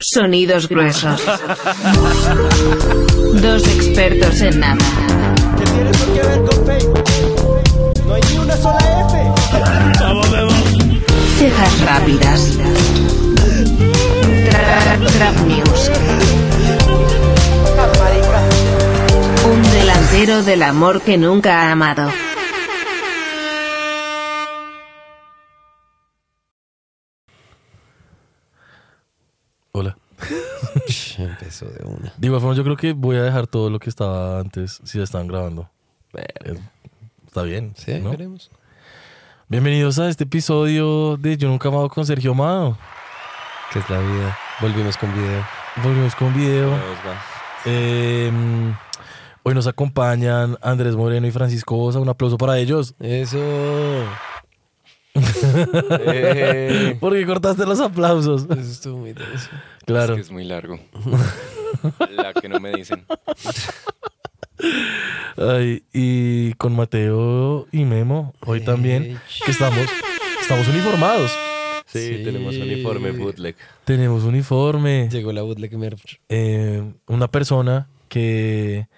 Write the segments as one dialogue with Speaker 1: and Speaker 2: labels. Speaker 1: Sonidos gruesos. Dos expertos en nada.
Speaker 2: ¿Qué tiene por qué ver con Facebook? No hay ni una sola F.
Speaker 3: Vamos, vemos.
Speaker 1: Cejas rápidas. Tra- tra- Trap News. Un delantero del amor que nunca ha amado.
Speaker 3: Hola.
Speaker 4: Empezó de una.
Speaker 3: De igual forma, yo creo que voy a dejar todo lo que estaba antes, si ya estaban grabando. Eh, Está bien.
Speaker 4: Sí,
Speaker 3: ¿no?
Speaker 4: veremos.
Speaker 3: Bienvenidos a este episodio de Yo Nunca Amado con Sergio Amado.
Speaker 4: ¿Qué es la vida? Volvimos con video.
Speaker 3: Volvemos con video. Eh, hoy nos acompañan Andrés Moreno y Francisco Bosa. Un aplauso para ellos.
Speaker 4: Eso.
Speaker 5: Eh,
Speaker 3: Porque cortaste los aplausos.
Speaker 4: Eso estuvo muy tenso.
Speaker 3: Claro.
Speaker 5: Es que es muy largo. La que no me dicen.
Speaker 3: Ay, y con Mateo y Memo, hoy también, que estamos, estamos uniformados.
Speaker 6: Sí,
Speaker 4: Sí.
Speaker 6: tenemos uniforme bootleg.
Speaker 3: Tenemos uniforme.
Speaker 4: Llegó la bootleg merch.
Speaker 3: eh, una persona que,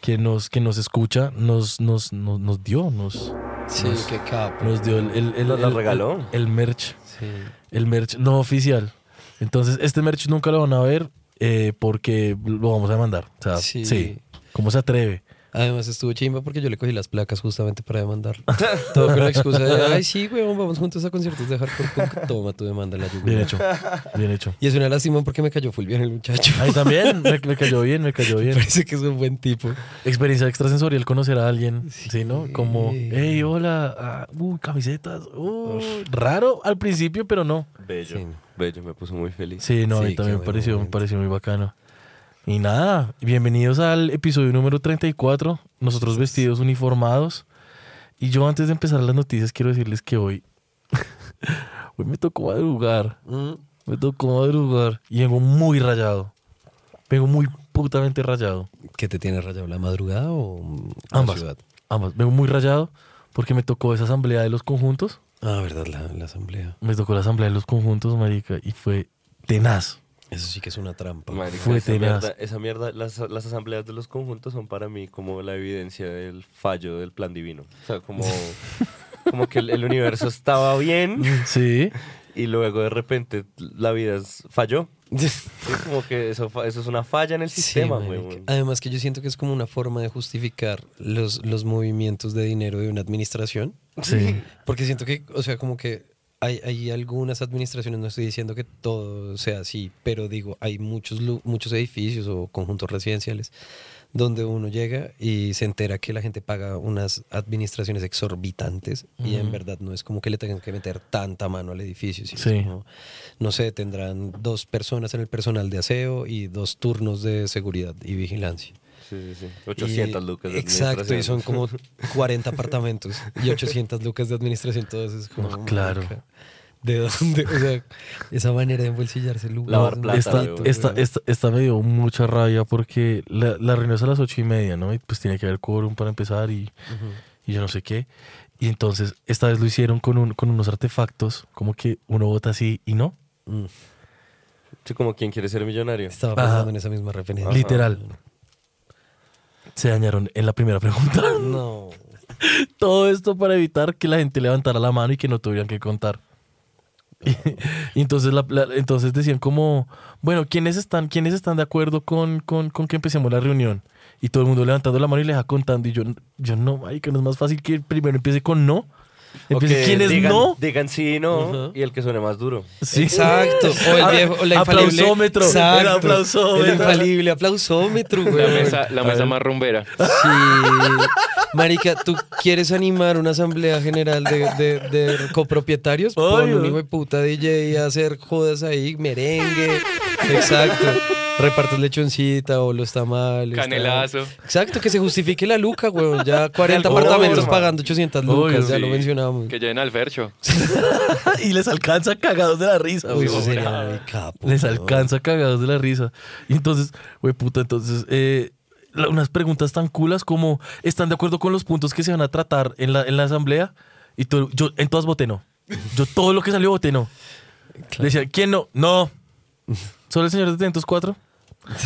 Speaker 3: que, nos, que nos escucha nos, nos, nos, nos dio, nos,
Speaker 4: Sí, qué capo.
Speaker 3: nos dio el, el- el-
Speaker 6: ¿Nos la
Speaker 3: el-
Speaker 6: regaló?
Speaker 3: el merch,
Speaker 4: Sí.
Speaker 3: el merch no oficial. Entonces, este merch nunca lo van a ver eh, porque lo vamos a mandar. O sea, sí.
Speaker 4: Sí.
Speaker 3: ¿Cómo se atreve?
Speaker 4: Además estuvo chimba porque yo le cogí las placas justamente para demandarlo. Todo con la excusa de, ay sí, weón, vamos juntos a conciertos de hardcore punk. Toma tu demanda la
Speaker 3: Bien
Speaker 4: yugular.
Speaker 3: hecho, bien hecho.
Speaker 4: Y es una lástima porque me cayó full bien el muchacho.
Speaker 3: Ahí también, me, me cayó bien, me cayó bien.
Speaker 4: Parece que es un buen tipo.
Speaker 3: Experiencia extrasensorial, conocer a alguien, sí, ¿no? Como,
Speaker 4: Sí.
Speaker 3: hey, hola, ah, uy, camisetas, uh, raro al principio, pero no.
Speaker 6: Bello.
Speaker 4: Sí.
Speaker 6: Bello, me puso muy feliz.
Speaker 3: Sí, no, a mí
Speaker 4: Sí, qué
Speaker 3: también me
Speaker 4: buen
Speaker 3: pareció, me
Speaker 4: momento.
Speaker 3: pareció muy bacano. Y nada, bienvenidos al episodio número 34, nosotros vestidos uniformados. Y yo antes de empezar las noticias quiero decirles que hoy, hoy me tocó madrugar,
Speaker 4: Mm.
Speaker 3: me tocó madrugar y vengo muy rayado, vengo muy putamente rayado.
Speaker 4: ¿Qué te tiene rayado? ¿La madrugada o la
Speaker 3: Ambas,
Speaker 4: ciudad?
Speaker 3: ambas, vengo muy rayado porque me tocó esa asamblea de los conjuntos,
Speaker 4: Ah, verdad, la, la asamblea.
Speaker 3: me tocó la asamblea de los conjuntos, marica, y fue tenaz.
Speaker 4: Eso sí que es una trampa.
Speaker 6: Marica,
Speaker 3: Fue
Speaker 6: esa
Speaker 3: tenaz.
Speaker 6: mierda, esa mierda las, las asambleas de los conjuntos son para mí como la evidencia del fallo del plan divino. O sea, como, como que el, el universo estaba bien
Speaker 3: Sí.
Speaker 6: y luego de repente la vida es- falló. Sí, como que eso, fa- eso es una falla en el
Speaker 4: Sí,
Speaker 6: sistema,
Speaker 4: marica.
Speaker 6: güey.
Speaker 4: Además que yo siento que es como una forma de justificar los, los movimientos de dinero de una administración.
Speaker 3: Sí.
Speaker 4: Porque siento que, o sea, como que hay, hay algunas administraciones, no estoy diciendo que todo sea así, pero digo, hay muchos, lu- muchos edificios o conjuntos residenciales donde uno llega y se entera que la gente paga unas administraciones exorbitantes y en verdad no es como que le tengan que meter tanta mano al edificio. sino es
Speaker 3: Sí.
Speaker 4: como, no sé, tendrán dos personas en el personal de aseo y dos turnos de seguridad y vigilancia.
Speaker 6: Sí, sí, sí. 800
Speaker 4: Y-
Speaker 6: lucas. de
Speaker 4: Exacto, y son
Speaker 6: administración.
Speaker 4: como 40 apartamentos y 800 lucas de administración. Entonces, es como.
Speaker 3: No, claro.
Speaker 4: marica, ¿De dónde? O sea, esa manera de embolsillarse el lugar.
Speaker 6: Lavar
Speaker 4: ¿no?
Speaker 6: plata,
Speaker 3: esta,
Speaker 6: weón.
Speaker 3: esta, esta, esta me dio mucha rabia porque la, la reunión es a las ocho y media, ¿no? Y pues tiene que haber quórum para empezar y, y yo no sé qué. Y entonces esta vez lo hicieron con, un, con unos artefactos, como que uno vota así y no.
Speaker 4: Mm,
Speaker 6: Sí, como quien quiere ser millonario.
Speaker 4: Estaba pensando
Speaker 3: Ajá.
Speaker 4: en esa misma referencia.
Speaker 3: Literal. Se dañaron en la primera pregunta.
Speaker 4: No.
Speaker 3: Todo esto para evitar que la gente levantara la mano y que no tuvieran que contar. Y, y entonces, la- la- entonces decían como, bueno, ¿quiénes están, ¿quiénes están de acuerdo con, con, con que empecemos la reunión? Y todo el mundo levantando la mano y le deja contando. Y yo, yo no, marica, no es más fácil que primero empiece con no. Empiece,
Speaker 6: Ok,
Speaker 3: ¿quiénes
Speaker 6: digan-
Speaker 3: no?
Speaker 6: Digan sí y no,
Speaker 4: Ujú.
Speaker 6: y el que suene más duro.
Speaker 3: Sí.
Speaker 4: Exacto. O el
Speaker 3: Ah,
Speaker 4: viejo, o la infalible.
Speaker 3: aplausómetro, el
Speaker 4: Exacto.
Speaker 3: aplausómetro.
Speaker 4: El infalible aplausómetro, güey.
Speaker 5: La mesa, la mesa más rumbera.
Speaker 4: Sí. Marica, ¿tú quieres animar una asamblea general de, de- de copropietarios? Pon
Speaker 3: Obvio.
Speaker 4: un hijo de puta DJ a hacer jodas ahí, merengue. Exacto. Repartes lechoncita o los tamales. tal.
Speaker 5: Canelazo.
Speaker 4: Exacto, que se justifique la luca, güey. Ya 40
Speaker 5: Obvio,
Speaker 4: apartamentos
Speaker 5: man.
Speaker 4: pagando 800 lucas,
Speaker 3: Obvio,
Speaker 4: ya
Speaker 5: Sí.
Speaker 4: lo mencionamos.
Speaker 5: Que lleven al fercho.
Speaker 3: y les alcanza cagados de la risa.
Speaker 4: Uy,
Speaker 3: güey.
Speaker 4: eso sería muy capo.
Speaker 3: Les
Speaker 4: güey.
Speaker 3: alcanza cagados de la risa. Y entonces, güey, puta, entonces, eh, la- unas preguntas tan culas como, ¿están de acuerdo con los puntos que se van a tratar en la, en la asamblea? Y todo- yo en todas voté no. Yo todo lo que salió voté no. Le decía, ¿quién no? No. ¿Solo el señor de 304?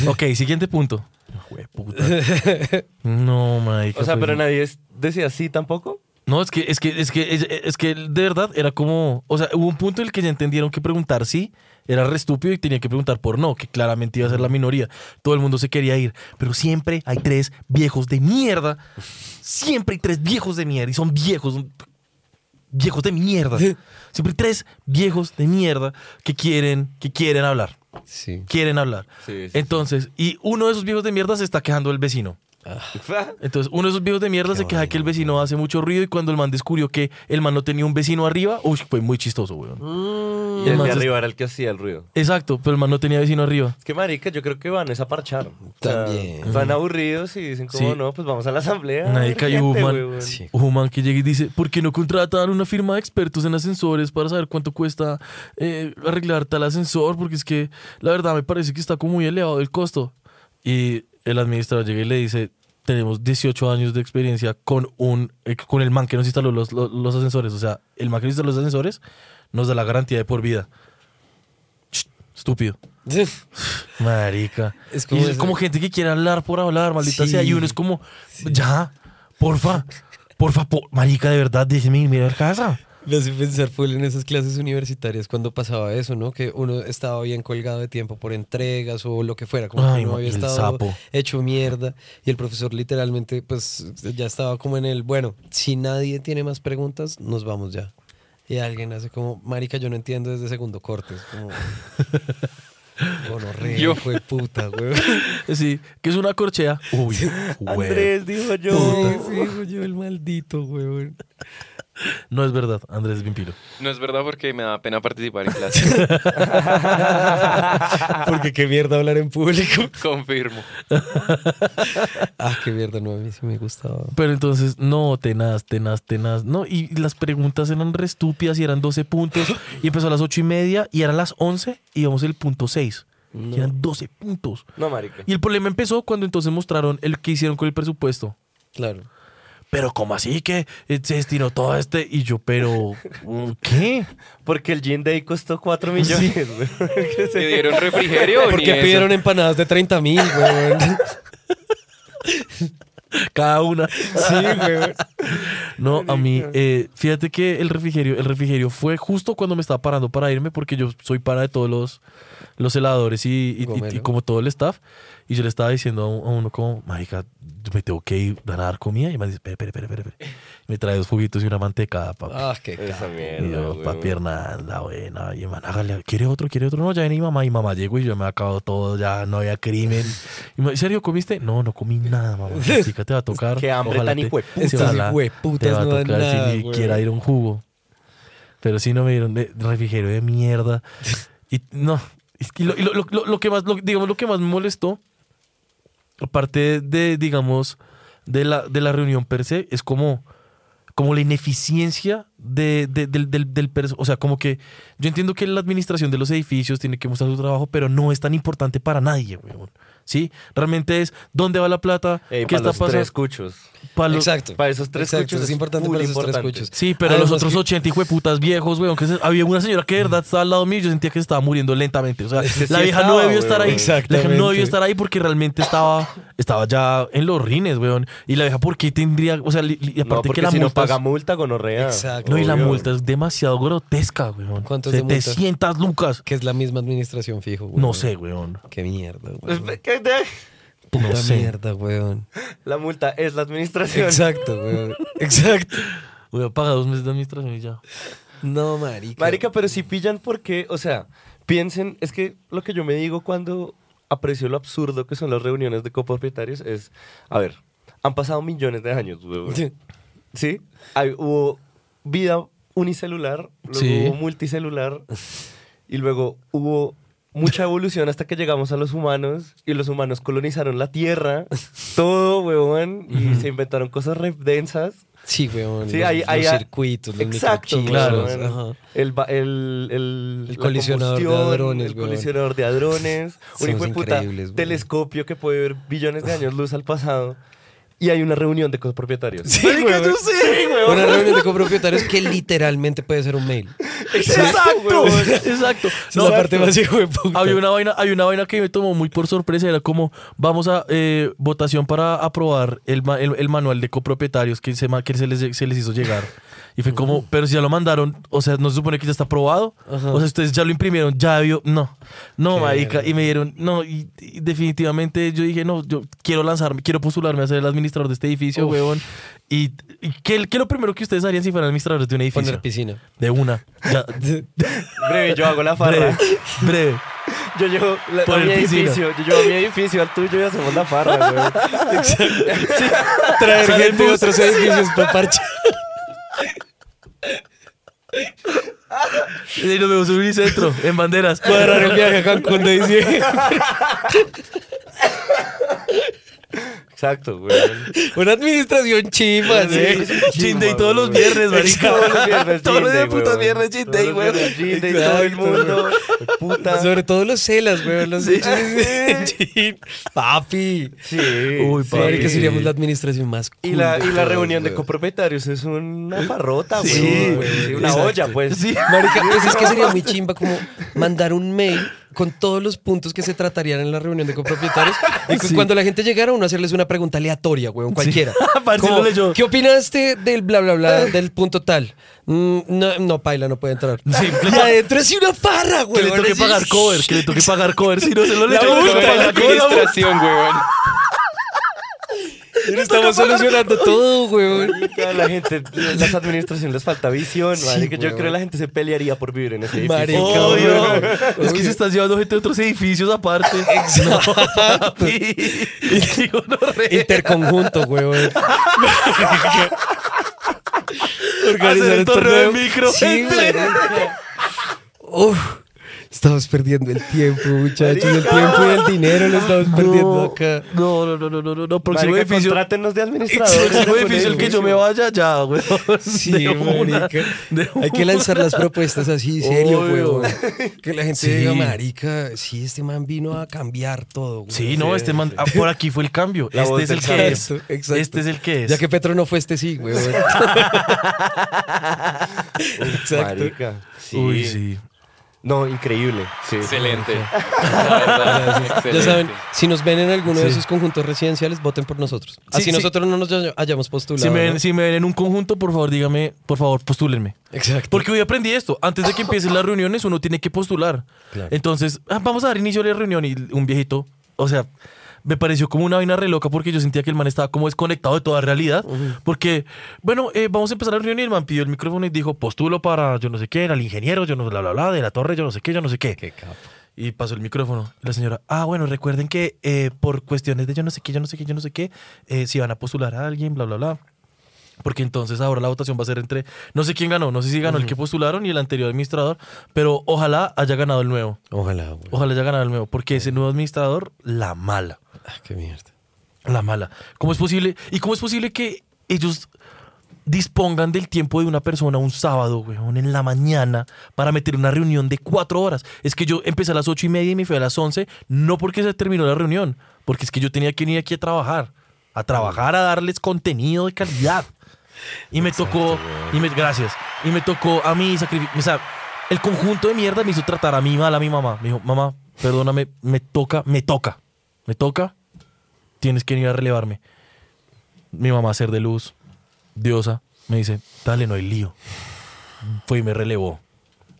Speaker 3: Ok, siguiente punto. Jueputa. No, marica.
Speaker 6: O sea,
Speaker 3: pues,
Speaker 6: pero nadie es- decía sí tampoco.
Speaker 3: No, es que, es que, es que, es, es que de verdad era como. O sea, hubo un punto en el que ya entendieron que preguntar sí era re estúpido y tenía que preguntar por no, que claramente iba a ser la minoría. Todo el mundo se quería ir. Pero siempre hay tres viejos de mierda. Siempre hay tres viejos de mierda. Y son viejos. son Viejos de mierda. Siempre hay tres viejos de mierda que quieren, que quieren hablar.
Speaker 4: Sí.
Speaker 3: Quieren hablar.
Speaker 6: Sí, sí, sí.
Speaker 3: Entonces, y uno de esos viejos de mierda se está quejando del vecino. Entonces, uno de esos viejos de mierda se queja que el vecino hace mucho ruido y cuando el man descubrió que el man no tenía un vecino arriba, uy, fue muy chistoso, weón.
Speaker 6: Y el de
Speaker 3: Entonces-
Speaker 6: arriba era el que hacía el ruido.
Speaker 3: Exacto, pero el man no tenía vecino arriba.
Speaker 6: Es que, marica, yo creo que van es a parchar. O sea,
Speaker 4: También.
Speaker 6: Van aburridos y dicen, como
Speaker 3: Sí.
Speaker 6: no, pues vamos a la asamblea.
Speaker 3: Marica, y
Speaker 6: urgente,
Speaker 3: hubo un man,
Speaker 6: huevón".
Speaker 4: Sí.
Speaker 3: hubo un man que llega y dice, ¿por qué no contratan una firma de expertos en ascensores para saber cuánto cuesta eh, arreglar tal ascensor? Porque es que la verdad me parece que está como muy elevado el costo. Y el administrador llega y le dice, tenemos 18 años de experiencia con, un, eh, con el man que nos instaló los, los- los ascensores. O sea, el man que nos instaló los ascensores nos da la garantía de por vida. Ch, Estúpido. Marica.
Speaker 4: Es
Speaker 3: Es
Speaker 4: como
Speaker 3: como,
Speaker 4: ese-
Speaker 3: como gente que quiere hablar por hablar, maldita
Speaker 4: Sí.
Speaker 3: sea. Y uno es como, ya, porfa, porfa, po- marica, de verdad, déjeme ir, mira el casa.
Speaker 4: Me hace pensar full en esas clases universitarias cuando pasaba eso, ¿no? Que uno estaba bien colgado de tiempo por entregas o lo que fuera, como
Speaker 3: Ay,
Speaker 4: que uno
Speaker 3: ma-
Speaker 4: había
Speaker 3: y el
Speaker 4: estado
Speaker 3: sapo.
Speaker 4: hecho mierda y el profesor literalmente pues ya estaba como en el, bueno, si nadie tiene más preguntas, nos vamos ya. Y alguien hace como, marica, yo no entiendo desde segundo corte, es como... Gonorrea,
Speaker 5: Yo.
Speaker 4: fue puta, güey.
Speaker 3: Sí, que es una corchea. Uy, güey.
Speaker 6: Andrés dijo yo.
Speaker 4: sí, yo el maldito, güey.
Speaker 3: No es verdad, Andrés Vimpiro.
Speaker 5: No es verdad porque me da pena participar en clase.
Speaker 4: Porque qué mierda hablar en público.
Speaker 5: Confirmo.
Speaker 4: Ah, qué mierda, no, a mí sí me gustaba.
Speaker 3: Pero entonces, no, tenaz, tenaz, tenaz. No, y las preguntas eran re estúpidas y eran 12 puntos. Y empezó a las 8 y media y eran las 11 y íbamos el punto 6. Y eran 12 puntos.
Speaker 6: No, marica.
Speaker 3: Y el problema empezó cuando entonces mostraron el que hicieron con el presupuesto.
Speaker 4: Claro.
Speaker 3: pero ¿cómo así que eh, se destinó todo este? Y yo, pero, ¿qué?
Speaker 6: Porque el Jean Day costó 4 millones, güey. Que
Speaker 5: ¿Te
Speaker 6: se-
Speaker 5: dieron refrigerio? o ni
Speaker 4: Porque
Speaker 5: eso?
Speaker 4: pidieron empanadas de 30 mil, güey.
Speaker 3: Cada una.
Speaker 4: Sí, güey.
Speaker 3: No, a mí, eh, fíjate que el refrigerio, el refrigerio fue justo cuando me estaba parando para irme, porque yo soy para de todos los, los heladores y, y- y-
Speaker 4: Gomelo.
Speaker 3: y como todo el staff. Y yo le estaba diciendo a, un- a uno como, marica, yo me tengo que ir van a dar comida. Y me dice, espere, espere, espere, espere, espere". Y me trae dos juguitos y una manteca, papi.
Speaker 4: Ah, qué
Speaker 6: Esa
Speaker 4: ca-
Speaker 6: mierda.
Speaker 3: Y yo,
Speaker 6: güey.
Speaker 3: papi Hernán, la buena. Y man, hágale, ¿quiere otro? ¿Quiere otro? No, ya viene mi mamá. Y mamá llegó y yo me acabo todo, ya no había crimen. Y me, ¿En serio comiste? No, no comí nada, mamá. La chica te va a tocar.
Speaker 6: Qué hambre
Speaker 3: Ojalá
Speaker 6: tan
Speaker 3: te-
Speaker 6: hijueputas,
Speaker 3: te
Speaker 4: Estas
Speaker 3: ojalá
Speaker 4: hijueputas
Speaker 3: Te va a
Speaker 4: no dan
Speaker 3: tocar
Speaker 4: nada,
Speaker 3: si ni
Speaker 4: güey.
Speaker 3: quiera ir a un jugo. Pero sí no me dieron de refrigerio de mierda. Y no. es que lo, y lo- lo- lo- lo que más, lo- digamos, lo que más me molestó, aparte de, digamos, de la, de la reunión per se, es como como la ineficiencia de, de- del, del, del perso- O sea, como que yo entiendo que la administración de los edificios tiene que mostrar su trabajo, pero no es tan importante para nadie, weón. ¿Sí? Realmente es dónde va la plata,
Speaker 6: Ey,
Speaker 3: qué
Speaker 6: para
Speaker 3: está
Speaker 6: los
Speaker 3: pasando.
Speaker 6: tres cuchos.
Speaker 3: Pa' los-
Speaker 4: Exacto.
Speaker 6: Para esos tres
Speaker 4: Exacto,
Speaker 6: cuchos
Speaker 4: Es
Speaker 6: es
Speaker 4: importante para
Speaker 6: full
Speaker 4: esos tres
Speaker 6: importante.
Speaker 4: cuchos.
Speaker 3: Sí, pero
Speaker 4: Además
Speaker 3: los otros
Speaker 4: que-
Speaker 3: 80 hijueputas viejos, weón, que se- había una señora que de verdad estaba al lado mío y yo sentía que se estaba muriendo lentamente. O sea,
Speaker 6: que sí
Speaker 3: la vieja no
Speaker 6: estaba,
Speaker 3: debió estar
Speaker 6: weón.
Speaker 3: ahí. La vieja no
Speaker 4: Exactamente.
Speaker 3: debió estar ahí porque realmente estaba, estaba ya en los rines, weón. Y la vieja, ¿por qué tendría? O sea, li- li- y
Speaker 6: No,
Speaker 3: aparte
Speaker 6: porque
Speaker 3: que la
Speaker 6: si no
Speaker 3: multa es-
Speaker 6: paga multa, gonorrea.
Speaker 4: Exacto.
Speaker 3: No, y la
Speaker 6: Obvio.
Speaker 3: multa es demasiado grotesca, weón.
Speaker 4: ¿Cuánto es de multa?
Speaker 3: 700 lucas.
Speaker 4: Que es la misma administración fijo, güey.
Speaker 3: No sé, weón.
Speaker 4: Qué mierda,
Speaker 6: Pues,
Speaker 4: güey.
Speaker 6: ¿qué te-
Speaker 4: Puta
Speaker 3: no sé.
Speaker 4: mierda, güey.
Speaker 6: La multa es la administración.
Speaker 4: Exacto, güey. Exacto.
Speaker 3: Weón, paga dos meses de administración y ya.
Speaker 4: No, marica.
Speaker 6: Marica, pero si pillan porque, o sea, piensen, es que lo que yo me digo cuando aprecio lo absurdo que son las reuniones de copropietarios es, a ver, han pasado millones de años, weón.
Speaker 4: Sí.
Speaker 6: ¿Sí? Hay- hubo vida unicelular, luego
Speaker 3: Sí.
Speaker 6: hubo multicelular, y luego hubo mucha evolución hasta que llegamos a los humanos, y los humanos colonizaron la Tierra, todo, weón, y se inventaron cosas re densas.
Speaker 4: Sí, güey.
Speaker 6: Sí,
Speaker 4: los,
Speaker 6: hay,
Speaker 4: los
Speaker 6: hay-
Speaker 4: circuitos, los
Speaker 6: Exacto,
Speaker 4: microchips, los-
Speaker 6: weón.
Speaker 4: ajá.
Speaker 6: El, ba- el, el,
Speaker 4: El
Speaker 6: la
Speaker 4: colisionador de
Speaker 6: combustión,
Speaker 4: hadrones,
Speaker 6: El
Speaker 4: weón.
Speaker 6: colisionador de hadrones. un
Speaker 4: Somos
Speaker 6: hijo de puta
Speaker 4: increíbles, weón.
Speaker 6: telescopio que puede ver billones de años luz al pasado. y hay una reunión de copropietarios.
Speaker 4: Sí,
Speaker 6: Marica,
Speaker 4: huevón.
Speaker 6: yo sé, huevón.
Speaker 4: Una reunión de copropietarios que literalmente puede ser un mail.
Speaker 3: Exacto, exacto.
Speaker 4: Esa es la parte más hijo de puta.
Speaker 3: Había una vaina, hay una vaina que me tomó muy por sorpresa, era como vamos a eh, votación para aprobar el, ma- el- el manual de copropietarios que se, ma- que se les, se les hizo llegar. Y fue como, pero si ya lo mandaron, o sea, no se supone que ya está aprobado.
Speaker 4: Ajá.
Speaker 3: O sea, ustedes ya lo imprimieron, ya vio. No, no,
Speaker 4: Qué
Speaker 3: marica.
Speaker 4: verga.
Speaker 3: Y me dieron, no, y, y definitivamente yo dije, no, yo quiero lanzarme, quiero postularme a ser el administrador de este edificio,
Speaker 4: Uf.
Speaker 3: huevón. Y, y ¿qué, qué es lo primero que ustedes harían si fueran administradores de un edificio?
Speaker 4: Poner piscina.
Speaker 3: De una. Ya,
Speaker 6: Breve, yo hago la
Speaker 3: breve,
Speaker 6: farra.
Speaker 3: breve.
Speaker 6: Yo llevo la-
Speaker 3: Por
Speaker 6: a
Speaker 3: el
Speaker 6: mi
Speaker 3: piscina.
Speaker 6: edificio, yo llevo a mi edificio, al tuyo y hacemos la farra, huevón.
Speaker 4: Traer gente de otros edificios para parchar.
Speaker 3: Y nos vemos en Unicentro, en banderas.
Speaker 4: Cuadrar el viaje a Cancún de diciembre.
Speaker 6: Exacto, huevón.
Speaker 4: Una administración chifa,
Speaker 3: Sí,
Speaker 4: sí.
Speaker 3: Chin Day todos los viernes, marica.
Speaker 6: Todos los viernes,
Speaker 3: Todos los
Speaker 6: Jean Day,
Speaker 3: días putas
Speaker 6: huevón.
Speaker 3: viernes, Chin
Speaker 6: Todos
Speaker 3: Day,
Speaker 6: los
Speaker 3: weón.
Speaker 6: viernes, Jean Day, todo el
Speaker 4: Exacto,
Speaker 6: mundo. Puta.
Speaker 4: Pues Sobre todo los celas, weón. Los sí. Papi.
Speaker 6: Sí.
Speaker 3: Uy,
Speaker 6: sí.
Speaker 4: Padre que seríamos la administración más cool
Speaker 6: Y la,
Speaker 4: de
Speaker 6: y la
Speaker 4: todas,
Speaker 6: reunión de
Speaker 4: weón.
Speaker 6: copropietarios es una farrota,
Speaker 3: Sí,
Speaker 6: huevón,
Speaker 3: güey,
Speaker 6: sí, Una
Speaker 4: exacto.
Speaker 6: olla, pues.
Speaker 3: Sí.
Speaker 4: Marica, pues es que sería muy chimba como mandar un mail con todos los puntos que se tratarían en la reunión de copropietarios y cu-
Speaker 3: Sí.
Speaker 4: cuando la gente llegara uno hacerles una pregunta aleatoria, weón, cualquiera.
Speaker 3: Ah, Parce,
Speaker 4: Como,
Speaker 3: lo leyó.
Speaker 4: ¿Qué opinaste del bla bla bla del punto tal? Mm, no, no, paila, no puede entrar.
Speaker 3: Sí,
Speaker 4: y adentro es una farra,
Speaker 3: Que
Speaker 4: weón.
Speaker 3: le toque
Speaker 4: así.
Speaker 3: pagar cover, que le toque pagar cover. Si no se lo
Speaker 4: La
Speaker 3: leyó, le
Speaker 4: multa,
Speaker 3: toca
Speaker 4: la
Speaker 5: la
Speaker 3: pagar cover.
Speaker 5: administración, weón.
Speaker 4: Estamos solucionando todo, weón.
Speaker 6: Marica, La gente, las administraciones les falta visión,
Speaker 4: Sí,
Speaker 6: marica. Yo
Speaker 4: huevón.
Speaker 6: creo que la gente se pelearía por vivir en ese edificio.
Speaker 4: Marica,
Speaker 3: Obvio.
Speaker 4: weón.
Speaker 3: Es que se están llevando gente de otros edificios aparte. Exacto. Y digo, no re.
Speaker 4: Interconjunto, weón. Organizar
Speaker 3: Hacer
Speaker 4: el
Speaker 3: el torneo
Speaker 4: torneo.
Speaker 3: de micro.
Speaker 4: Sí,
Speaker 3: Entre.
Speaker 4: marica. Uf, estamos perdiendo el tiempo, muchachos. El
Speaker 6: Marica.
Speaker 4: tiempo y el dinero lo estamos perdiendo
Speaker 3: No,
Speaker 4: acá.
Speaker 3: No, no, no, no, no, no, no. Próximo
Speaker 6: Marica,
Speaker 3: edificio.
Speaker 6: contrátenos de administrador.
Speaker 3: Próximo edificio, el que yo me vaya, ya, güey.
Speaker 4: Sí,
Speaker 3: De una,
Speaker 4: marica.
Speaker 3: de
Speaker 4: Hay que
Speaker 3: una.
Speaker 4: lanzar las propuestas así, serio,
Speaker 3: Obvio.
Speaker 4: weón. Que la gente
Speaker 3: Sí.
Speaker 4: diga, marica, sí, este man vino a cambiar todo, weón.
Speaker 3: Sí, no, este man, ah, por aquí fue el cambio.
Speaker 6: La
Speaker 3: este
Speaker 6: voz
Speaker 3: es
Speaker 6: del
Speaker 3: el que
Speaker 6: cambio.
Speaker 3: es.
Speaker 4: Exacto, exacto.
Speaker 3: Este es el que es.
Speaker 4: Ya que Petro no fue este sí, weón.
Speaker 6: Exacto. Marica. Sí.
Speaker 3: Uy, sí.
Speaker 6: No, increíble. Sí.
Speaker 5: Excelente. La verdad,
Speaker 4: Ya
Speaker 5: excelente.
Speaker 4: saben, si nos ven en alguno de
Speaker 3: Sí.
Speaker 4: esos conjuntos residenciales, voten por nosotros.
Speaker 3: Sí,
Speaker 4: Así
Speaker 3: sí.
Speaker 4: nosotros no nos haya- hayamos postulado.
Speaker 3: Si me, ven,
Speaker 4: ¿no?
Speaker 3: si me ven en un conjunto, por favor, dígame, por favor, postúlenme.
Speaker 4: Exacto.
Speaker 3: Porque hoy aprendí esto. Antes de que empiecen las reuniones, uno tiene que postular.
Speaker 4: Claro.
Speaker 3: Entonces, ah, vamos a dar inicio a la reunión. Y un viejito, o sea, me pareció como una vaina re loca porque yo sentía que el man estaba como desconectado de toda realidad. Porque, bueno, eh, vamos a empezar la reunión. Y el man pidió el micrófono y dijo: Postulo para yo no sé qué, al ingeniero, yo no, bla, bla, bla, de la torre, yo no sé qué, yo no sé qué.
Speaker 4: Qué capo.
Speaker 3: Y pasó el micrófono. Y La señora, ah, bueno, recuerden que eh, por cuestiones de yo no sé qué, yo no sé qué, yo no sé qué, eh, si van a postular a alguien, bla, bla, bla. Porque entonces ahora la votación va a ser entre, no sé quién ganó, no sé si ganó el que postularon y el anterior administrador, pero ojalá haya ganado el nuevo.
Speaker 4: Ojalá, güey.
Speaker 3: Ojalá haya ganado el nuevo, porque ese nuevo administrador, la mala.
Speaker 4: Ah, qué mierda.
Speaker 3: La mala. ¿Cómo es posible? ¿Y cómo es posible que ellos dispongan del tiempo de una persona un sábado, weón, en la mañana para meter una reunión de cuatro horas? Es que yo empecé a las ocho y media y me fui a las once, no porque se terminó la reunión, porque es que yo tenía que venir aquí a trabajar, a trabajar, a darles contenido de calidad. Y me tocó, y me, gracias, y me tocó a mí sacrificar, o sea, el conjunto de mierda me hizo tratar a mí mal a mi mamá. Me dijo, mamá, perdóname, me toca, me toca, me toca, tienes que venir a relevarme. Mi mamá, ser de luz, diosa, me dice, dale, no hay lío. Fue y me relevó.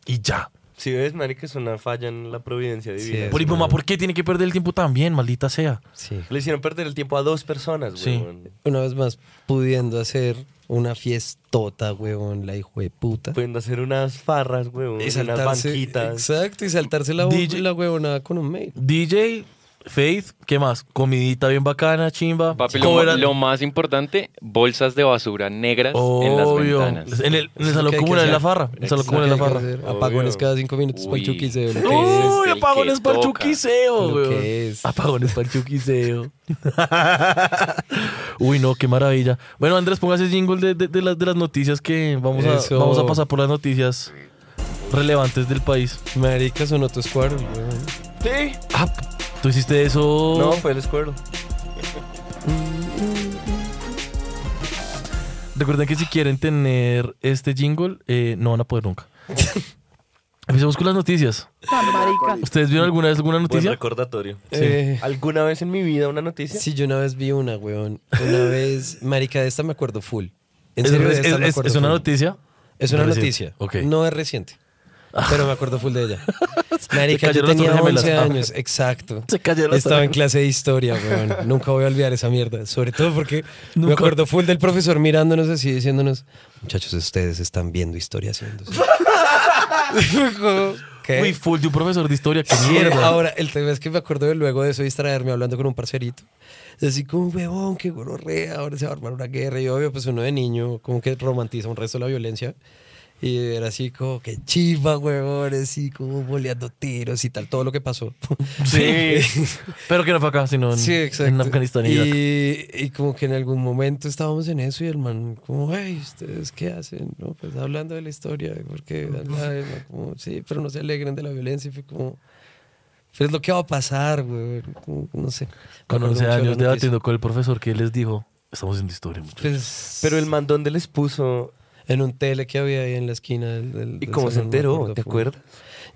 Speaker 3: Y ya.
Speaker 6: Si ves, marica, es una falla en la providencia divina.
Speaker 4: es.
Speaker 3: Por mi mamá, ¿por qué tiene que perder el tiempo también, maldita sea?
Speaker 4: Sí.
Speaker 6: Le hicieron perder el tiempo a dos personas,
Speaker 3: Sí.
Speaker 6: weón.
Speaker 4: Una vez más, pudiendo hacer una fiestota, weón, la hijo de puta.
Speaker 6: Pueden hacer unas farras, weón.
Speaker 4: Y
Speaker 6: Unas
Speaker 4: saltarse-
Speaker 6: banquitas.
Speaker 4: Exacto, y saltarse la,
Speaker 3: DJ.
Speaker 4: la huevonada con un mail.
Speaker 3: DJ, Faith, ¿qué más? Comidita bien bacana, chimba.
Speaker 5: Papi, lo,
Speaker 3: cobran-
Speaker 5: ma- lo más importante, bolsas de basura negras en las
Speaker 3: Obvio. En,
Speaker 5: ventanas.
Speaker 3: el, en el
Speaker 4: Eso es lo que
Speaker 3: salón
Speaker 4: hay que
Speaker 3: comunal, en la
Speaker 4: hacer.
Speaker 3: farra. En el salón
Speaker 4: Lo
Speaker 3: comunal, en
Speaker 4: que
Speaker 3: la
Speaker 4: hay que
Speaker 3: farra.
Speaker 4: hacer, Apagones
Speaker 6: Obvio.
Speaker 4: cada cinco minutos para el
Speaker 5: Uy.
Speaker 4: chuquiseo, lo que es.
Speaker 5: es
Speaker 3: Uy,
Speaker 5: el que
Speaker 3: apagones para el
Speaker 5: toca.
Speaker 3: chuquiseo,
Speaker 4: Lo
Speaker 3: weón.
Speaker 4: que es.
Speaker 3: Apagones para el chuquiseo. Uy, no, qué maravilla. Bueno, Andrés, póngase jingle de, de- de las, de las noticias que vamos a,
Speaker 4: Eso.
Speaker 3: vamos a pasar por las noticias relevantes del país.
Speaker 4: Marica sonó tu squad, weón.
Speaker 6: Sí.
Speaker 3: Ah, ¿tú hiciste eso?
Speaker 6: No, fue el escuero.
Speaker 3: Recuerden que si quieren tener este jingle, eh, no van a poder nunca. Empecemos con las noticias.
Speaker 7: Tan marica.
Speaker 3: ¿Ustedes vieron alguna vez alguna
Speaker 6: Buen
Speaker 3: noticia?
Speaker 6: recordatorio.
Speaker 4: Eh,
Speaker 6: ¿Alguna vez en mi vida una noticia?
Speaker 4: Sí, yo una vez vi una, weón. Una vez, marica, de esta me acuerdo full. En
Speaker 3: Es,
Speaker 4: serio, de
Speaker 3: es-
Speaker 4: esta me
Speaker 3: es-
Speaker 4: acuerdo
Speaker 3: es una
Speaker 4: full.
Speaker 3: noticia.
Speaker 4: Es una
Speaker 3: Reciente.
Speaker 4: noticia.
Speaker 3: Ok. Ah.
Speaker 4: No es reciente. Pero me acuerdo full de ella. Marica, yo
Speaker 3: cayeron las
Speaker 4: tenía
Speaker 3: torres
Speaker 4: 11
Speaker 3: gemelas.
Speaker 4: años. Exacto.
Speaker 3: Se cayeron las
Speaker 4: Estaba en
Speaker 3: torres.
Speaker 4: clase de historia, weón. Nunca voy a olvidar esa mierda. Sobre todo porque me
Speaker 3: Nunca.
Speaker 4: acuerdo full del profesor mirándonos así, diciéndonos, muchachos, ustedes están viendo historia haciéndose. ¿Qué?
Speaker 3: Uy, full de un profesor de historia. ¡Qué
Speaker 4: Sí,
Speaker 3: mierda!
Speaker 4: Ahora, el tema es que me acuerdo de luego de eso distraerme hablando con un parcerito. Así como, huevón, qué gonorrea, ahora se va a armar una guerra. Y obvio, pues uno de niño como que romantiza un resto de la violencia. Y era así como, que chiva, huevón, así como boleando tiros y tal, todo lo que pasó.
Speaker 3: Sí. Pero que no fue acá, sino en,
Speaker 4: sí, exacto.
Speaker 3: en Afganistán y Irak.
Speaker 4: y, y como que en algún momento estábamos en eso y el man como, hey, ¿ustedes qué hacen? No, pues hablando de la historia, porque como, sí, pero no se alegren de la violencia. Y fue como, pero es lo que va a pasar, güey. como, No sé.
Speaker 3: Con 11
Speaker 4: Me acuerdo mucho de la
Speaker 3: años
Speaker 4: noticia.
Speaker 3: debatiendo con el profesor que les dijo, estamos haciendo historia, muchachos.
Speaker 4: Pues,
Speaker 6: Pero el man donde les puso.
Speaker 4: En un tele que había ahí en la esquina del... del-
Speaker 6: ¿Y
Speaker 4: del
Speaker 6: cómo se
Speaker 4: salón, no me
Speaker 6: enteró?
Speaker 4: acuerdo,
Speaker 6: ¿Te
Speaker 4: fue-
Speaker 6: acuerdas?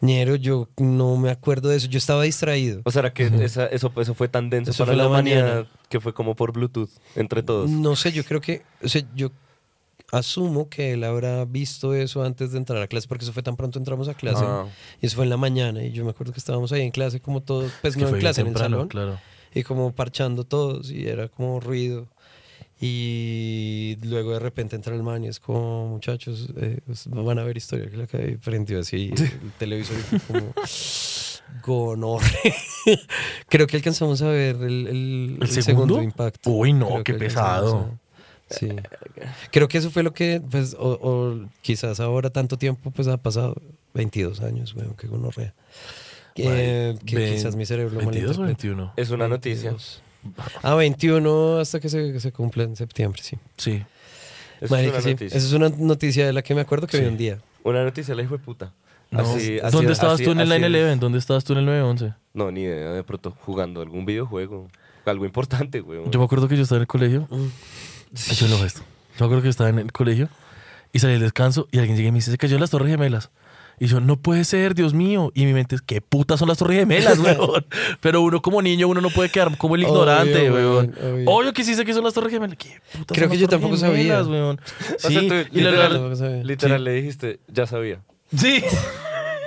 Speaker 4: Ñero, yo no me acuerdo de eso. Yo estaba distraído.
Speaker 6: O sea, era que esa- eso, eso fue tan denso
Speaker 4: Eso
Speaker 6: para
Speaker 4: fue
Speaker 6: la
Speaker 4: la
Speaker 6: humanidad
Speaker 4: mañana.
Speaker 6: que fue como por Bluetooth entre todos.
Speaker 3: Mm.
Speaker 4: No sé, yo creo que, o sea, yo asumo que él habrá visto eso antes de entrar a clase, porque eso fue tan pronto entramos a clase.
Speaker 5: Ah.
Speaker 4: Y eso fue en la mañana, y yo me acuerdo que estábamos ahí en clase, como todos, pues
Speaker 3: Que
Speaker 4: no
Speaker 3: fue
Speaker 4: en
Speaker 3: bien
Speaker 4: clase, en el
Speaker 3: temprano,
Speaker 4: salón,
Speaker 3: Claro.
Speaker 4: y como parchando todos, y era como ruido. Y luego de repente entra el man y es como, muchachos, eh, os- van a ver historia que la que prendió así el televisor y fue como gonorre. Creo que alcanzamos a ver el, el-
Speaker 3: ¿El
Speaker 4: el segundo?
Speaker 3: segundo?
Speaker 4: impacto.
Speaker 3: Uy, no,
Speaker 4: Creo
Speaker 3: qué
Speaker 4: que alcanzamos a- Sí. Creo que eso fue lo que, pues, o, o quizás ahora tanto tiempo, pues ha pasado 22 años, weón, qué gonorrea. Eh, que
Speaker 3: Ve-
Speaker 4: quizás mi cerebro
Speaker 3: 22 o
Speaker 4: malinterpreta.
Speaker 3: 21.
Speaker 6: Es una noticia.
Speaker 4: 22. Ah, 21 hasta que se, que se cumpla en septiembre, sí.
Speaker 3: Sí.
Speaker 6: Eso
Speaker 4: Marica,
Speaker 6: es una
Speaker 4: sí.
Speaker 6: noticia.
Speaker 4: Esa es una noticia de la que me acuerdo que
Speaker 3: Sí.
Speaker 4: vi un día.
Speaker 6: Una noticia la hijo de puta.
Speaker 3: No.
Speaker 6: Así- así-
Speaker 3: ¿Dónde estabas
Speaker 6: así-
Speaker 3: tú en el
Speaker 6: así es.
Speaker 3: 9-11? ¿Dónde estabas tú en el 9-11?
Speaker 6: No, ni idea. De pronto jugando algún videojuego. Algo importante, güey.
Speaker 3: Yo me acuerdo que yo estaba en el colegio. Ay, Yo no hago esto. Yo me acuerdo que estaba en el colegio y salí del descanso y alguien llega y me dice, se cayó las Torres Gemelas. Y yo, no puede ser, Dios mío. Y mi mente es, ¿qué putas son las Torres Gemelas, weón? Pero uno como niño, uno no puede quedar como el
Speaker 4: Obvio,
Speaker 3: ignorante, weón.
Speaker 4: weón, obvio.
Speaker 3: Obvio. que sí sé que son las Torres Gemelas. ¿Qué putas
Speaker 4: Creo
Speaker 3: son
Speaker 4: que
Speaker 3: las
Speaker 4: yo
Speaker 3: Torres
Speaker 4: tampoco
Speaker 3: Gemelas,
Speaker 4: sabía.
Speaker 3: weón?
Speaker 6: O sea,
Speaker 3: Sí,
Speaker 6: tú
Speaker 3: y la-
Speaker 6: literal-
Speaker 3: la-
Speaker 6: Literal le dijiste, ya sabía.
Speaker 3: sí.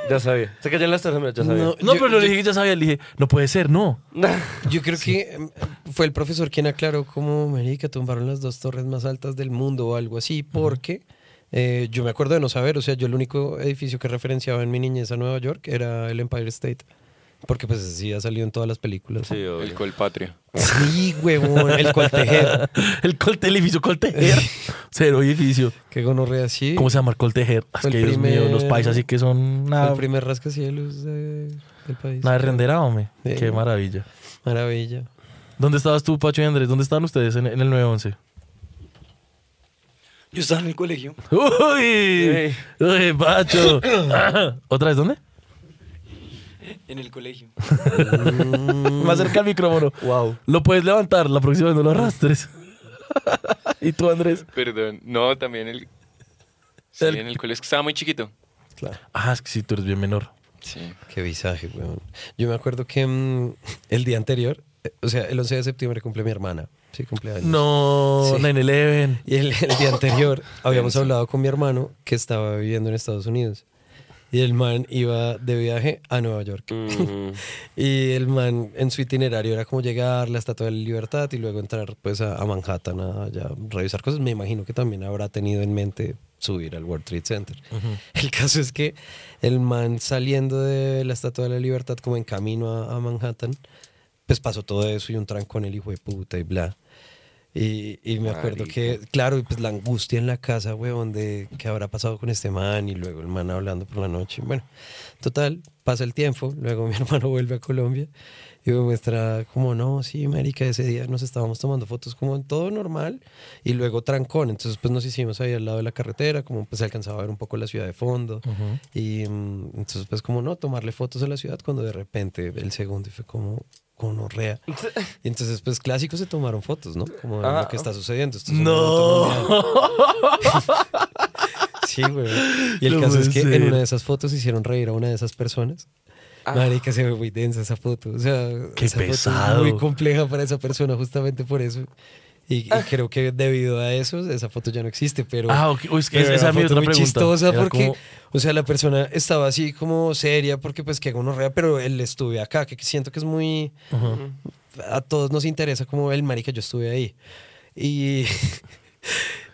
Speaker 6: Ya sabía. Se cayó en las torres, ya sabía.
Speaker 4: No.
Speaker 3: No,
Speaker 4: Yo-
Speaker 3: pero no le
Speaker 4: yo-
Speaker 3: dije que ya sabía. Le dije, no puede ser, no.
Speaker 4: Yo creo que em, fue el profesor quien aclaró como, marica, tumbaron las dos torres más altas del mundo o algo así, porque eh, yo me acuerdo de no saber, o sea, yo el único edificio que referenciaba en mi niñez a Nueva York era el Empire State, porque pues sí ha salido en todas las películas.
Speaker 6: Sí, obvio.
Speaker 5: El Colpatria.
Speaker 4: Sí, huevón, el Coltejer,
Speaker 3: El colte, el edificio Coltejer. Cero edificio.
Speaker 4: que gonorrea así.
Speaker 3: ¿Cómo se llama el Coltejer? Es
Speaker 4: Fue el
Speaker 3: que Dios mío,
Speaker 4: primer-
Speaker 3: los paisas sí que son
Speaker 4: Fue
Speaker 3: nada,
Speaker 4: el primer rascacielos de- del país.
Speaker 3: nada de renderado, hombre.
Speaker 4: Sí.
Speaker 3: Qué maravilla.
Speaker 4: Maravilla.
Speaker 3: ¿Dónde estabas tú, Pacho y Andrés? ¿Dónde estaban ustedes en, en el 911?
Speaker 8: Yo estaba en el colegio.
Speaker 3: ¡Uy! ¡Uy, Pacho! ¿Otra vez dónde?
Speaker 8: En el colegio.
Speaker 3: Más cerca al micrófono.
Speaker 6: Wow.
Speaker 3: Lo puedes levantar, la próxima vez no lo arrastres. ¿Y tú, Andrés?
Speaker 5: Perdón. No, también el. Sí,
Speaker 3: El-
Speaker 5: en el colegio. es que Estaba muy chiquito.
Speaker 3: Ah, es que sí, tú eres bien menor.
Speaker 5: Sí.
Speaker 4: Qué visaje, weón. Yo me acuerdo que mm, el día anterior, eh, o sea, el 11 de septiembre cumple mi hermana. Sí, cumpleaños.
Speaker 3: No,
Speaker 4: Sí.
Speaker 3: 9-11.
Speaker 4: Y el, el día anterior habíamos hablado con mi hermano que estaba viviendo en Estados Unidos. Y el man iba de viaje a Nueva York. y el man en su itinerario era como llegar la Estatua de la Libertad y luego entrar pues a, a Manhattan a, ya revisar cosas. Me imagino que también habrá tenido en mente subir al World Trade Center. El caso es que el man saliendo de la Estatua de la Libertad como en camino a, a Manhattan, pues pasó todo eso y un trancón el hijo de puta y bla. Y, y me acuerdo que, claro, y pues la angustia en la casa, weón, de qué habrá pasado con este man y luego el man hablando por la noche. Bueno, total, pasa el tiempo, luego mi hermano vuelve a Colombia y me muestra como, no, sí, marica, ese día nos estábamos tomando fotos como en todo normal y luego trancón. Entonces, pues nos hicimos ahí al lado de la carretera, como pues se alcanzaba a ver un poco la ciudad de fondo. Y mm, entonces, pues como no, tomarle fotos a la ciudad cuando de repente el segundo y fue como, gonorrea. Y entonces, pues clásicos se tomaron fotos, ¿no? Como de
Speaker 6: Ah.
Speaker 4: lo que está sucediendo. Esto es una autonomía.
Speaker 3: No.
Speaker 4: Sí, güey. Y el
Speaker 3: No
Speaker 4: caso es
Speaker 3: puede
Speaker 4: que
Speaker 3: ser. Ah.
Speaker 4: en una de esas fotos hicieron reír a una de esas personas. Marica, se ve muy densa esa foto. O sea,
Speaker 3: Qué
Speaker 4: esa foto es
Speaker 3: pesado.
Speaker 4: muy compleja para esa persona, justamente por eso. Y, y creo que debido a eso, esa foto ya no existe, pero.
Speaker 3: Ah, ok. Uy, es que
Speaker 4: pero
Speaker 3: esa
Speaker 4: era
Speaker 3: es mi
Speaker 4: una foto
Speaker 3: otra
Speaker 4: muy
Speaker 3: pregunta.
Speaker 4: chistosa
Speaker 3: Era
Speaker 4: porque,
Speaker 3: como-
Speaker 4: o sea, la persona estaba así como seria, porque pues que gonorrea, pero él estuve acá, que siento que es muy. A todos nos interesa como el marica, yo estuve ahí. Y.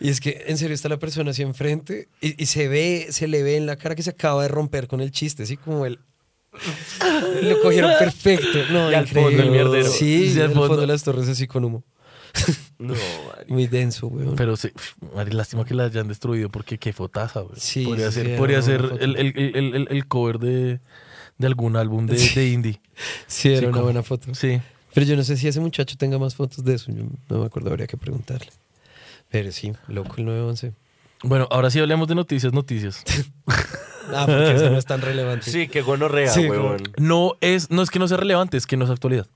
Speaker 4: Y es que en serio está la persona así enfrente y, y se ve, se le ve en la cara que se acaba de romper con el chiste, así como el. Lo cogieron perfecto. No,
Speaker 6: Y al fondo el
Speaker 4: increíble.
Speaker 6: mierdero.
Speaker 4: Sí,
Speaker 3: Sí,
Speaker 4: y
Speaker 3: al
Speaker 4: al fondo.
Speaker 3: fondo.
Speaker 4: de las torres así con humo.
Speaker 6: No,
Speaker 4: Muy denso, weón.
Speaker 3: Pero sí, pf, Mari, lástima que la hayan destruido porque qué fotaza, güey.
Speaker 4: Sí,
Speaker 3: podría
Speaker 4: sí,
Speaker 3: ser,
Speaker 4: sí, era
Speaker 3: podría
Speaker 4: una
Speaker 3: ser
Speaker 4: buena foto.
Speaker 3: el, el- el- el- el cover de, de algún álbum de, de indie.
Speaker 4: sí, era
Speaker 3: sí,
Speaker 4: una
Speaker 3: como-
Speaker 4: buena foto.
Speaker 3: Sí.
Speaker 4: Pero yo no sé si ese muchacho tenga más fotos de eso. Yo no me acuerdo, habría que preguntarle. Pero sí, loco el 911.
Speaker 3: Bueno, ahora sí hablemos de noticias, noticias.
Speaker 4: Ah, porque eso no es tan relevante.
Speaker 6: Sí, qué gonorrea,
Speaker 4: Sí,
Speaker 6: huevón.
Speaker 3: No es, no es que no sea relevante, es que no es actualidad.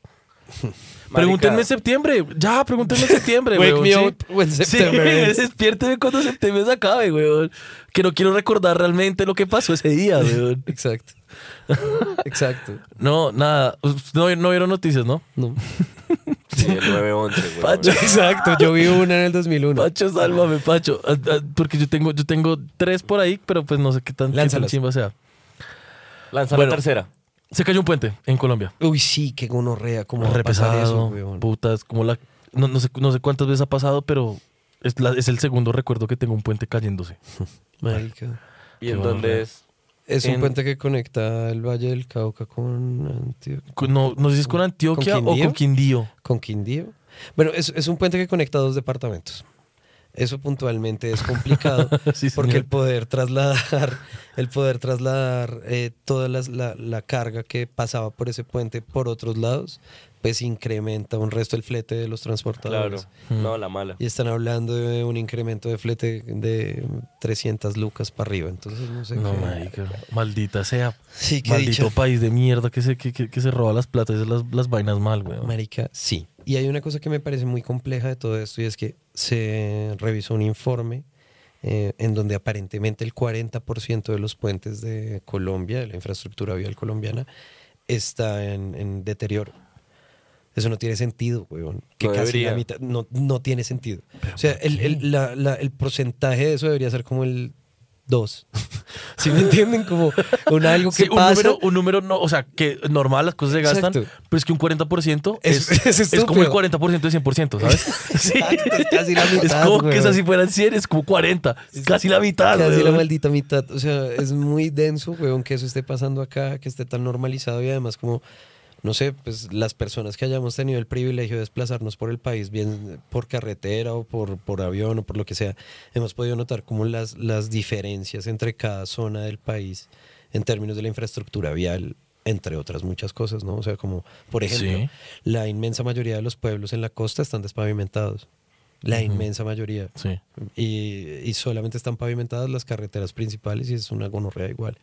Speaker 3: Pregúntenme en septiembre. Ya, pregúntenme en septiembre,
Speaker 4: Wake
Speaker 3: weón,
Speaker 4: me
Speaker 3: sí.
Speaker 4: up when September
Speaker 3: Sí,
Speaker 4: ends.
Speaker 3: despiérteme cuando septiembre se acabe, weón. Que no quiero recordar realmente lo que pasó ese día, weón.
Speaker 4: Exacto. Exacto.
Speaker 3: No, nada. No, no vieron noticias, ¿no?
Speaker 4: No.
Speaker 5: Sí, el 911, güey.
Speaker 3: Pacho.
Speaker 4: Exacto, yo vi una en el 2001.
Speaker 3: Pacho, sálvame, Pacho. Ah, ah, Porque yo tengo, yo tengo tres por ahí, pero pues no sé qué tan, qué tan
Speaker 4: Lánzalas.
Speaker 3: chimba sea.
Speaker 6: Lanza
Speaker 3: Bueno.
Speaker 6: la tercera.
Speaker 3: Se cayó un puente en Colombia.
Speaker 4: Uy, sí, qué gonorrea, como repasar
Speaker 3: Repesado,
Speaker 4: eso, weón.
Speaker 3: putas, como la... No, no sé, no sé cuántas veces ha pasado, pero es, la- es el segundo recuerdo que tengo un puente cayéndose.
Speaker 4: Marica.
Speaker 6: ¿Y
Speaker 3: Qué
Speaker 6: en
Speaker 3: gonorrea.
Speaker 6: dónde es?
Speaker 4: Es
Speaker 6: En-
Speaker 4: un puente que conecta el Valle del Cauca con Antioquia.
Speaker 3: Con- No, no sé si es con Antioquia
Speaker 4: ¿Con
Speaker 3: o
Speaker 4: Quindío?
Speaker 3: con Quindío.
Speaker 4: Con Quindío. Bueno, es, es un puente que conecta dos departamentos. Eso puntualmente es complicado
Speaker 3: Sí,
Speaker 4: porque
Speaker 3: señor.
Speaker 4: el poder trasladar, el poder trasladar eh, toda las- la, la carga que pasaba por ese puente por otros lados, pues incrementa un resto el flete de los
Speaker 6: Claro.
Speaker 4: transportadores.
Speaker 3: Mm.
Speaker 6: No, la mala.
Speaker 4: Y están hablando de un incremento de flete de 300 lucas para arriba. Entonces, no sé
Speaker 3: No,
Speaker 4: qué.
Speaker 3: marica. Maldita sea.
Speaker 4: Sí, qué
Speaker 3: Maldito
Speaker 4: dicha.
Speaker 3: país de mierda que se, que, que- que se roba las platas y hace las, las vainas mal, weón.
Speaker 4: Marica, sí. Y hay una cosa que me parece muy compleja de todo esto y es que se revisó un informe eh, en donde aparentemente el 40% de los puentes de Colombia, de la infraestructura vial colombiana, está en, en deterioro. Eso no tiene sentido, weón. Que
Speaker 6: No
Speaker 4: casi
Speaker 6: debería.
Speaker 4: la mitad no, no tiene sentido. o sea, el, el- la- la- el porcentaje de eso debería ser como el 2. ¿Sí me entienden? Como un algo que
Speaker 3: Sí, un,
Speaker 4: pasa.
Speaker 3: número, un número no, o sea, que normal las cosas se gastan,
Speaker 4: Exacto.
Speaker 3: pero es que un 40% es,
Speaker 4: Es-
Speaker 3: es,
Speaker 4: es
Speaker 3: como el
Speaker 4: estúpido.
Speaker 3: 40% de 100%, ¿sabes? Sí.
Speaker 4: Exacto, es casi la
Speaker 3: Es
Speaker 4: mitad,
Speaker 3: como que
Speaker 4: weón.
Speaker 3: es así fueran 100, es como 40, es casi la mitad.
Speaker 4: Casi la
Speaker 3: weón.
Speaker 4: maldita mitad. O sea, es muy denso, weón, que eso esté pasando acá, que esté tan normalizado y además como, no sé, pues las personas que hayamos tenido el privilegio de desplazarnos por el país, bien por carretera o por, por avión o por lo que sea, hemos podido notar como las, las diferencias entre cada zona del país en términos de la infraestructura vial entre otras muchas cosas, ¿no? O sea, como, por ejemplo,
Speaker 3: Sí.
Speaker 4: la inmensa mayoría de los pueblos en la costa están despavimentados. La inmensa mayoría.
Speaker 3: Sí.
Speaker 4: Y, y solamente están pavimentadas las carreteras principales y es una gonorrea igual.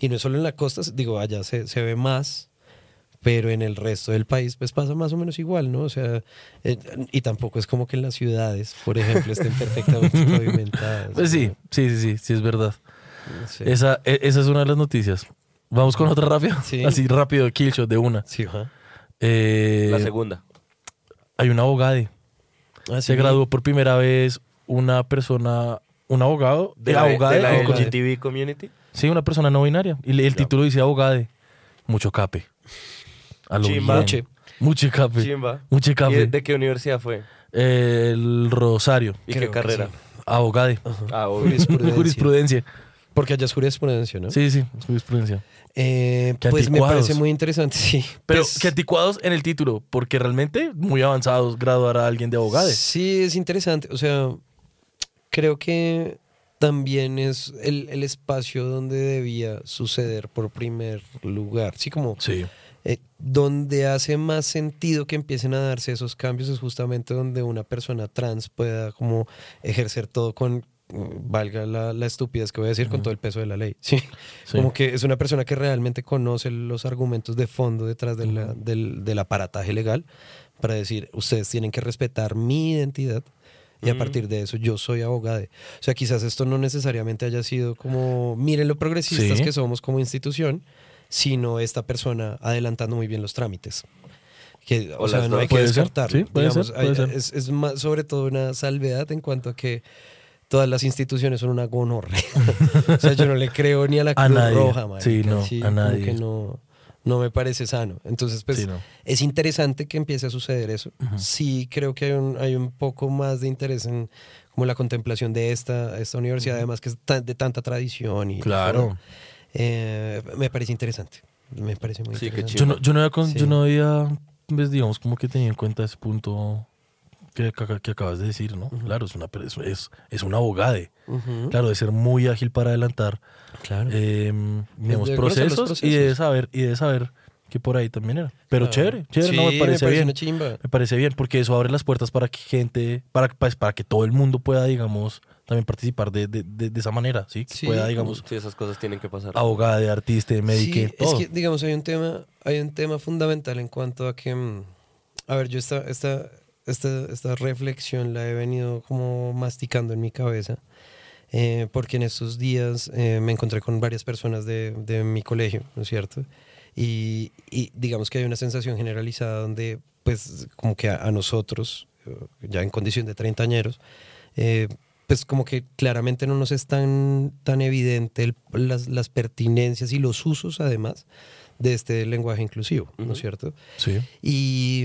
Speaker 4: Y no es solo en la costa, digo, allá se, se ve más, pero en el resto del país pues pasa más o menos igual, ¿no? O sea, eh, y tampoco es como que en las ciudades, por ejemplo, estén perfectamente pavimentadas.
Speaker 3: Pues sí,
Speaker 4: ¿no?
Speaker 3: sí, sí, sí, sí, es verdad.
Speaker 4: No sé.
Speaker 3: Esa, e- esa es una de las noticias. Vamos con otra rápida.
Speaker 4: Sí.
Speaker 3: Así rápido, Killshot de una.
Speaker 4: Sí, ajá.
Speaker 3: Eh,
Speaker 6: La segunda.
Speaker 3: hay una abogada.
Speaker 4: Ah,
Speaker 3: Se
Speaker 4: sí.
Speaker 3: graduó por primera vez una persona, un abogado, de
Speaker 4: E,
Speaker 6: la,
Speaker 3: abogado,
Speaker 6: de la
Speaker 4: o con-
Speaker 6: LGTB community.
Speaker 3: sí, una persona no binaria. Y le- el título dice abogado. Mucho cape. A lo
Speaker 6: Chimba.
Speaker 3: bien.
Speaker 4: Muche.
Speaker 3: Mucho cape.
Speaker 6: Chimba.
Speaker 3: Mucho
Speaker 6: ¿Y
Speaker 3: cape.
Speaker 6: ¿De qué universidad fue?
Speaker 3: El Rosario,
Speaker 6: ¿Y
Speaker 4: Creo
Speaker 6: qué
Speaker 4: que
Speaker 6: carrera?
Speaker 4: sí.
Speaker 3: abogado.
Speaker 6: Ah, obvio.
Speaker 4: Jurisprudencia.
Speaker 3: Jurisprudencia.
Speaker 4: Porque allá es jurisprudencia, ¿no?
Speaker 3: Sí, sí, jurisprudencia.
Speaker 4: Eh,
Speaker 3: Qué
Speaker 4: pues me
Speaker 3: anticuados.
Speaker 4: parece muy interesante, sí.
Speaker 3: Pero
Speaker 4: Pues-
Speaker 3: que anticuados en el título, porque realmente muy avanzados graduar a alguien de abogado.
Speaker 4: Sí, es interesante. O sea, creo que también es el, el espacio donde debía suceder por primer lugar. Sí, como
Speaker 3: Sí.
Speaker 4: eh, donde hace más sentido que empiecen a darse esos cambios es justamente donde una persona trans pueda como ejercer todo con mm, valga la, la estupidez que voy a decir con todo el peso de la ley. Sí.
Speaker 3: Sí.
Speaker 4: Como que es una persona que realmente conoce los argumentos de fondo detrás de la- del, del aparataje legal para decir, ustedes tienen que respetar mi identidad y a partir de eso yo soy abogado. O sea, quizás esto no necesariamente haya sido como, miren lo progresistas
Speaker 3: Sí.
Speaker 4: que somos como institución, sino esta persona adelantando muy bien los trámites. Que, o,
Speaker 6: O
Speaker 4: sea,
Speaker 6: las
Speaker 4: no hay
Speaker 6: dos.
Speaker 4: que
Speaker 3: Puede ser,
Speaker 4: descartar.
Speaker 3: sí, puede ser, puede ser.
Speaker 4: Es, es más, sobre todo una salvedad en cuanto a que todas las instituciones son una gonorrea. o sea, yo no le creo ni a la
Speaker 3: A
Speaker 4: Cruz
Speaker 3: nadie.
Speaker 4: Roja, marica.
Speaker 3: Sí, no, a
Speaker 4: como
Speaker 3: nadie.
Speaker 4: que no, no me parece sano. Entonces, pues,
Speaker 3: Sí, no.
Speaker 4: es interesante que empiece a suceder eso. Sí creo que hay un, hay un poco más de interés en como la contemplación de esta, esta universidad, además que es tan- de tanta tradición. Y
Speaker 3: Claro.
Speaker 4: Eh, me parece interesante. Me parece muy
Speaker 6: Sí, qué
Speaker 4: interesante.
Speaker 3: Yo no, yo no había, con-
Speaker 4: Sí.
Speaker 3: yo no había, pues, digamos, como que tenía en cuenta ese punto que, que- que acabas de decir, ¿no? Claro, es una per- es, es, es un abogade.
Speaker 4: Ujú.
Speaker 3: Claro, de ser muy ágil para adelantar
Speaker 4: Claro.
Speaker 3: eh, digamos,
Speaker 4: de conocer los
Speaker 3: procesos, y de
Speaker 4: procesos.
Speaker 3: saber, y de saber que por ahí también era. Pero
Speaker 4: Claro.
Speaker 3: chévere, chévere,
Speaker 4: Sí,
Speaker 3: no me parece, bien.
Speaker 4: una chimba.
Speaker 3: Me parece bien, porque eso abre las puertas para que gente, para, pues, para que todo el mundo pueda, digamos, también participar de, de- de- de esa manera, ¿sí? Que
Speaker 4: Sí.
Speaker 3: pueda, digamos, Ah,
Speaker 6: Sí, esas cosas tienen que pasar.
Speaker 3: abogada, de artista, de médico,
Speaker 4: Sí, es
Speaker 3: todo.
Speaker 4: que, digamos, hay un tema, hay un tema fundamental en cuanto a que, mm, a ver, yo esta, esta, esta, esta reflexión la he venido como masticando en mi cabeza, eh, porque en estos días eh, me encontré con varias personas de, de mi colegio, ¿no es cierto? Y, y digamos que hay una sensación generalizada donde, pues, como que a, a nosotros, eh, ya en condición de treintañeros, eh, pues como que claramente no nos es tan, tan evidente el- las, las pertinencias y los usos además de este lenguaje inclusivo, ¿no es cierto?
Speaker 3: Sí.
Speaker 4: Y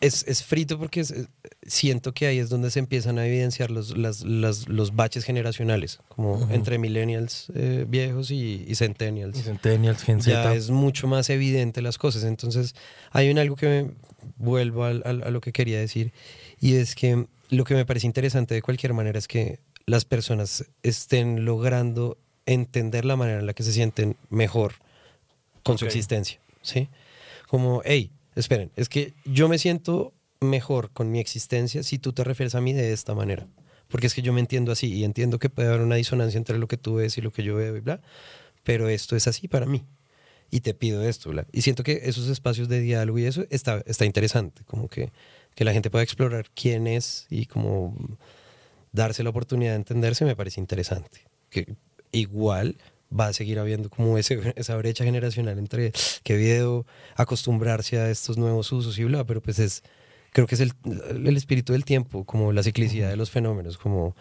Speaker 4: es, es frito porque es- es- siento que ahí es donde se empiezan a evidenciar los, las- las- los baches generacionales, como entre millennials eh, viejos y, y centennials
Speaker 3: Centennials, Gen
Speaker 4: ya
Speaker 3: Z.
Speaker 4: es mucho más evidente las cosas. Entonces, hay un algo que me vuelvo al- al- a lo que quería decir, y es que lo que me parece interesante de cualquier manera es que las personas estén logrando entender la manera en la que se sienten mejor con su existencia, ¿sí? Como, hey, esperen, es que yo me siento mejor con mi existencia si tú te refieres a mí de esta manera. Porque es que yo me entiendo así y entiendo que puede haber una disonancia entre lo que tú ves y lo que yo veo y bla, pero esto es así para mí y te pido esto. bla. Y siento que esos espacios de diálogo y eso está, está interesante, como que, que la gente pueda explorar quién es y como darse la oportunidad de entenderse me parece interesante. Que igual va a seguir habiendo como ese, esa brecha generacional entre que video, acostumbrarse a estos nuevos usos y bla, pero pues es, creo que es el, el espíritu del tiempo, como la ciclicidad de los fenómenos, como,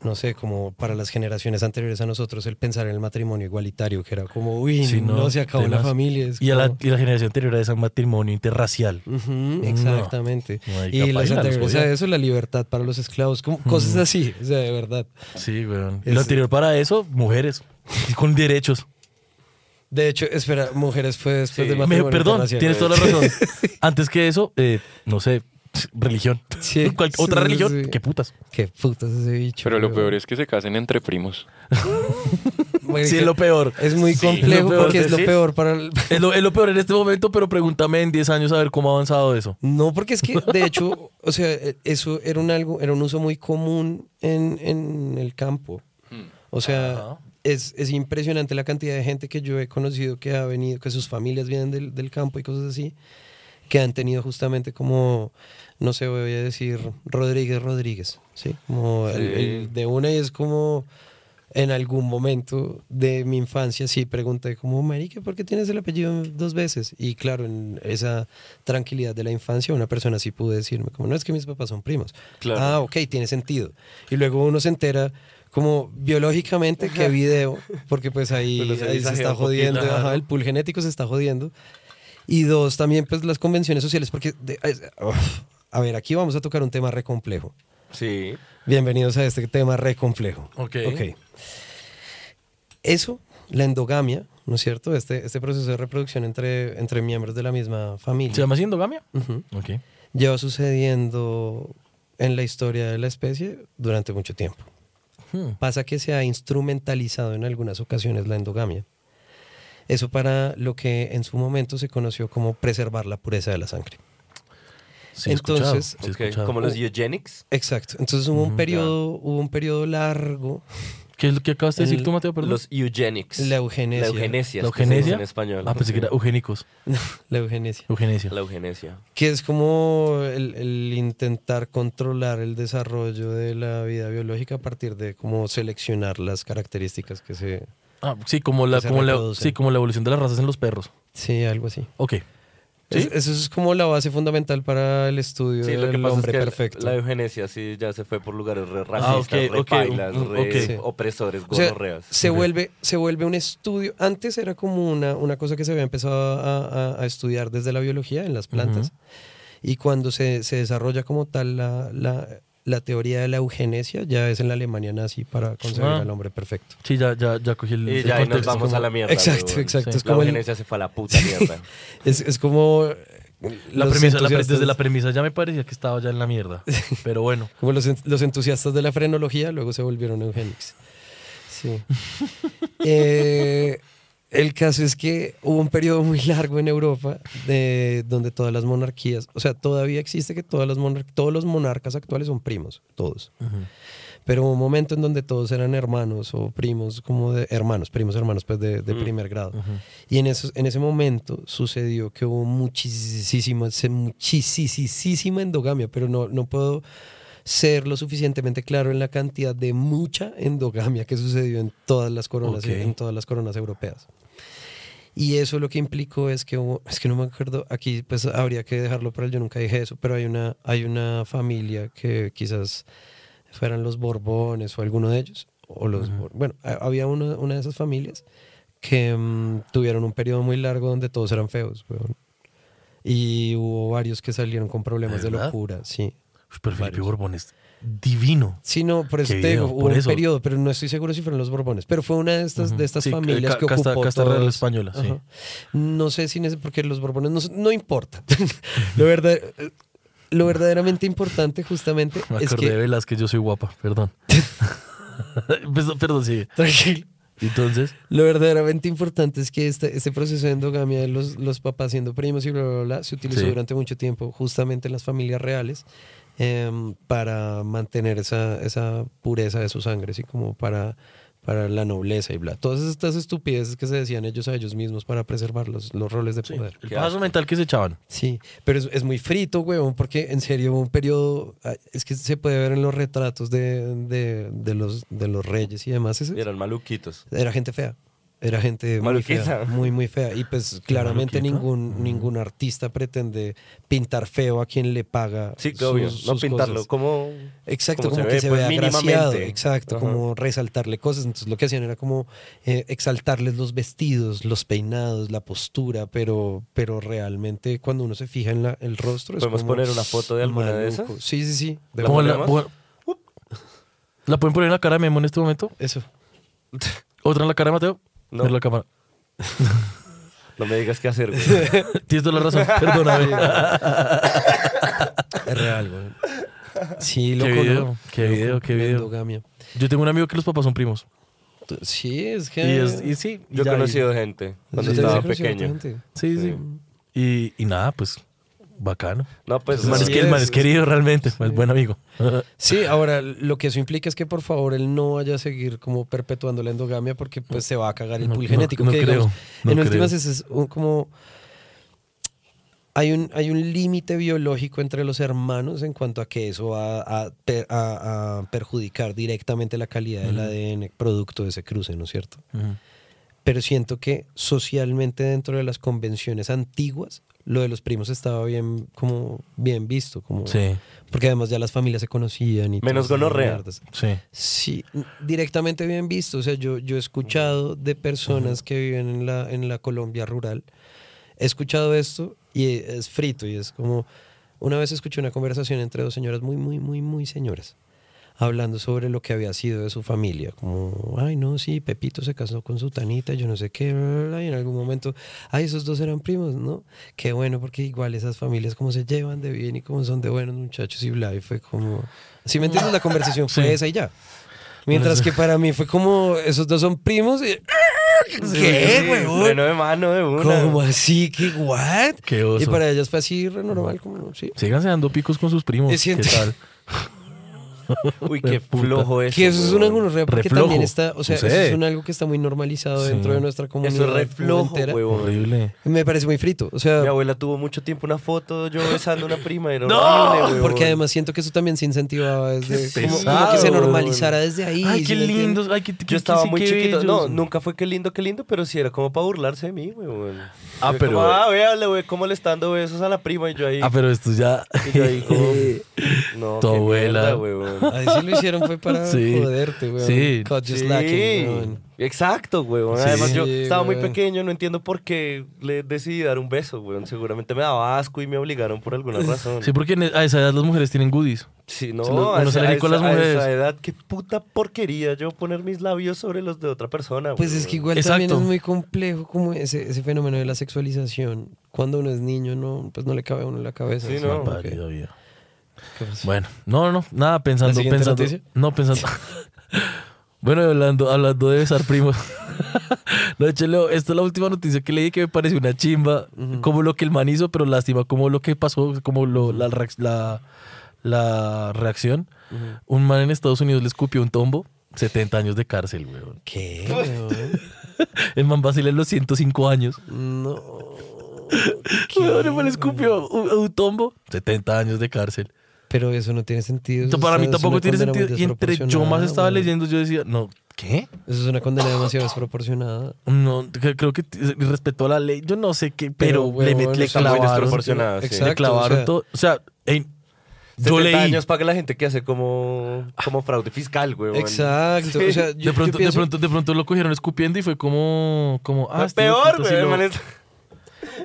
Speaker 4: no sé, como para las generaciones anteriores a nosotros el pensar en el matrimonio igualitario, que era como, uy,
Speaker 3: Sí,
Speaker 4: no, se acabó la
Speaker 3: tenaz.
Speaker 4: familia. es
Speaker 3: Y, a la,
Speaker 4: como-
Speaker 3: y la generación anterior a ese matrimonio interracial.
Speaker 4: Ujú,
Speaker 3: No.
Speaker 4: exactamente.
Speaker 3: Marica,
Speaker 4: y las
Speaker 3: paila, los
Speaker 4: anteriores a
Speaker 3: jodía.
Speaker 4: eso, la libertad para los esclavos, como cosas así, o sea, de verdad.
Speaker 3: Sí, weón.
Speaker 4: Es-
Speaker 3: Lo anterior para eso, mujeres. Con derechos.
Speaker 4: De hecho, espera, mujeres fue después del
Speaker 3: Me-
Speaker 4: matrimonio.
Speaker 3: perdón,
Speaker 4: interracial.
Speaker 3: tienes toda la razón. Antes que eso, eh, no sé, religión.
Speaker 4: Sí,
Speaker 3: Cual-
Speaker 4: sí,
Speaker 3: Otra
Speaker 4: sí,
Speaker 3: religión.
Speaker 4: sí.
Speaker 3: Qué putas.
Speaker 4: Qué putas ese bicho.
Speaker 5: Pero lo peor es que se casen entre primos.
Speaker 4: Marica,
Speaker 3: Sí, es lo peor.
Speaker 4: es muy
Speaker 3: Sí,
Speaker 4: complejo
Speaker 3: lo peor
Speaker 4: porque es lo
Speaker 3: decir.
Speaker 4: peor para el...
Speaker 3: Es lo, es lo peor en este momento, pero pregúntame en 10 años a ver cómo ha avanzado eso.
Speaker 4: No, porque es que, de hecho, o sea, eh, eso era un algo, era un uso muy común en, en el campo. O sea, es, es impresionante la cantidad de gente que yo he conocido que ha venido, que sus familias vienen del, del campo y cosas así, que han tenido justamente como, no sé, voy a decir Rodríguez Rodríguez, ¿sí? Como el- el de una y es como en algún momento de mi infancia sí pregunté como, marica, ¿por qué tienes el apellido dos veces? Y claro, en esa tranquilidad de la infancia una persona sí pudo decirme como, no, es que mis papás son primos. Ah, ok, tiene sentido. Y luego uno se entera como biológicamente qué video, porque pues ahí,
Speaker 6: Pero se
Speaker 4: ahí se
Speaker 6: lisajea
Speaker 4: está
Speaker 6: un poquito,
Speaker 4: jodiendo,
Speaker 6: ajá.
Speaker 4: ajá, el pool genético se está jodiendo. Y dos, también pues las convenciones sociales, porque, de- es- uf. a ver, aquí vamos a tocar un tema re complejo.
Speaker 6: Sí.
Speaker 4: Bienvenidos a este tema re complejo.
Speaker 3: Ok.
Speaker 4: Ok. Eso, la endogamia, ¿no es cierto? Este, este proceso de reproducción entre, entre miembros de la misma familia
Speaker 3: ¿Se llama así endogamia?
Speaker 4: Ujú.
Speaker 3: Ok.
Speaker 4: lleva sucediendo en la historia de la especie durante mucho tiempo.
Speaker 3: Hmm.
Speaker 4: Pasa que se ha instrumentalizado en algunas ocasiones la endogamia. Eso para lo que en su momento se conoció como preservar la pureza de la sangre.
Speaker 3: Sí, he escuchado,
Speaker 4: Entonces,
Speaker 3: sí he
Speaker 6: Ok,
Speaker 3: escuchado. Oh. Uh,
Speaker 6: Como los eugenics.
Speaker 4: Exacto. Entonces hubo
Speaker 6: Mm,
Speaker 4: un periodo, hubo un periodo largo.
Speaker 3: ¿Qué es lo que acabas de decir
Speaker 4: el-
Speaker 3: tú, Mateo? Perdón.
Speaker 6: Los eugenics.
Speaker 4: La eugenesia.
Speaker 6: La eugenesia.
Speaker 3: ¿La
Speaker 6: es que se dice
Speaker 3: eugenesia?
Speaker 6: En español.
Speaker 3: Ah, pensé que era eugenicos.
Speaker 4: La eugenesia.
Speaker 3: Eugenesia.
Speaker 6: La eugenesia.
Speaker 4: Que es como el, el intentar controlar el desarrollo de la vida biológica a partir de cómo seleccionar las características que se...
Speaker 3: Ah, sí, como la,
Speaker 4: Que se
Speaker 3: como la,
Speaker 4: reproducen.
Speaker 3: sí, como la evolución de las razas en los perros.
Speaker 4: Sí, algo así.
Speaker 3: Ok.
Speaker 4: Es- eso es como la base fundamental para el estudio
Speaker 6: Sí,
Speaker 4: del
Speaker 6: lo que pasa es
Speaker 4: hombre
Speaker 6: que
Speaker 4: perfecto.
Speaker 6: la eugenesia sí ya se fue por lugares re
Speaker 3: Ah,
Speaker 6: racistas,
Speaker 3: ok,
Speaker 6: re
Speaker 3: ok,
Speaker 6: pailas,
Speaker 3: mm,
Speaker 6: re
Speaker 3: ok.
Speaker 4: Sí.
Speaker 6: opresores,
Speaker 4: O sea,
Speaker 6: gonorreas.
Speaker 4: se, vuelve, se vuelve un estudio. Antes era como una, una cosa que se había empezado a, a- a estudiar desde la biología en las plantas. Y cuando se, se desarrolla como tal la, la- la teoría de la eugenesia, ya es en la Alemania nazi para conseguir
Speaker 3: Ah.
Speaker 4: al hombre perfecto.
Speaker 3: Sí, ya, ya, ya cogí el,
Speaker 6: y
Speaker 3: el
Speaker 6: ya ahí nos
Speaker 3: contexto.
Speaker 6: vamos a la mierda.
Speaker 4: Exacto,
Speaker 6: huevón.
Speaker 4: exacto, es
Speaker 6: La
Speaker 4: como el-
Speaker 6: eugenesia se fue a la puta mierda.
Speaker 4: Es, es como.
Speaker 3: La
Speaker 4: los
Speaker 3: premisa, la pre- desde
Speaker 4: entusiastas-
Speaker 3: la premisa ya me parecía que estaba ya en la mierda. Pero bueno.
Speaker 4: Como los, en- los entusiastas de la frenología luego se volvieron eugenics. Sí. Eh, el caso es que hubo un periodo muy largo en Europa de, donde todas las monarquías, o sea, todavía existe que todas las monar- todos los monarcas actuales son primos, todos. Pero hubo un momento en donde todos eran hermanos o primos, como de hermanos, primos hermanos, pues de, de primer grado. Y en, esos, en ese momento sucedió que hubo muchísima, se- muchísima endogamia, pero no, no puedo ser lo suficientemente claro en la cantidad de mucha endogamia que sucedió en todas las coronas,
Speaker 3: Ok.
Speaker 4: en todas las coronas europeas. Y eso lo que implicó es que hubo- es que no me acuerdo, aquí pues habría que dejarlo para el yo nunca dije eso, pero hay una, hay una familia que quizás fueran los Borbones o alguno de ellos, o los, Bor- bueno, ha- había una, una de esas familias que mm, tuvieron un periodo muy largo donde todos eran feos, weón. Y hubo varios que salieron con problemas de
Speaker 3: ¿Verdad?
Speaker 4: locura, sí.
Speaker 3: Uy, pero Felipe Borbón es divino.
Speaker 4: Sí, no, por eso
Speaker 3: Qué
Speaker 4: te digo,
Speaker 3: video,
Speaker 4: hubo
Speaker 3: por
Speaker 4: un
Speaker 3: eso.
Speaker 4: periodo, pero no estoy seguro si fueron los Borbones. Pero fue una de estas, de estas
Speaker 3: Sí, ca-
Speaker 4: familias que
Speaker 3: ca- casta-
Speaker 4: ocupó
Speaker 3: casta real
Speaker 4: todos-
Speaker 3: española, sí.
Speaker 4: Ajá. No sé si en ese- porque los Borbones no, son- no importa. lo, verdad, lo verdaderamente importante justamente
Speaker 3: Me
Speaker 4: es
Speaker 3: acordé de
Speaker 4: que...
Speaker 3: Velázquez, yo soy guapa, perdón. perdón, perdón, sigue.
Speaker 4: Tranquilo.
Speaker 3: Entonces,
Speaker 4: Lo verdaderamente importante es que este, este proceso de endogamia de los, los papás siendo primos y bla, bla, bla, se utilizó
Speaker 3: Sí.
Speaker 4: durante mucho tiempo justamente en las familias reales em, para mantener esa, esa pureza de su sangre, así como para, para la nobleza y bla. Todas estas estupideces que se decían ellos a ellos mismos para preservar los, los roles de poder.
Speaker 3: el paso mental que se echaban.
Speaker 4: Sí, pero es, es muy frito, huevón, porque en serio hubo un periodo, ah, es que se puede ver en los retratos de, de- de los, de los reyes y demás. ese-
Speaker 6: Eran maluquitos.
Speaker 4: era gente fea. Era gente muy
Speaker 6: Maluquita.
Speaker 4: fea, muy, muy fea. Y pues claramente
Speaker 3: maluquita?
Speaker 6: Mm.
Speaker 4: ningún, ningún artista pretende pintar feo a quien le paga.
Speaker 6: Sí,
Speaker 4: sus-
Speaker 6: obvio. No
Speaker 4: sus
Speaker 6: pintarlo
Speaker 4: cosas.
Speaker 6: como...
Speaker 4: Exacto,
Speaker 6: como
Speaker 4: como
Speaker 6: se
Speaker 4: que
Speaker 6: ve,
Speaker 4: se
Speaker 6: pues,
Speaker 4: vea agraciado,
Speaker 6: mínimamente.
Speaker 4: exacto,
Speaker 6: Ajá.
Speaker 4: como resaltarle cosas. Entonces lo que hacían era como eh, exaltarles los vestidos, los peinados, la postura, pero, pero realmente cuando uno se fija en la- el rostro es
Speaker 6: ¿Podemos
Speaker 4: como,
Speaker 6: poner una foto de alguna de
Speaker 4: "Maluco".
Speaker 6: esas?
Speaker 4: Sí, sí, sí.
Speaker 6: ¿De
Speaker 3: Como la,
Speaker 6: ponemos?
Speaker 3: bueno, ¿La pueden poner en la cara de Memo en este momento?
Speaker 4: Eso.
Speaker 3: ¿Otra en la cara de Mateo?
Speaker 6: No.
Speaker 3: No. la cámara.
Speaker 6: No me digas qué hacer, güey.
Speaker 3: Tienes toda la razón, perdóname.
Speaker 4: Es real, güey.
Speaker 6: Ah.
Speaker 4: Sí, loco,
Speaker 3: video,
Speaker 4: ¿no?
Speaker 3: qué
Speaker 4: Loco,
Speaker 3: video, qué
Speaker 4: la
Speaker 3: video.
Speaker 4: endogamia.
Speaker 3: Yo tengo un amigo que los papás son primos.
Speaker 4: Sí, es
Speaker 3: Y,
Speaker 4: que.
Speaker 3: es, y sí,
Speaker 6: Yo he
Speaker 3: ya, y-
Speaker 6: conocido gente cuando
Speaker 4: Sí,
Speaker 6: estaba
Speaker 4: sí, sí,
Speaker 6: pequeño.
Speaker 4: gente.
Speaker 3: Sí, sí. Y, y nada, pues, bacano.
Speaker 6: No, pues...
Speaker 3: El man es,
Speaker 4: así
Speaker 3: que- el man
Speaker 4: es,
Speaker 3: es querido realmente, es buen amigo.
Speaker 4: Sí, ahora lo que eso implica es que por favor él no vaya a seguir como perpetuando la endogamia porque pues se va a cagar el
Speaker 3: No,
Speaker 4: pool
Speaker 3: no,
Speaker 4: genético.
Speaker 3: no
Speaker 4: que, digamos,
Speaker 3: creo, no
Speaker 4: en
Speaker 3: creo.
Speaker 4: últimas es, es un- como hay un, hay un límite biológico entre los hermanos en cuanto a que eso va a, per- a- a perjudicar directamente la calidad del ADN producto de ese cruce, ¿no es cierto?
Speaker 3: Ujú.
Speaker 4: pero siento que socialmente dentro de las convenciones antiguas lo de los primos estaba bien como bien visto como
Speaker 3: Sí,
Speaker 4: porque además ya las familias se conocían y
Speaker 6: Menos
Speaker 4: todas esas
Speaker 6: gonorrea.
Speaker 4: mierdas.
Speaker 3: sí.
Speaker 4: sí n- directamente bien visto o sea yo yo he escuchado de personas que viven en la en la Colombia rural he escuchado esto y e- es frito y es como una vez escuché una conversación entre dos señoras muy muy muy muy señoras hablando sobre lo que había sido de su familia como ay no sí Pepito se casó con su tanita yo no sé qué bla, bla, bla", y en algún momento ay esos dos eran primos no qué bueno porque igual esas familias como se llevan de bien y como son de buenos muchachos y bla y fue como si me entiendes la conversación fue
Speaker 3: Sí.
Speaker 4: esa y ya mientras que para mí fue como esos dos son primos y ¿Qué,
Speaker 6: Sí,
Speaker 4: huevón?
Speaker 6: Freno de mano de una.
Speaker 4: ¿Cómo así? ¿Qué what?
Speaker 3: Qué oso.
Speaker 4: Y para ellas fue así, re normal, como, sí.
Speaker 3: Síganse dando picos con sus primos.
Speaker 4: Me siento-
Speaker 3: ¿Qué tal?
Speaker 6: Uy,
Speaker 3: de
Speaker 6: qué
Speaker 3: puta.
Speaker 6: flojo eso.
Speaker 4: Que eso es una
Speaker 6: huevón.
Speaker 4: gonorrea porque
Speaker 3: Reflojo.
Speaker 4: también está, o sea, eso
Speaker 3: Sucede.
Speaker 4: es un algo que está muy normalizado
Speaker 3: Sí.
Speaker 4: dentro de nuestra comunidad.
Speaker 6: Eso es re
Speaker 4: como
Speaker 6: flojo,
Speaker 4: entera.
Speaker 6: huevón.
Speaker 3: Horrible.
Speaker 4: Me parece muy frito, o sea,
Speaker 6: Mi abuela tuvo mucho tiempo una foto yo besando a una prima. Era
Speaker 3: No,
Speaker 6: horrible, huevón.
Speaker 4: porque además siento que eso también se incentivaba desde
Speaker 3: Qué
Speaker 4: como, como
Speaker 3: pesado,
Speaker 4: que se
Speaker 6: huevón.
Speaker 4: normalizara desde ahí.
Speaker 3: Ay,
Speaker 4: ¿sí
Speaker 3: qué
Speaker 4: me entiendes?
Speaker 3: lindos. Ay, qué, qué-
Speaker 6: Yo estaba
Speaker 3: sí,
Speaker 6: muy
Speaker 3: qué
Speaker 6: chiquito. No,
Speaker 3: bellos.
Speaker 6: nunca fue que lindo, qué lindo, pero sí era como para burlarse de mí, huevón.
Speaker 3: Ah,
Speaker 6: Yo
Speaker 3: pero-
Speaker 6: como, ah, véale, güey, cómo le está dando besos a la prima. Y yo ahí.
Speaker 3: Ah, pero esto ya.
Speaker 6: y yo ahí como, no,
Speaker 3: Tu
Speaker 6: qué
Speaker 3: abuela.
Speaker 6: mierda, huevón.
Speaker 4: Eh, Ahí sí lo hicieron fue para
Speaker 3: Sí.
Speaker 4: joderte, weón.
Speaker 3: Sí.
Speaker 4: Caught you
Speaker 6: Sí.
Speaker 4: slacking, weón.
Speaker 6: Exacto, huevón. Además, yo
Speaker 4: Sí,
Speaker 6: estaba muy
Speaker 4: huevón.
Speaker 6: pequeño, no entiendo por qué le decidí dar un beso, huevón. Seguramente me daba asco y me obligaron por alguna razón.
Speaker 3: Sí, porque en- e- a esa edad las mujeres tienen goodies.
Speaker 6: Sí, no,
Speaker 3: Se lo- uno se le rico a las
Speaker 6: esa-
Speaker 3: mujeres.
Speaker 6: esa edad, qué puta porquería yo poner mis labios sobre los de otra persona.
Speaker 4: Pues es
Speaker 6: huevón.
Speaker 4: que igual
Speaker 3: Exacto.
Speaker 4: también es muy complejo como ese, ese fenómeno de la sexualización. Cuando uno es niño, no, pues no le cabe a uno en la cabeza.
Speaker 6: Sí,
Speaker 4: así
Speaker 6: no.
Speaker 4: como que-
Speaker 3: Parido, vida.
Speaker 4: ¿Qué pasó?
Speaker 3: Bueno, no, no, nada, pensando,
Speaker 4: ¿La siguiente
Speaker 3: pensando.
Speaker 4: noticia?
Speaker 3: No, pensando. bueno, hablando, hablando de besar primos. no, chelo, esta es la última noticia que leí que me pareció una chimba, como lo que el man hizo, pero lástima, como lo que pasó, como lo, la, reac- la, la reacción. Un man en Estados Unidos le escupió un tombo, 70 años de cárcel, weón.
Speaker 4: ¿Qué? weón?
Speaker 3: El man vacila en los 105 años.
Speaker 4: No.
Speaker 3: Weón, el man escupió un, un tombo, 70 años de cárcel.
Speaker 4: Pero eso no tiene sentido.
Speaker 3: Esto
Speaker 4: eso
Speaker 3: para
Speaker 4: está-
Speaker 3: mí
Speaker 4: es
Speaker 3: tampoco
Speaker 4: una
Speaker 3: tiene
Speaker 4: condena muy
Speaker 3: sentido. Y entre yo más
Speaker 4: desproporcionada,
Speaker 3: estaba
Speaker 4: weón.
Speaker 3: leyendo, yo decía, no, ¿qué?
Speaker 4: Eso es una condena demasiado desproporcionada.
Speaker 3: No, cre- creo que t- respetó la ley. Yo no sé qué, pero,
Speaker 4: Pero,
Speaker 3: le,
Speaker 4: huevón,
Speaker 3: met- le
Speaker 4: está muy
Speaker 3: clavaron.
Speaker 6: desproporcionado, sí.
Speaker 4: Exacto,
Speaker 3: Le clavaron
Speaker 4: o sea,
Speaker 3: todo. O sea, ey, yo
Speaker 6: 70
Speaker 3: leí.
Speaker 6: años paga la gente que hace como, como fraude fiscal, huevón.
Speaker 4: Exacto. O sea, yo,
Speaker 3: de,
Speaker 4: yo
Speaker 3: pronto, de,
Speaker 4: pienso-
Speaker 3: pronto, de pronto lo cogieron escupiendo y fue como. como ah,
Speaker 6: Fue
Speaker 3: este
Speaker 6: peor,
Speaker 3: puto sí
Speaker 6: güey.
Speaker 3: lo-
Speaker 6: el man es-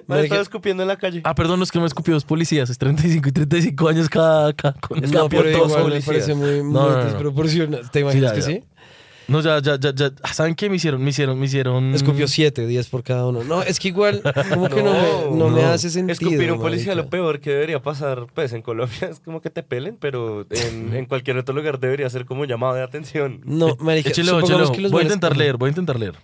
Speaker 6: man
Speaker 4: Marica-
Speaker 6: estaba escupiendo en la calle.
Speaker 3: Ah, perdón, no es que me escupió dos policías. Es 35 y 35 años cada. cada con-
Speaker 4: No, pero
Speaker 3: todos
Speaker 4: igual me
Speaker 3: policías.
Speaker 4: parece muy, muy
Speaker 3: no, no.
Speaker 4: desproporcionado. ¿Te imaginas
Speaker 3: ya,
Speaker 4: que
Speaker 3: ya.
Speaker 4: sí?
Speaker 3: No, ya, ya, ya, ya. ¿Saben qué me hicieron? Me hicieron, me hicieron.
Speaker 4: Escupió 7, 10 por cada uno. No, es que igual, como que no, me, no me
Speaker 6: no.
Speaker 4: hace sentido.
Speaker 6: Escupir a un policía
Speaker 4: marica.
Speaker 6: lo peor que debería pasar, pues en Colombia es como que te pelen, pero en, en cualquier otro lugar debería ser como un llamado de atención.
Speaker 4: No, marica,
Speaker 3: Échale, ojo,
Speaker 4: supongamos
Speaker 3: échale,
Speaker 4: que
Speaker 3: ojo. Eh,
Speaker 4: los
Speaker 3: Voy a
Speaker 4: manes-
Speaker 3: intentar leer, voy a intentar leer.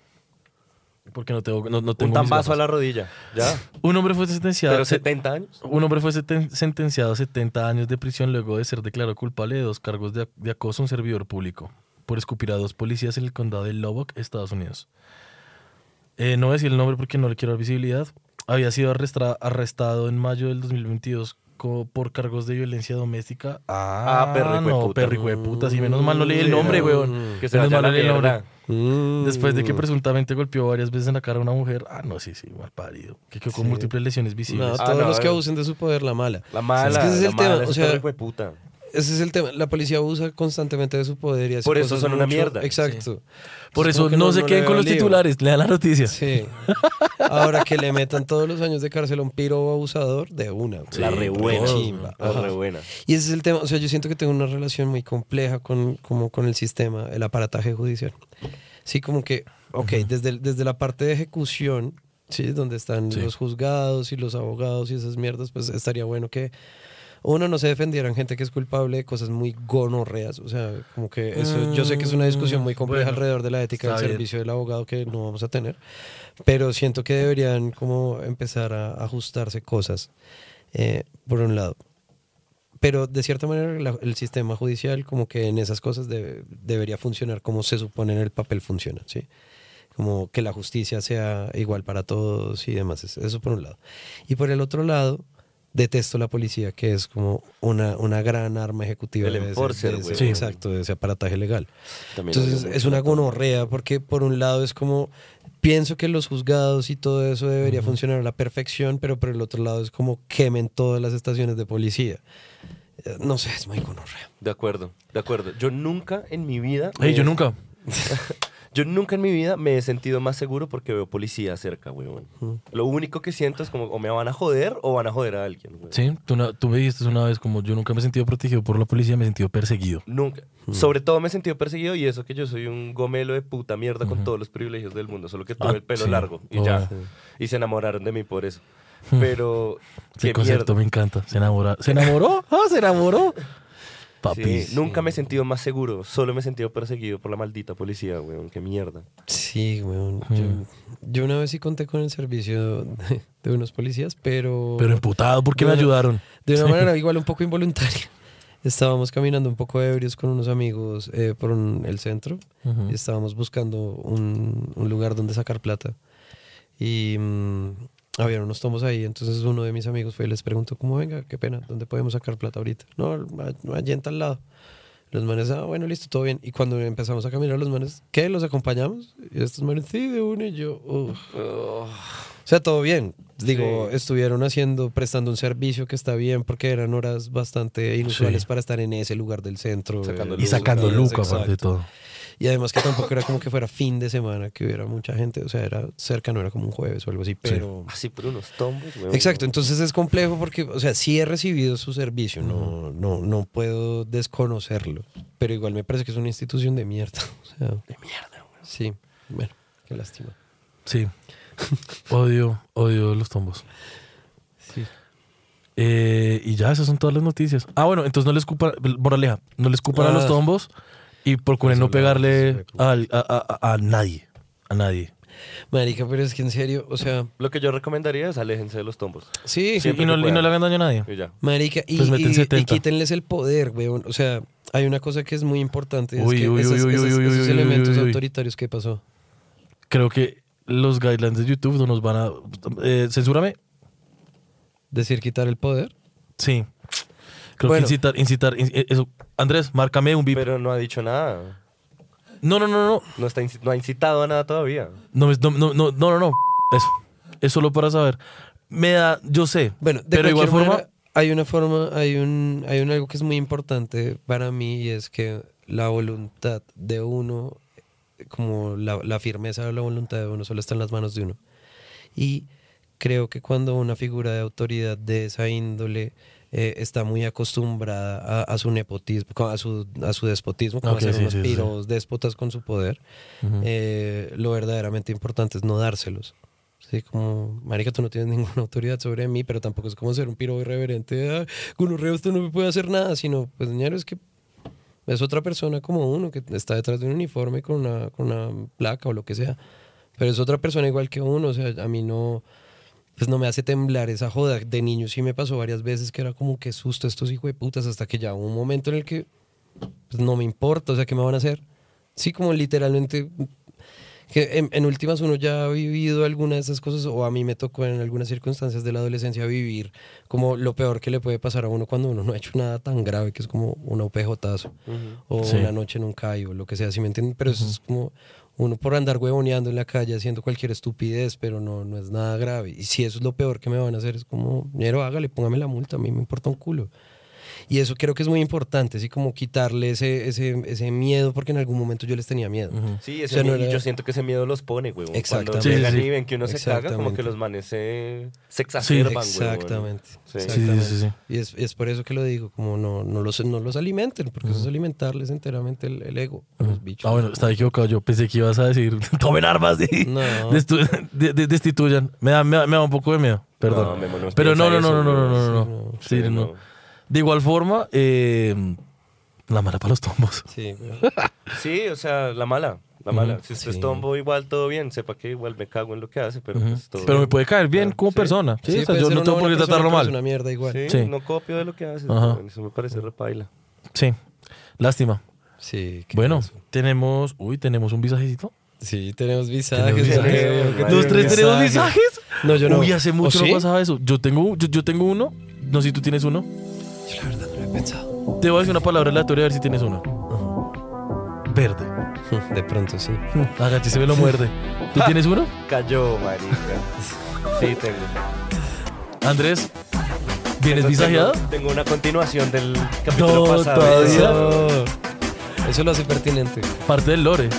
Speaker 3: Porque no tengo, no, no tengo
Speaker 6: Un
Speaker 3: mis
Speaker 6: tambazo a
Speaker 3: gafas.
Speaker 6: la rodilla, ¿ya?
Speaker 3: Un hombre fue sentenciado.
Speaker 6: Pero
Speaker 3: se-
Speaker 6: 70 años.
Speaker 3: Un hombre fue seten- sentenciado a 70 años de prisión luego de ser declarado culpable de dos cargos de, ac- de acoso a un servidor público por escupir a dos policías en el condado de Lubbock, Estados Unidos. Eh, no voy a decir el nombre porque no le quiero dar visibilidad. Había sido arrestra- arrestado en mayo del 2022 co- por cargos de violencia doméstica.
Speaker 6: Ah, perro
Speaker 3: no,
Speaker 6: hijueputa.
Speaker 3: perro hijueputa, sí, menos mal no leí el nombre,
Speaker 6: no.
Speaker 3: weón.
Speaker 6: Que se
Speaker 3: menos
Speaker 6: vaya a
Speaker 3: mal no
Speaker 6: la
Speaker 3: leí el nombre.
Speaker 6: mierda.
Speaker 4: Mm.
Speaker 3: Después de que presuntamente golpeó varias veces en la cara a una mujer. Ah, no, sí, sí, mal parido. Que quedó con múltiples lesiones
Speaker 4: No,
Speaker 3: visibles.
Speaker 6: Ah,
Speaker 4: todos
Speaker 6: no,
Speaker 4: los que
Speaker 6: eh.
Speaker 4: abusen de su poder, la mala.
Speaker 6: La mala,
Speaker 4: Es que ese es
Speaker 6: la
Speaker 4: el tema,
Speaker 6: mala,
Speaker 4: o
Speaker 6: ese
Speaker 4: sea,
Speaker 6: perro hijueputa.
Speaker 4: Ese es el tema. La policía abusa constantemente de su poder y hace
Speaker 6: Por eso
Speaker 4: cosas
Speaker 6: son una
Speaker 4: mucho-
Speaker 6: mierda.
Speaker 4: Exacto.
Speaker 3: Por
Speaker 4: Es como
Speaker 3: eso
Speaker 4: que
Speaker 3: no, se
Speaker 4: le
Speaker 3: queden con
Speaker 4: veo
Speaker 3: los
Speaker 4: lío.
Speaker 3: titulares, lean la noticia.
Speaker 4: Sí. Ahora que le metan todos los años de cárcel a un piro abusador, de una. güey.
Speaker 6: la
Speaker 3: Sí,
Speaker 6: rebuena.
Speaker 4: chimba.
Speaker 6: La
Speaker 4: Ajá.
Speaker 6: rebuena.
Speaker 4: Y ese es el tema. O sea, yo siento que tengo una relación muy compleja con, como con el sistema, el aparataje judicial. Sí, como que, ok, desde, el- desde la parte de ejecución, sí, donde están
Speaker 3: Sí.
Speaker 4: los juzgados y los abogados y esas mierdas, pues estaría bueno que uno no se defendieran gente que es culpable de cosas muy gonorreas. O sea, como que eso, yo sé que es una discusión muy compleja
Speaker 3: bueno,
Speaker 4: alrededor de la ética del
Speaker 3: está bien.
Speaker 4: servicio del abogado que no vamos a tener, pero siento que deberían como empezar a ajustarse cosas, eh, por un lado pero de cierta manera la- el sistema judicial como que en esas cosas debe- debería funcionar como se supone en el papel funciona, ¿sí? Como que la justicia sea igual para todos y demás, es- eso por un lado. Y por el otro lado, detesto la policía, que es como una, una gran arma ejecutiva.
Speaker 6: El
Speaker 4: de ese-
Speaker 6: enforcer,
Speaker 4: de ese-
Speaker 6: güey.
Speaker 3: Sí.
Speaker 4: Exacto, de ese aparataje legal.
Speaker 6: También
Speaker 4: Entonces
Speaker 6: odio mucho
Speaker 4: es una
Speaker 6: la-
Speaker 4: gonorrea porque por un lado es como pienso que los juzgados y todo eso debería funcionar a la perfección, pero por el otro lado es como quemen todas las estaciones de policía. Eh, No sé, es muy gonorrea.
Speaker 6: De acuerdo, de acuerdo. Yo nunca en mi vida.
Speaker 3: Ey,
Speaker 6: me-
Speaker 3: yo nunca.
Speaker 6: Yo nunca en mi vida me he sentido más seguro porque veo policía cerca, weón. Lo único que siento es como o me van a joder o van a joder a alguien, weón.
Speaker 3: Sí, tú, na- tú me dijiste una vez como yo nunca me he sentido protegido por la policía, me he sentido perseguido.
Speaker 6: Nunca. Sobre todo me he sentido perseguido y eso que yo soy un gomelo de puta mierda con todos los privilegios del mundo, solo que tuve
Speaker 3: Ah,
Speaker 6: el pelo
Speaker 3: sí.
Speaker 6: largo y
Speaker 3: Oh.
Speaker 6: ya.
Speaker 3: Sí.
Speaker 6: Y se enamoraron de mí por eso. Pero
Speaker 3: Ese
Speaker 6: qué mierda.
Speaker 3: concepto me encanta. Se enamora. ¿Se enamoró? Ah, se enamoró. Papi.
Speaker 6: Sí, Nunca me he sentido más seguro, solo me he sentido perseguido por la maldita policía, weón. Qué mierda.
Speaker 4: Sí, weón. Yo, yo una vez sí conté con el servicio de, de unos policías, pero...
Speaker 3: Pero emputado, ¿por qué me
Speaker 4: Bueno,
Speaker 3: ayudaron?
Speaker 4: De una manera igual un poco involuntaria. Estábamos caminando un poco ebrios con unos amigos eh, por un- el centro
Speaker 3: Ujú.
Speaker 4: y estábamos buscando un, un lugar donde sacar plata. Y mm, había unos tomos ahí, entonces uno de mis amigos fue y les preguntó, como venga, qué pena, ¿dónde podemos sacar plata ahorita? No, a- allí en tal lado. Los manes, ah, bueno, listo, todo bien. Y cuando empezamos a caminar, los manes, ¿qué? ¿Los acompañamos? Y estos manes, sí, de uno. Y yo, "Uf". O sea, todo bien. Digo, estuvieron haciendo, prestando un servicio que está bien porque eran horas bastante inusuales
Speaker 3: Sí.
Speaker 4: para estar en ese lugar del centro.
Speaker 6: Sacando
Speaker 4: eh,
Speaker 3: Y sacando
Speaker 4: buscando-
Speaker 3: luca, aparte de
Speaker 4: Exacto.
Speaker 3: todo.
Speaker 4: Y además que tampoco era como que fuera fin de semana, que hubiera mucha gente. O sea, era cerca, no era como un jueves o algo así, pero...
Speaker 6: Así por unos tombos, weón.
Speaker 4: Exacto, entonces es complejo porque, o sea, sí he recibido su servicio, no, no, no puedo desconocerlo, pero igual me parece que es una institución de mierda. O sea, de mierda, Sí, bueno, qué lástima.
Speaker 3: Sí. Odio, odio los tombos.
Speaker 4: Sí.
Speaker 3: Eh, y ya, esas son todas las noticias. Ah, bueno, entonces no les culpa, moraleja, no les culpan a los
Speaker 4: Ah.
Speaker 3: tombos y procuren no
Speaker 4: Eso le vamos a
Speaker 3: pegarle
Speaker 4: hacer,
Speaker 3: al- a, a- a- a nadie. A nadie.
Speaker 4: Marica, pero es que en serio, o sea,
Speaker 6: Lo que yo recomendaría es aléjense de los tombos.
Speaker 4: sí,
Speaker 6: Sí. Siempre
Speaker 3: y, no,
Speaker 6: que
Speaker 3: y no
Speaker 6: puedan.
Speaker 3: le hagan daño a nadie.
Speaker 6: Y ya.
Speaker 4: Marica, y,
Speaker 3: Pues meten
Speaker 4: y-
Speaker 3: 70.
Speaker 4: y quítenles el poder, weón. O sea, hay una cosa que es muy importante, es
Speaker 3: Uy,
Speaker 4: que
Speaker 3: uy,
Speaker 4: esas-
Speaker 3: uy, uy,
Speaker 4: esas-
Speaker 3: uy, uy,
Speaker 4: esos
Speaker 3: uy,
Speaker 4: elementos
Speaker 3: uy, uy.
Speaker 4: autoritarios que pasó.
Speaker 3: Creo que los guidelines de YouTube no nos van a. Eh, censúrame.
Speaker 4: Decir quitar el poder.
Speaker 3: Sí. Creo
Speaker 4: Bueno.
Speaker 3: que incitar, incitar. in- eh, eso. Andrés, márcame un bip.
Speaker 6: Pero no ha dicho nada.
Speaker 3: No, no, no, no.
Speaker 6: No, está inci- no ha incitado a nada todavía.
Speaker 3: No, me- no, no, no, no, no, no. Eso. Es solo para saber. Me da, yo sé.
Speaker 4: Bueno, de
Speaker 3: pero igual
Speaker 4: cualquier
Speaker 3: forma.
Speaker 4: manera, hay una forma, hay un, hay un algo que es muy importante para mí y es que la voluntad de uno, como la, la firmeza de la voluntad de uno, solo está en las manos de uno. Y creo que cuando una figura de autoridad de esa índole eh, está muy acostumbrada a, a su nepotismo, co- a su, a su despotismo, como
Speaker 3: Ok,
Speaker 4: hacer
Speaker 3: sí,
Speaker 4: unos
Speaker 3: sí, sí.
Speaker 4: piros déspotas con su poder, eh, lo verdaderamente importante es no dárselos. Sí, como, marica, tú no tienes ninguna autoridad sobre mí, pero tampoco es como ser un piro irreverente. Ah, gonorrea, usted no me puede hacer nada, sino, pues, ñero, es que es otra persona como uno que está detrás de un uniforme con una, con una placa o lo que sea. Pero es otra persona igual que uno. O sea, a mí no, pues no me hace temblar esa joda. De niño sí me pasó varias veces que era como que susto estos hijos de putas hasta que ya hubo un momento en el que pues, no me importa. O sea, ¿qué me van a hacer? Sí, como literalmente que en, en últimas uno ya ha vivido alguna de esas cosas o a mí me tocó en algunas circunstancias de la adolescencia vivir como lo peor que le puede pasar a uno cuando uno no ha hecho nada tan grave que es como un opejotazo o
Speaker 3: Sí.
Speaker 4: una noche en un callo o lo que sea, si me entienden? Pero eso es como uno por andar huevoneando en la calle haciendo cualquier estupidez, pero no, no es nada grave. Y si eso es lo peor que me van a hacer, es como, dinero, hágale, póngame la multa, a mí me importa un culo. Y eso creo que es muy importante, así como quitarle ese, ese, ese miedo, porque en algún momento yo les tenía miedo.
Speaker 6: Sí,
Speaker 4: O
Speaker 6: ese
Speaker 4: sea, no
Speaker 6: mie- y
Speaker 4: era-
Speaker 6: yo siento que ese miedo los pone, güey. Cuando
Speaker 4: Exactamente.
Speaker 6: llegan
Speaker 3: Sí, sí, sí.
Speaker 6: y ven que uno se caga, como
Speaker 4: Exactamente.
Speaker 6: que los manes se, se exacerban, güey.
Speaker 4: Exactamente.
Speaker 6: Sí.
Speaker 3: Sí, sí, sí, sí.
Speaker 4: Y es, es por eso que lo digo, como no, no, los, no los alimenten, porque eso es alimentarles enteramente el, el ego, a los bichos.
Speaker 3: Ah, bueno, estaba equivocado. Yo pensé que ibas a decir, tomen armas y
Speaker 4: No.
Speaker 3: destu- de- de- destituyan. Me da, me, da, me da un poco de miedo, perdón.
Speaker 6: No, Memo, no
Speaker 3: Pero no, no,
Speaker 6: piensa
Speaker 3: no, no, no,
Speaker 6: eso,
Speaker 3: no,
Speaker 6: güey.
Speaker 3: no, no, no. Sí, no. De igual forma, eh, la mala para los tombos.
Speaker 4: Sí, güey.
Speaker 6: Sí, o sea, la mala. La mala.
Speaker 3: Ujú.
Speaker 6: Si usted
Speaker 4: Sí.
Speaker 6: es tombo, igual todo bien. Sepa que igual me cago en lo que hace, pero pues todo
Speaker 3: Pero me
Speaker 6: bien.
Speaker 3: puede caer bien
Speaker 6: Claro,
Speaker 3: como
Speaker 6: sí.
Speaker 3: persona. Sí, o sea,
Speaker 4: puede
Speaker 3: yo
Speaker 4: ser
Speaker 3: no
Speaker 4: una
Speaker 3: tengo por qué
Speaker 4: buena persona,
Speaker 3: tratarlo
Speaker 4: pero es
Speaker 3: mal.
Speaker 4: una mierda igual.
Speaker 6: Sí,
Speaker 3: Sí.
Speaker 6: no copio de lo que hace.
Speaker 3: Ajá.
Speaker 6: güey. Eso me parece repaila.
Speaker 3: Sí, lástima.
Speaker 4: Sí, qué
Speaker 3: Bueno,
Speaker 4: caso.
Speaker 3: tenemos. Uy, tenemos un visajecito.
Speaker 4: Sí, tenemos visajes.
Speaker 3: Tenemos
Speaker 4: ya te
Speaker 6: visajes.
Speaker 4: digo que
Speaker 6: Ay,
Speaker 3: ¿Los
Speaker 6: un
Speaker 3: tres tenemos visajes?
Speaker 4: No, yo no.
Speaker 3: Uy, hace mucho
Speaker 4: ¿O
Speaker 3: no
Speaker 4: sí?
Speaker 3: pasaba eso. Yo tengo, yo, yo tengo uno. No sé si tú tienes uno.
Speaker 4: Yo la verdad no lo he pensado.
Speaker 3: Te voy a decir una palabra aleatoria a ver si tienes uno. Verde.
Speaker 4: De pronto, sí.
Speaker 3: Agachi se me lo muerde. ¿Tú tienes uno?
Speaker 6: Cayó, marica. Sí, tengo.
Speaker 3: Andrés, ¿vienes
Speaker 6: Tengo-
Speaker 3: visajeado?
Speaker 6: Tengo, tengo una continuación del capítulo pasado.
Speaker 3: todavía.
Speaker 4: Eso, eso lo hace pertinente.
Speaker 3: Parte del lore.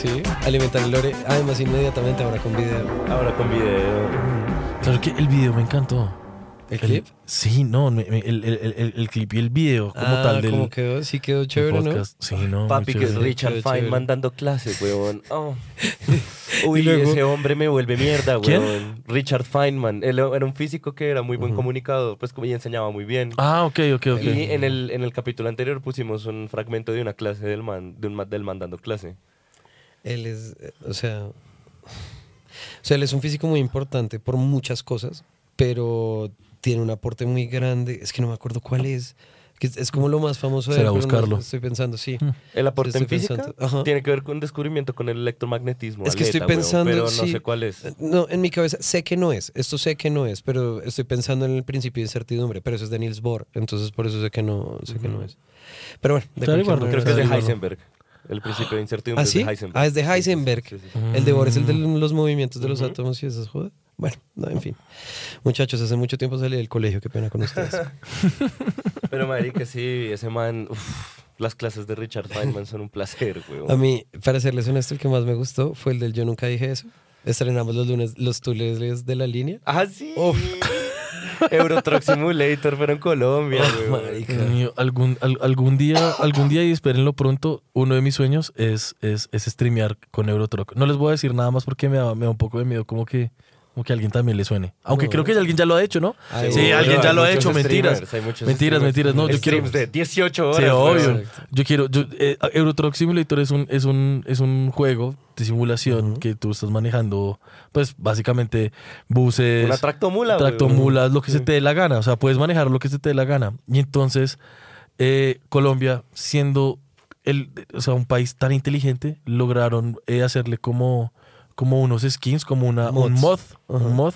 Speaker 4: Sí. Alimentar el lore. Además, inmediatamente ahora con video.
Speaker 6: Ahora con video.
Speaker 3: Claro que el video me encantó.
Speaker 4: ¿El clip?
Speaker 3: Sí, no, me- me- el, el- el- el clip y el video como
Speaker 4: Ah,
Speaker 3: tal del
Speaker 4: ¿cómo quedó? Sí quedó
Speaker 3: del
Speaker 4: chévere, ¿no?
Speaker 3: podcast. Sí, no, muy
Speaker 6: Papi, que es
Speaker 3: chévere.
Speaker 6: Richard
Speaker 4: Chévere,
Speaker 6: Feynman
Speaker 4: chévere.
Speaker 6: dando clases, weón. Oh. Uy,
Speaker 4: Y luego-
Speaker 6: ese hombre me vuelve mierda,
Speaker 3: ¿Quién?
Speaker 6: weón. Richard Feynman. Él era un físico que era muy buen comunicador, pues como y enseñaba muy bien.
Speaker 3: Ah, ok, ok, ok.
Speaker 6: Y en el, en el capítulo anterior pusimos un fragmento de una clase del man, de un ma- del man dando clase.
Speaker 4: Él es, eh, o sea, o sea, él es un físico muy importante por muchas cosas, pero tiene un aporte muy grande. Es que no me acuerdo cuál es. que es, es como lo más famoso de él,
Speaker 3: Será
Speaker 4: pero no
Speaker 3: buscarlo.
Speaker 4: estoy pensando, sí.
Speaker 6: El aporte
Speaker 4: Sí,
Speaker 6: en
Speaker 4: estoy
Speaker 6: física
Speaker 4: pensando. Ajá.
Speaker 6: tiene que ver con descubrimiento con el electromagnetismo.
Speaker 4: Es que estoy
Speaker 6: aleta, weón,
Speaker 4: pensando,
Speaker 6: pero no
Speaker 4: sí. Eh,
Speaker 6: sé cuál es.
Speaker 4: No, en mi cabeza sé que no es. Esto sé que no es, pero estoy pensando en el principio de incertidumbre. Pero eso es de Niels Bohr, entonces por eso sé que no, sé que no es. Pero bueno, de
Speaker 3: Está
Speaker 4: cualquier
Speaker 3: igual,
Speaker 4: manera,
Speaker 6: Creo que es de
Speaker 4: está igual.
Speaker 6: Heisenberg. El principio de incertidumbre
Speaker 4: ¿Ah,
Speaker 6: es
Speaker 4: sí?
Speaker 6: de Heisenberg.
Speaker 4: Ah, es de
Speaker 6: Sí, sí, sí,
Speaker 4: Heisenberg.
Speaker 6: sí, sí.
Speaker 4: El de Bohr es el de los movimientos de los átomos y esas jodas. Bueno, no, en fin. Muchachos, hace mucho tiempo salí del colegio, qué pena con ustedes.
Speaker 6: Pero marica, sí, ese man, uf, las clases de Richard Feynman son un placer,
Speaker 4: A
Speaker 6: weón.
Speaker 4: mí, para serles honesto, el que más me gustó fue el del Yo Nunca Dije Eso. Estrenamos los lunes los tules de la línea.
Speaker 6: Ah, sí.
Speaker 4: Uf.
Speaker 6: Eurotruck Simulator, pero en Colombia, weón. Mm.
Speaker 4: marica.
Speaker 3: Dios mío, algún, al- algún día, algún día y espérenlo pronto, uno de mis sueños es, es, es streamear con Eurotruck. No les voy a decir nada más porque me da, me da un poco de miedo como que, como que a alguien también le suene. Aunque
Speaker 4: No.
Speaker 3: creo que alguien ya lo ha hecho, ¿no?
Speaker 4: Ay,
Speaker 3: sí,
Speaker 4: bueno,
Speaker 3: alguien
Speaker 6: hay
Speaker 3: ya lo ha
Speaker 6: muchos
Speaker 3: hecho,
Speaker 6: streamers,
Speaker 3: mentiras.
Speaker 6: hay muchos
Speaker 3: Mentiras,
Speaker 6: streamers.
Speaker 3: mentiras. No, yo quiero...
Speaker 6: Streams de 18 horas.
Speaker 3: Sí, obvio.
Speaker 6: weón.
Speaker 3: Yo quiero. Yo, eh, Euro Truck Simulator es un, es un, es un juego de simulación que tú estás manejando, pues básicamente buses.
Speaker 6: Una tractomula, weón.
Speaker 3: Tractomulas, lo que se te dé la gana. O sea, puedes manejar lo que se te dé la gana. Y entonces, eh, Colombia, siendo el, o sea, un país tan inteligente, lograron eh, hacerle como, como unos skins, como una, un mod.
Speaker 4: Mods.
Speaker 3: Un mod.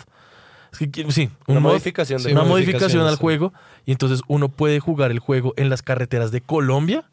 Speaker 3: Es que qui- sí, un
Speaker 6: Una
Speaker 3: mod
Speaker 6: modificación de
Speaker 4: Sí,
Speaker 3: una
Speaker 4: modificaciones,
Speaker 3: modificación al
Speaker 4: sí.
Speaker 3: juego y entonces uno puede jugar el juego en las carreteras de Colombia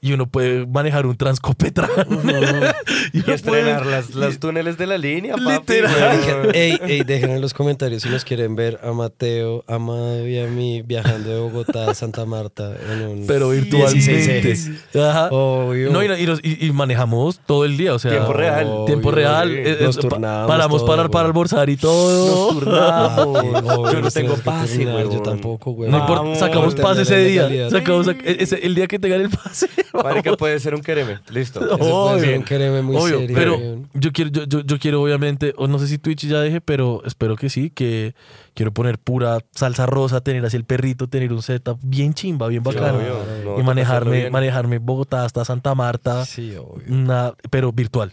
Speaker 3: y uno puede manejar un transcopetrán
Speaker 6: Y
Speaker 3: uno
Speaker 6: estrenar
Speaker 3: puede-
Speaker 6: las, las túneles de la línea, papi.
Speaker 3: Literal.
Speaker 6: weón.
Speaker 4: Ey, ey, dejen en los comentarios si nos quieren ver a Mateo, a Amado y a mí viajando de Bogotá a Santa Marta en un...
Speaker 3: pero
Speaker 4: 16
Speaker 3: virtualmente.
Speaker 4: ejes.
Speaker 3: Ajá.
Speaker 4: Obvio.
Speaker 3: No, y, y nos- y- y manejamos todo el día, o sea,
Speaker 6: Tiempo real.
Speaker 3: tiempo
Speaker 4: Obvio,
Speaker 3: real,
Speaker 6: sí.
Speaker 3: eh, eh,
Speaker 4: Nos
Speaker 3: pa-
Speaker 4: turnamos
Speaker 3: paramos
Speaker 4: todo,
Speaker 3: para, para
Speaker 4: güey.
Speaker 3: almorzar y todo.
Speaker 6: Nos turnamos.
Speaker 4: Sí, obvio,
Speaker 6: Yo no
Speaker 4: nos
Speaker 6: tengo
Speaker 4: tenemos que
Speaker 6: pase,
Speaker 4: terminar, Yo
Speaker 6: weón.
Speaker 4: tampoco, güey.
Speaker 3: No importa, sacamos
Speaker 4: Estamos
Speaker 3: pase ese
Speaker 4: terminando
Speaker 3: día.
Speaker 4: la legalidad.
Speaker 3: Sacamos sac- e, ese- el día que tengan el pase.
Speaker 6: Marica, puede ser un quereme. Listo.
Speaker 3: No.
Speaker 4: Eso puede ser
Speaker 3: Obvio.
Speaker 4: un quereme muy
Speaker 3: Obvio,
Speaker 4: serio,
Speaker 3: pero
Speaker 4: weón.
Speaker 3: yo quiero, yo, yo, yo quiero obviamente, o no sé si Twitch ya deje, pero espero que sí, que quiero poner pura salsa rosa, tener así el perrito, tener un setup bien chimba, bien bacano.
Speaker 6: obvio, no,
Speaker 3: y
Speaker 6: toca hacerlo
Speaker 3: manejarme,
Speaker 6: bien.
Speaker 3: manejarme Bogotá hasta Santa Marta,
Speaker 4: Sí, obvio.
Speaker 3: una- pero virtual.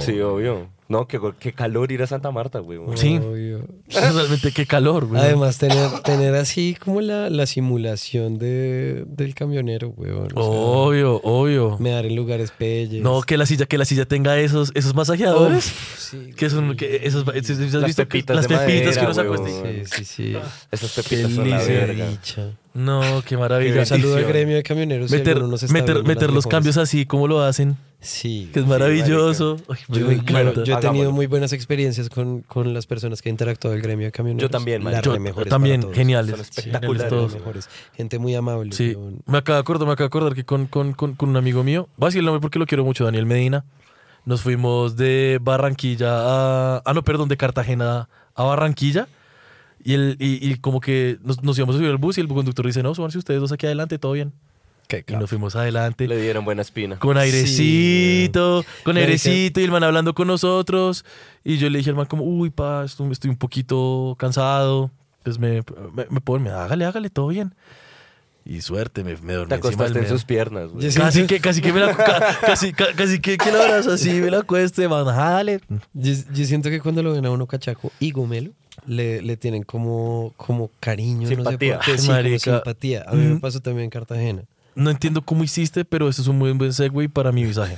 Speaker 6: Sí, obvio. No, qué, qué calor ir a Santa Marta, weón.
Speaker 3: Sí.
Speaker 4: Obvio.
Speaker 3: Realmente qué calor, güey.
Speaker 4: Además, tener, tener así como la, la simulación de, del camionero, weón. O
Speaker 3: obvio, obvio.
Speaker 4: sea, me dar en lugares pelles.
Speaker 3: No, que la silla, que la silla tenga esos, esos masajeadores.
Speaker 4: Uf, sí,
Speaker 3: Que son que esos, ¿has
Speaker 6: Las
Speaker 3: visto que-
Speaker 6: pepitas
Speaker 3: las
Speaker 6: de
Speaker 3: pepitas que
Speaker 6: madera,
Speaker 3: uno se
Speaker 6: güey.
Speaker 3: acuesta y-
Speaker 4: Sí, sí, sí.
Speaker 6: Esas
Speaker 4: Qué
Speaker 6: pepitas son la
Speaker 4: lice
Speaker 6: verga.
Speaker 4: dicha.
Speaker 3: No, qué maravilla.
Speaker 4: Un saludo al
Speaker 6: bendición.
Speaker 4: gremio de camioneros. si
Speaker 3: meter
Speaker 4: alguno nos está
Speaker 3: meter,
Speaker 4: viendo,
Speaker 3: meter
Speaker 4: las
Speaker 3: los
Speaker 4: mejores.
Speaker 3: cambios así como lo hacen,
Speaker 4: Sí.
Speaker 3: que es maravilloso. Ay, me
Speaker 4: Yo,
Speaker 3: encanta.
Speaker 4: claro, yo he tenido
Speaker 6: Hagámoslo.
Speaker 4: muy buenas experiencias con, con las personas que han interactuado del gremio de camioneros.
Speaker 6: Yo también, man.
Speaker 4: Las
Speaker 3: Yo
Speaker 4: re mejores
Speaker 3: también,
Speaker 4: para todos.
Speaker 3: geniales.
Speaker 6: Son
Speaker 3: espectaculares
Speaker 6: espectaculares.
Speaker 4: Las
Speaker 3: todos.
Speaker 4: re mejores. Gente muy amable.
Speaker 3: Sí,
Speaker 4: weón.
Speaker 3: me acabo de acordar, me acabo de acordar que con, con- con- con un amigo mío, voy a decir el nombre porque lo quiero mucho, Daniel Medina, nos fuimos de Barranquilla a... Ah, no, perdón, de Cartagena a Barranquilla. Y, el, y, y como que nos, nos íbamos a subir al bus y el conductor dice, no, súbanse ustedes dos aquí adelante, todo bien.
Speaker 4: Qué
Speaker 3: Y nos fuimos adelante.
Speaker 6: Le dieron buena espina.
Speaker 3: Con airecito, con
Speaker 4: Me dije-
Speaker 3: airecito, y el man hablando con nosotros. Y yo le dije al man como, uy, pa, estoy, estoy un poquito cansado. Pues me, me, me puedo, me hágale, hágale, todo bien. Y suerte, me, me dormí
Speaker 6: Te
Speaker 3: encima
Speaker 6: acostaste
Speaker 3: del
Speaker 6: en
Speaker 3: medio.
Speaker 6: sus piernas, güey.
Speaker 4: Yes.
Speaker 3: Casi que, casi que me la, ca- casi, ca- casi que, que la abrazo así, me la acuesto, y man, hágale.
Speaker 4: Yo, yo siento que cuando lo ven a uno cachaco y gomelo, le, le tienen como, como cariño,
Speaker 6: Simpatía.
Speaker 4: no sé por qué,
Speaker 3: Ay,
Speaker 4: sí, como
Speaker 3: marica.
Speaker 4: simpatía. A mí me
Speaker 3: Mm.
Speaker 4: pasó también en Cartagena.
Speaker 3: No entiendo cómo hiciste, pero eso es un muy buen segue para mi visaje.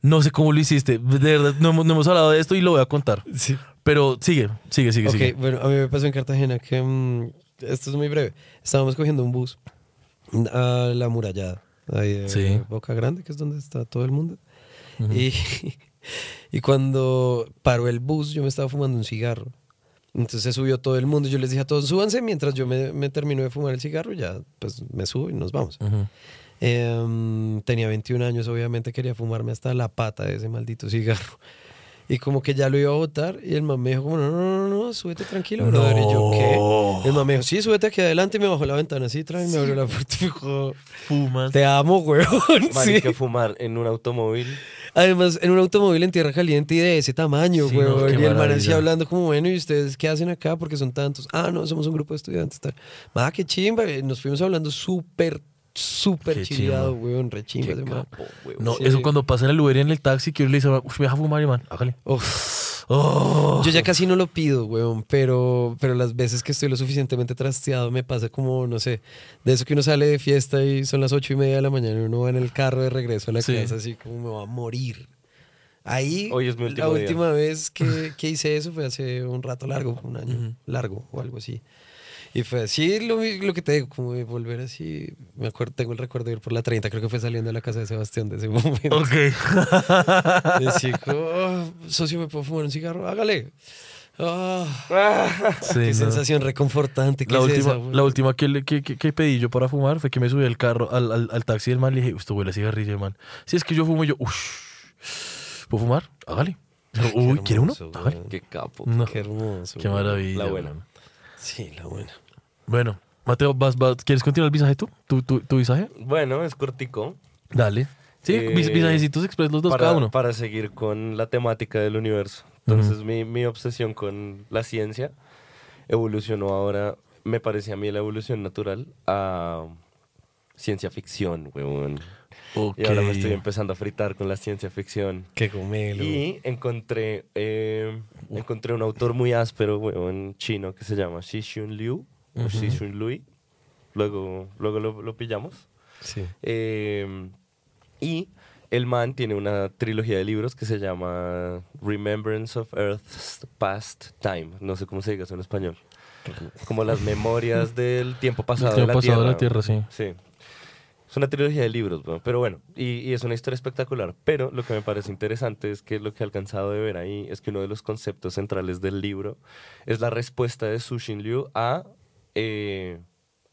Speaker 3: No sé cómo lo hiciste, de verdad, no, hemos- no hemos hablado de esto y lo voy a contar.
Speaker 4: Sí.
Speaker 3: Pero sigue, sigue, sigue,
Speaker 4: Ok,
Speaker 3: sigue.
Speaker 4: bueno, a mí me pasó en Cartagena que... mm, esto es muy breve. Estábamos cogiendo un bus a la murallada, ahí de
Speaker 3: Sí.
Speaker 4: Boca Grande, que es donde está todo el mundo. y, y cuando paró el bus, yo me estaba fumando un cigarro. Entonces se subió todo el mundo. Yo les dije a todos, súbanse mientras yo me, me termino de fumar el cigarro. Ya, pues me subo y nos vamos.
Speaker 3: Ujú.
Speaker 4: Em, tenía 21 años, obviamente quería fumarme hasta la pata de ese maldito cigarro. Y como que ya lo iba a votar y el man me dijo como, no, no, no, no, súbete tranquilo, brother. Y yo, ¿qué? El man me dijo, sí, súbete aquí adelante. Y me bajó la ventana así, trae, me abrió la puerta y me dijo,
Speaker 3: Fumas.
Speaker 4: te amo, weón.
Speaker 6: Marica,
Speaker 4: Sí.
Speaker 6: fumar en un automóvil.
Speaker 4: Además, en un automóvil en tierra caliente y de ese tamaño,
Speaker 3: Sí, no, qué
Speaker 4: weón. y el man así
Speaker 3: maravilla.
Speaker 4: hablando como, bueno, ¿y ustedes qué hacen acá? Porque son tantos. Ah, no, somos un grupo de estudiantes. Tal. Ma, qué chimba. Y Nos fuimos hablando súper, súper
Speaker 3: Qué
Speaker 4: chileado, weón. Re chimba
Speaker 6: Qué
Speaker 4: ese man.
Speaker 6: capo, güey.
Speaker 3: No,
Speaker 4: Sí.
Speaker 3: eso cuando pasa en el Uber y en el taxi, que yo le dice, "Uf, me deja fumar, y man, hágale.
Speaker 4: Uf.
Speaker 3: Oh.
Speaker 4: Yo ya casi no lo pido, weón, pero, pero las veces que estoy lo suficientemente trasteado me pasa como, no sé, de eso que uno sale de fiesta y son las ocho y media de la mañana y uno va en el carro de regreso a la
Speaker 3: Sí.
Speaker 4: casa así como me va a morir. Ahí,
Speaker 6: Hoy es mi último
Speaker 4: la
Speaker 6: día.
Speaker 4: última vez que, que hice eso fue hace un rato largo, un año largo o algo así. Y fue así lo, mi- lo que te digo, como de volver así. Me acuerdo, tengo el recuerdo de ir por la 30, creo que fue saliendo de la casa de Sebastián de ese momento. Decía, como, "Ah, socio, ¿me puedo fumar un cigarro? Hágale. Ah,
Speaker 3: Sí,
Speaker 4: qué
Speaker 3: no.
Speaker 4: sensación reconfortante. ¿qué
Speaker 3: La
Speaker 4: es
Speaker 3: última,
Speaker 4: esa, güey?
Speaker 3: la última que, le- que, que- que pedí yo para fumar fue que me subí al carro, al, al, al taxi del man, le dije, usted huele a cigarrillo, man. Si es que yo fumo, y yo, ush, ¿puedo fumar? Hágale. Yo,
Speaker 4: Qué
Speaker 3: Uy, ¿quiere uno?
Speaker 4: hermoso, güey.
Speaker 3: Hágale.
Speaker 6: Qué capo.
Speaker 3: No,
Speaker 4: Qué
Speaker 3: Qué,
Speaker 4: hermoso. güey.
Speaker 3: maravilla.
Speaker 6: La buena.
Speaker 3: man.
Speaker 4: Sí, la buena.
Speaker 3: Bueno, Mateo, vas, vas- ¿quieres continuar el visaje tú? ¿Tu, tu, tu visaje?
Speaker 6: Bueno, es cortico.
Speaker 3: Dale. Sí,
Speaker 6: Eh,
Speaker 3: vis- visajecitos express los dos,
Speaker 6: para,
Speaker 3: cada uno.
Speaker 6: para seguir con la temática del universo. Entonces, mi, mi obsesión con la ciencia evolucionó ahora, me parece a mí la evolución natural, a ciencia ficción, huevón.
Speaker 3: Ok.
Speaker 6: Y ahora me estoy empezando a fritar con la ciencia ficción.
Speaker 4: Qué gomelo.
Speaker 6: Y encontré, eh, encontré un autor muy áspero, huevón, chino, que se llama Shishun Liu, o Shishun Lui. Luego, luego lo- lo pillamos.
Speaker 4: Sí.
Speaker 6: Eh, y el man tiene una trilogía de libros que se llama Remembrance of Earth's Past Time. No sé cómo se diga eso en español. Como las memorias del tiempo pasado,
Speaker 3: tiempo
Speaker 6: de, la
Speaker 3: pasado de
Speaker 6: tierra.
Speaker 3: la Tierra,
Speaker 6: Sí. Es una trilogía de libros, weón, pero bueno, y, y es una historia espectacular. Pero lo que me parece interesante es que lo que he alcanzado de ver ahí es que uno de los conceptos centrales del libro es la respuesta de Sushin Liu a, eh,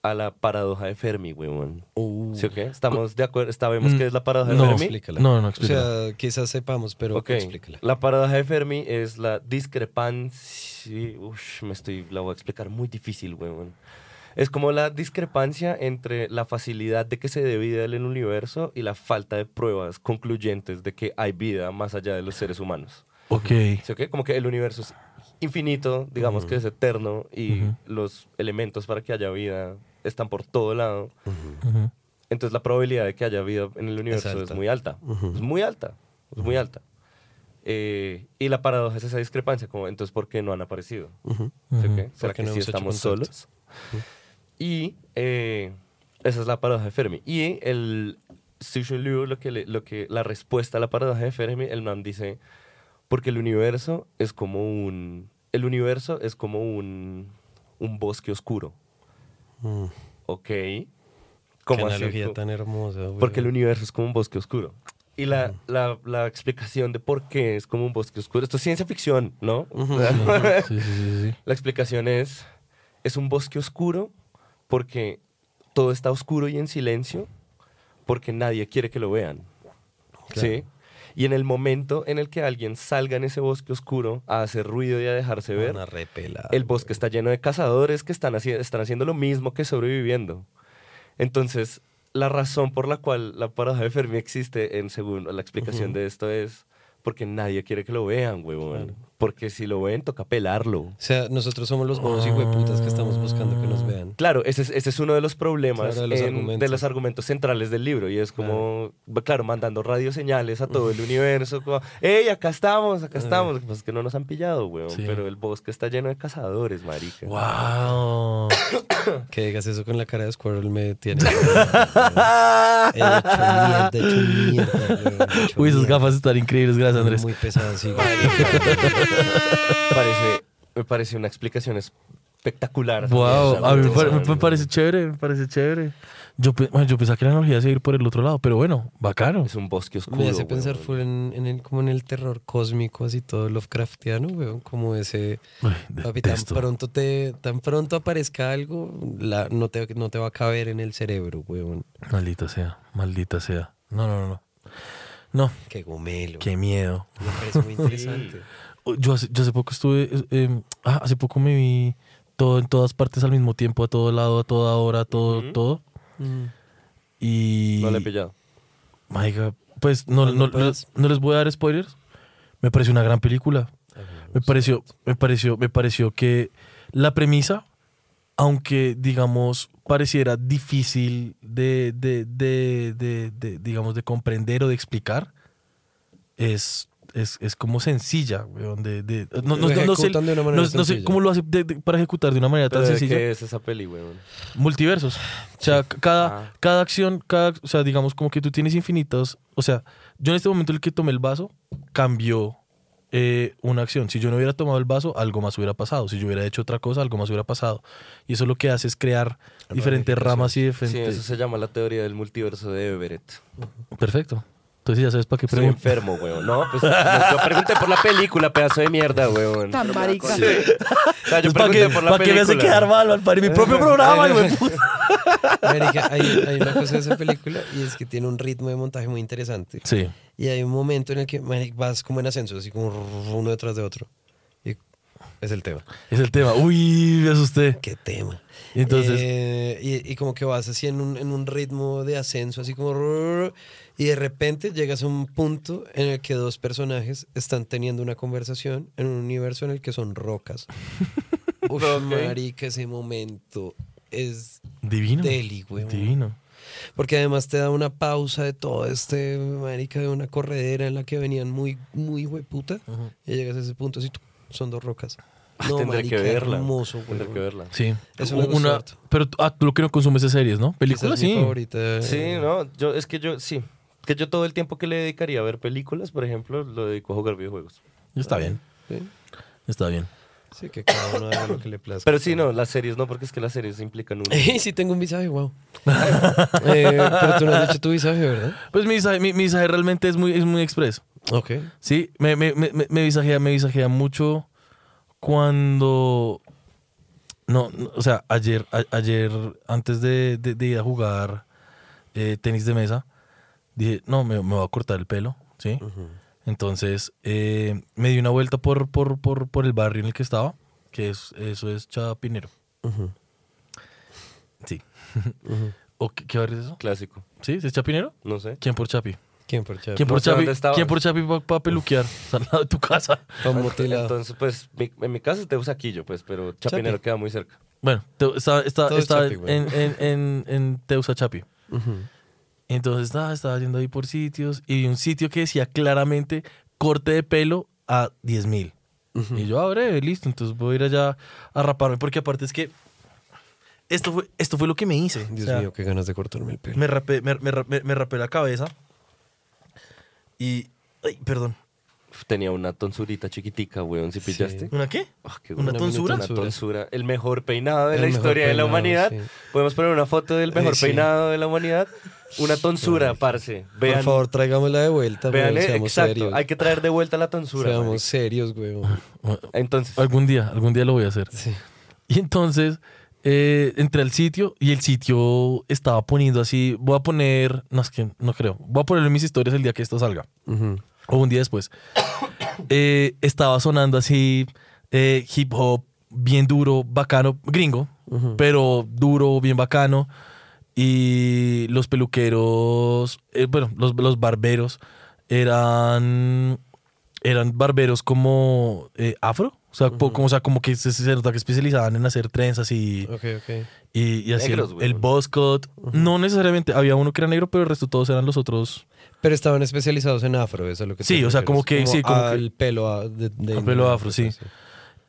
Speaker 6: a la paradoja de Fermi, weón.
Speaker 4: Uh.
Speaker 6: ¿Sí o qué? ¿Estamos de acuerdo? ¿Sabemos qué es la paradoja de
Speaker 3: Mm, no,
Speaker 6: Fermi?
Speaker 4: Explícala.
Speaker 3: No, no,
Speaker 4: O sea, quizás sepamos, pero
Speaker 6: Ok.
Speaker 4: explícala.
Speaker 6: La paradoja de Fermi es la discrepancia... Ush, me estoy... La voy a explicar muy difícil, weón. Es como la discrepancia entre la facilidad de que se dé vida en el universo y la falta de pruebas concluyentes de que hay vida más allá de los seres humanos.
Speaker 3: Ok.
Speaker 6: ¿Sí o qué? Como que el universo es infinito, digamos que es eterno y
Speaker 3: Mm. Ujú.
Speaker 6: los elementos para que haya vida están por todo lado.
Speaker 3: Ujú.
Speaker 6: Entonces la probabilidad de que haya vida en el universo es,
Speaker 4: alta.
Speaker 6: muy alta.
Speaker 4: Ujú.
Speaker 6: Es muy alta. Es muy alta. Eh, y la paradoja es esa discrepancia, como entonces, ¿por qué no han aparecido?
Speaker 4: Ujú.
Speaker 6: ¿Sí o
Speaker 3: Ujú.
Speaker 6: qué? ¿Será
Speaker 4: Porque
Speaker 6: que
Speaker 4: no
Speaker 6: sí
Speaker 4: hemos hecho
Speaker 6: estamos
Speaker 4: contacto.
Speaker 6: solos? Y eh, esa es la paradoja de Fermi. Y el Sushun Liu, lo que, le- lo que, la respuesta a la paradoja de Fermi, el man dice, porque el universo es como un... El universo es como un, un bosque oscuro.
Speaker 4: Mm.
Speaker 6: ¿Ok?
Speaker 4: Qué
Speaker 6: Como
Speaker 4: analogía tan hermosa. güey.
Speaker 6: porque el universo es como un bosque oscuro. Y la, la- la explicación de por qué es como un bosque oscuro, esto es ciencia ficción, ¿no?
Speaker 3: Sí, sí, sí, sí.
Speaker 6: la explicación es, es un bosque oscuro porque todo está oscuro y en silencio, porque nadie quiere que lo vean. ¿Sí? Y en el momento en el que alguien salga en ese bosque oscuro a hacer ruido y a dejarse ver,
Speaker 4: Una repelada.
Speaker 6: el bosque está lleno de cazadores que están, haci- están haciendo lo mismo que sobreviviendo. Entonces, la razón por la cual la paradoja de Fermi existe, en según la explicación de esto, es porque nadie quiere que lo vean, huevón. Porque si lo ven, toca pelarlo.
Speaker 4: O sea, nosotros somos los bobos y hueputas que estamos buscando que nos vean.
Speaker 6: Claro, ese es, ese es uno de los problemas
Speaker 4: Claro, de los
Speaker 6: en-
Speaker 4: argumentos.
Speaker 6: de los argumentos centrales del libro. Y es como, claro, mandando radioseñales a todo el universo. Como, ¡Ey, acá estamos,
Speaker 4: Eh.
Speaker 6: acá estamos! Lo que pasa es que no nos han pillado, huevón.
Speaker 3: Sí.
Speaker 6: Pero el bosque está lleno de cazadores, marica.
Speaker 3: Wow.
Speaker 4: Que digas eso con la cara de Squirrel me tiene. He Eh, hecho mierda, he hecho mierda, güey, he hecho
Speaker 3: Uy, esas
Speaker 4: mierda.
Speaker 3: gafas están increíbles, gracias Andrés.
Speaker 4: Muy pesado, sí.
Speaker 6: parece, me parece una explicación espectacular.
Speaker 3: Wow, a mí me,
Speaker 6: Interesante.
Speaker 3: pare- me- me parece chévere, me parece chévere. Yo, pe- bueno, yo pensaba que la analogía iba a seguir por el otro lado, pero bueno, bacano.
Speaker 6: Es un bosque oscuro.
Speaker 4: Me hace
Speaker 6: weón.
Speaker 4: pensar full en, en el, como en el terror cósmico, así todo Lovecraftiano, weón, como ese...
Speaker 3: Uy,
Speaker 4: Papi, tan
Speaker 3: detesto.
Speaker 4: pronto, te, tan pronto aparezca algo, la- no, te, no te va a caber en el cerebro, weón.
Speaker 3: Maldita sea, maldita sea. No, no, no, no. No,
Speaker 4: Qué gomelo.
Speaker 3: qué miedo.
Speaker 4: Me parece muy interesante.
Speaker 3: Yo hace, yo hace poco estuve, eh, eh, ah, hace poco me vi todo en todas partes al mismo tiempo, a todo lado, a toda hora, todo, todo. Y...
Speaker 6: Mm. No le he pillado.
Speaker 3: Marica, pues no, no, no- no les voy a dar spoilers. Me pareció una gran película. Me pareció, me pareció, me pareció que la premisa, aunque digamos pareciera difícil de, de, de- de- de, digamos, de comprender o de explicar, es, es, es como sencilla, weón, de- de- no, no-
Speaker 4: Lo
Speaker 3: no- no sé,
Speaker 4: ejecutan de una
Speaker 3: no-
Speaker 4: manera
Speaker 3: no sé
Speaker 4: sencilla.
Speaker 3: cómo lo hace de- de- para ejecutar de una manera tan
Speaker 6: Pero ¿de
Speaker 3: sencilla
Speaker 6: qué es esa peli, weón?
Speaker 3: multiversos. O sea, c- cada,
Speaker 6: Ah.
Speaker 3: cada acción, cada, o sea, digamos como que tú tienes infinitos. O sea, yo en este momento el que tomé el vaso cambió eh, una acción. Si yo no hubiera tomado el vaso, algo más hubiera pasado. Si yo hubiera hecho otra cosa, algo más hubiera pasado. Y eso lo que hace es crear diferentes ramas y
Speaker 6: Sí,
Speaker 3: diferentes.
Speaker 6: eso se llama la teoría del multiverso de Everett.
Speaker 3: Perfecto. Entonces ya sabes para qué
Speaker 6: Estoy
Speaker 3: preguntar.
Speaker 6: enfermo, weón. No, pues no, yo pregunté por la película, pedazo de mierda, weón.
Speaker 7: Tan marica.
Speaker 6: O sea, yo
Speaker 3: para
Speaker 6: pregunté
Speaker 3: que,
Speaker 6: por la
Speaker 3: Pues, pa' que me hace
Speaker 6: película.
Speaker 3: quedar mal, al mi propio programa, hijo de puta.
Speaker 4: Marica, hay, hay una cosa de esa película y es que tiene un ritmo de montaje muy interesante.
Speaker 3: Sí.
Speaker 4: Y hay un momento en el que marica, vas como en ascenso, así como uno detrás de otro. Y es el tema.
Speaker 3: Es el tema. Uy, me asusté.
Speaker 4: Qué tema.
Speaker 3: Entonces-
Speaker 4: Eh, y, y como que vas así en un, en un ritmo de ascenso, así como. rrr, Y de repente llegas a un punto en el que dos personajes están teniendo una conversación en un universo en el que son rocas. Uf, marica, ese momento es
Speaker 3: Divino.
Speaker 4: deli, weón.
Speaker 3: Divino.
Speaker 4: Porque además te da una pausa de todo este, marica, de una corredera en la que venían muy, muy hueputa. Y llegas a ese punto, así, tuc, son dos rocas.
Speaker 6: Ah, tendré que verla.
Speaker 4: hermoso, güey.
Speaker 6: Tendré que verla.
Speaker 3: Sí.
Speaker 4: Eso me gustó
Speaker 3: una,
Speaker 4: harto.
Speaker 3: pero tú- ah, tú lo que no consumes es series, ¿no?
Speaker 4: Esa
Speaker 3: Películas,
Speaker 4: es mi
Speaker 3: sí.
Speaker 4: favorita. eh,
Speaker 6: Sí, no, yo es que yo sí, que yo todo el tiempo que le dedicaría a ver películas, por ejemplo, lo dedico a jugar videojuegos.
Speaker 3: Está bien,
Speaker 4: Sí,
Speaker 3: está bien.
Speaker 4: sí, que cada uno haga lo que Eh. le plazca.
Speaker 6: Pero sí, no, las series no, porque es que las series implican un
Speaker 4: Y sí tengo un visaje, wow. Eh, pero tú no has dicho tu visaje, ¿verdad?
Speaker 3: Pues mi visaje, mi, mi visaje realmente es muy, es muy expreso.
Speaker 4: Ok.
Speaker 3: Sí, me, me, me, me- me visajea, me visajea mucho cuando... No, no, o sea, ayer, a- ayer antes de, de- de ir a jugar eh, tenis de mesa, dije, no, me, me voy a cortar el pelo, ¿sí? Entonces, eh, me di una vuelta por, por, por, por el barrio en el que estaba, que es, eso es Chapinero. Sí. ¿O qué, qué barrio es eso?
Speaker 6: clásico,
Speaker 3: ¿Sí? ¿Sí es Chapinero?
Speaker 6: no sé.
Speaker 3: ¿Quién por Chapi?
Speaker 4: ¿Quién por chat?
Speaker 3: ¿Quién por
Speaker 6: No sé
Speaker 3: Chapi?
Speaker 6: dónde estaba.
Speaker 3: ¿Quién por Chapi para peluquear? Está al lado de tu casa.
Speaker 4: Pa' motilado.
Speaker 6: Entonces, pues, mi- en mi casa es de Usaquillo, pues, pero Chapinero
Speaker 4: Chapi.
Speaker 6: queda muy cerca.
Speaker 3: Bueno, te- estaba, estaba-
Speaker 4: Todo es
Speaker 3: estaba
Speaker 4: Chapi, güey.
Speaker 3: en, en, en, en Teusa Chapi. Entonces estaba, estaba yendo ahí por sitios y vi un sitio que decía claramente corte de pelo a 10 mil. Y yo, ah, breve, listo, entonces voy a ir allá a raparme. Porque aparte es que esto fue, esto fue lo que me hice.
Speaker 4: Dios
Speaker 3: O sea,
Speaker 4: mío, qué ganas de cortarme el pelo.
Speaker 3: Me rapé, me, me, rapé- me rapé la cabeza y... Ay, perdón.
Speaker 6: Uf, Tenía una tonsurita chiquitica, weón, ¿sí pillaste?
Speaker 3: ¿Una qué?
Speaker 6: Ah, qué
Speaker 3: ¿Una
Speaker 6: bueno.
Speaker 3: tonsura?
Speaker 6: Una tonsura. El mejor peinado de
Speaker 4: El
Speaker 6: la
Speaker 4: mejor
Speaker 6: historia de la
Speaker 4: peinado,
Speaker 6: humanidad.
Speaker 4: sí.
Speaker 6: Podemos poner una foto del mejor
Speaker 4: sí.
Speaker 6: peinado de la humanidad. Una tonsura, parce. Vean,
Speaker 4: Por favor, tráigamela de vuelta,
Speaker 6: vean,
Speaker 4: weón,
Speaker 6: eh,
Speaker 4: seamos
Speaker 6: exacto.
Speaker 4: serios.
Speaker 6: Hay que traer de vuelta la tonsura.
Speaker 4: Seamos serios, güey.
Speaker 6: marica. Entonces,
Speaker 3: Algún día, algún día lo voy a hacer.
Speaker 4: Sí.
Speaker 3: Y entonces eh, entré al sitio y el sitio estaba poniendo así, voy a poner, no es que no creo, voy a ponerlo en mis historias el día que esto salga,
Speaker 4: Ujú.
Speaker 3: o un día después. Eh, estaba sonando así eh, hip hop, bien duro, bacano, gringo, pero duro, bien bacano. Y los peluqueros, eh, bueno, los, los barberos eran, eran barberos como eh, afro. O sea, po- como, o sea, como que se, se nota que especializaban en hacer trenzas y,
Speaker 4: Ok, ok.
Speaker 3: y, y así. el-
Speaker 6: Negros,
Speaker 3: el,
Speaker 6: güey.
Speaker 3: buzz cut. No necesariamente. Había uno que era negro, pero el resto todos eran los otros.
Speaker 4: Pero estaban especializados en afro, eso es lo que te
Speaker 3: Sí, o sea,
Speaker 4: refieres.
Speaker 3: como que- sí, como que-
Speaker 4: al pelo a- de, de- pues,
Speaker 3: Al pelo afro, sí.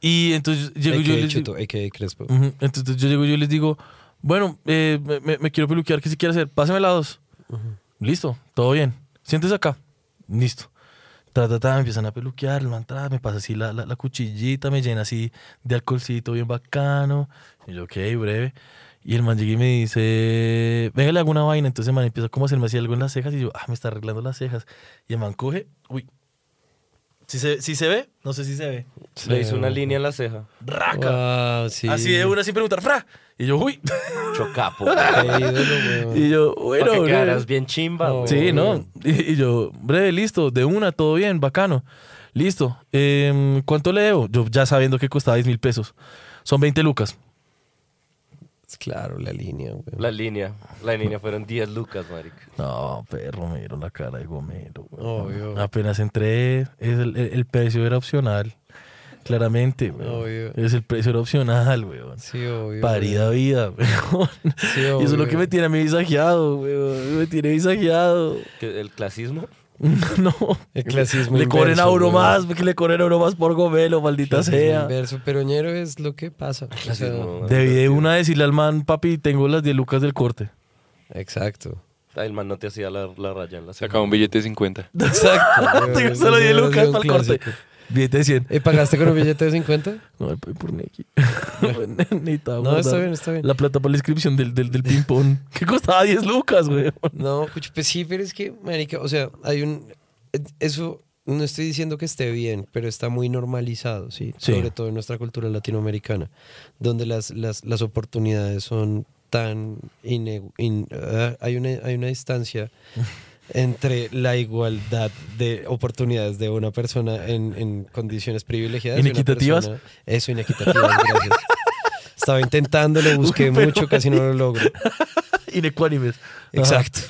Speaker 3: Y entonces llego yo. y
Speaker 4: AKA
Speaker 3: les digo-
Speaker 4: Chuto, AKA Crespo.
Speaker 3: Ujú, Entonces yo llego y yo les digo, bueno, eh, me, me- me quiero peluquear, ¿qué se quiere hacer? Pásame la dos. Listo, todo bien. Siéntese acá. Listo. Ta, ta, ta, me empiezan a peluquear, el man tra, me pasa así la, la- la cuchillita, me llena así de alcoholcito bien bacano. Y yo, ok, breve. Y el man llega y me dice, venga, le hago una vaina. Entonces el man empieza como a hacerme así algo en las cejas y yo, ah, me está arreglando las cejas. Y el man coge, uy,
Speaker 7: ¿Sí se, sí se ve? No sé si se ve.
Speaker 6: Le hizo una línea en la ceja.
Speaker 7: ¡Raca!
Speaker 4: Wow, sí.
Speaker 7: Así de una sin preguntar, ¡fra! Y yo, uy.
Speaker 6: Chocapo.
Speaker 4: Qué ídolo,
Speaker 3: Y
Speaker 4: weón.
Speaker 3: yo,
Speaker 6: Pero
Speaker 3: bueno, breve.
Speaker 6: quedarás bien chimba. güey.
Speaker 3: Sí, ¿no? Y, y yo, breve, listo, de una, todo bien, bacano. Listo. Em, ¿Cuánto le debo? Yo ya sabiendo que costaba 10 mil pesos. Son 20 lucas.
Speaker 4: Claro, la línea, weón.
Speaker 6: La línea. La línea fueron 10 lucas, marica.
Speaker 3: No, perro, me dieron la cara de gomero. weón.
Speaker 4: Obvio.
Speaker 3: Apenas entré, es el, el- el precio era opcional. Claramente, weón.
Speaker 4: Obvio.
Speaker 3: Es el precio era opcional, weón.
Speaker 4: Sí, obvio.
Speaker 3: Parida vida, weón.
Speaker 4: Sí,
Speaker 3: y eso es lo que
Speaker 4: obvio.
Speaker 3: me tiene a mí visajeado, weón. Me tiene visajeado.
Speaker 6: ¿Qué, ¿El clasismo?
Speaker 3: No.
Speaker 4: El clasismo
Speaker 3: Le cobren a
Speaker 4: inverso,
Speaker 3: uno
Speaker 4: weón.
Speaker 3: más, que le cobren a uno más por gomelo, maldita sea.
Speaker 4: Verso peroñero es lo que pasa. O sea,
Speaker 6: Clasismo.
Speaker 3: Debí de una decirle al man, papi, tengo las 10 lucas del corte.
Speaker 4: exacto.
Speaker 6: Ah, El man no te hacía la, la raya en la ceja.
Speaker 5: Sacaba un billete de 50.
Speaker 4: Exacto.
Speaker 3: tengo solo 10 lucas para el corte. Billete de 100.
Speaker 4: ¿Y pagaste con un billete de 50?
Speaker 3: No, voy por Neki. Necesitaba
Speaker 4: No,
Speaker 3: guardar
Speaker 4: está bien, está bien.
Speaker 3: La plata para la inscripción del, del, del ping-pong. Que costaba 10 lucas, güey.
Speaker 4: No, cucho, pues sí, pero es que, marica, o sea, hay un... Eso, no estoy diciendo que esté bien, pero está muy normalizado, ¿sí?
Speaker 3: Sí.
Speaker 4: Sobre todo en nuestra cultura latinoamericana, donde las, las, las oportunidades son tan... ine- in- ah, hay, una, hay una distancia entre la igualdad de oportunidades de una persona en, en condiciones privilegiadas. y una
Speaker 3: ¿Inequitativas?
Speaker 4: persona- eso, inequitativas, gracias. Estaba intentando, lo busqué
Speaker 3: Uy, pero-
Speaker 4: mucho, casi no lo logro.
Speaker 3: Inecuánimes.
Speaker 4: Exacto.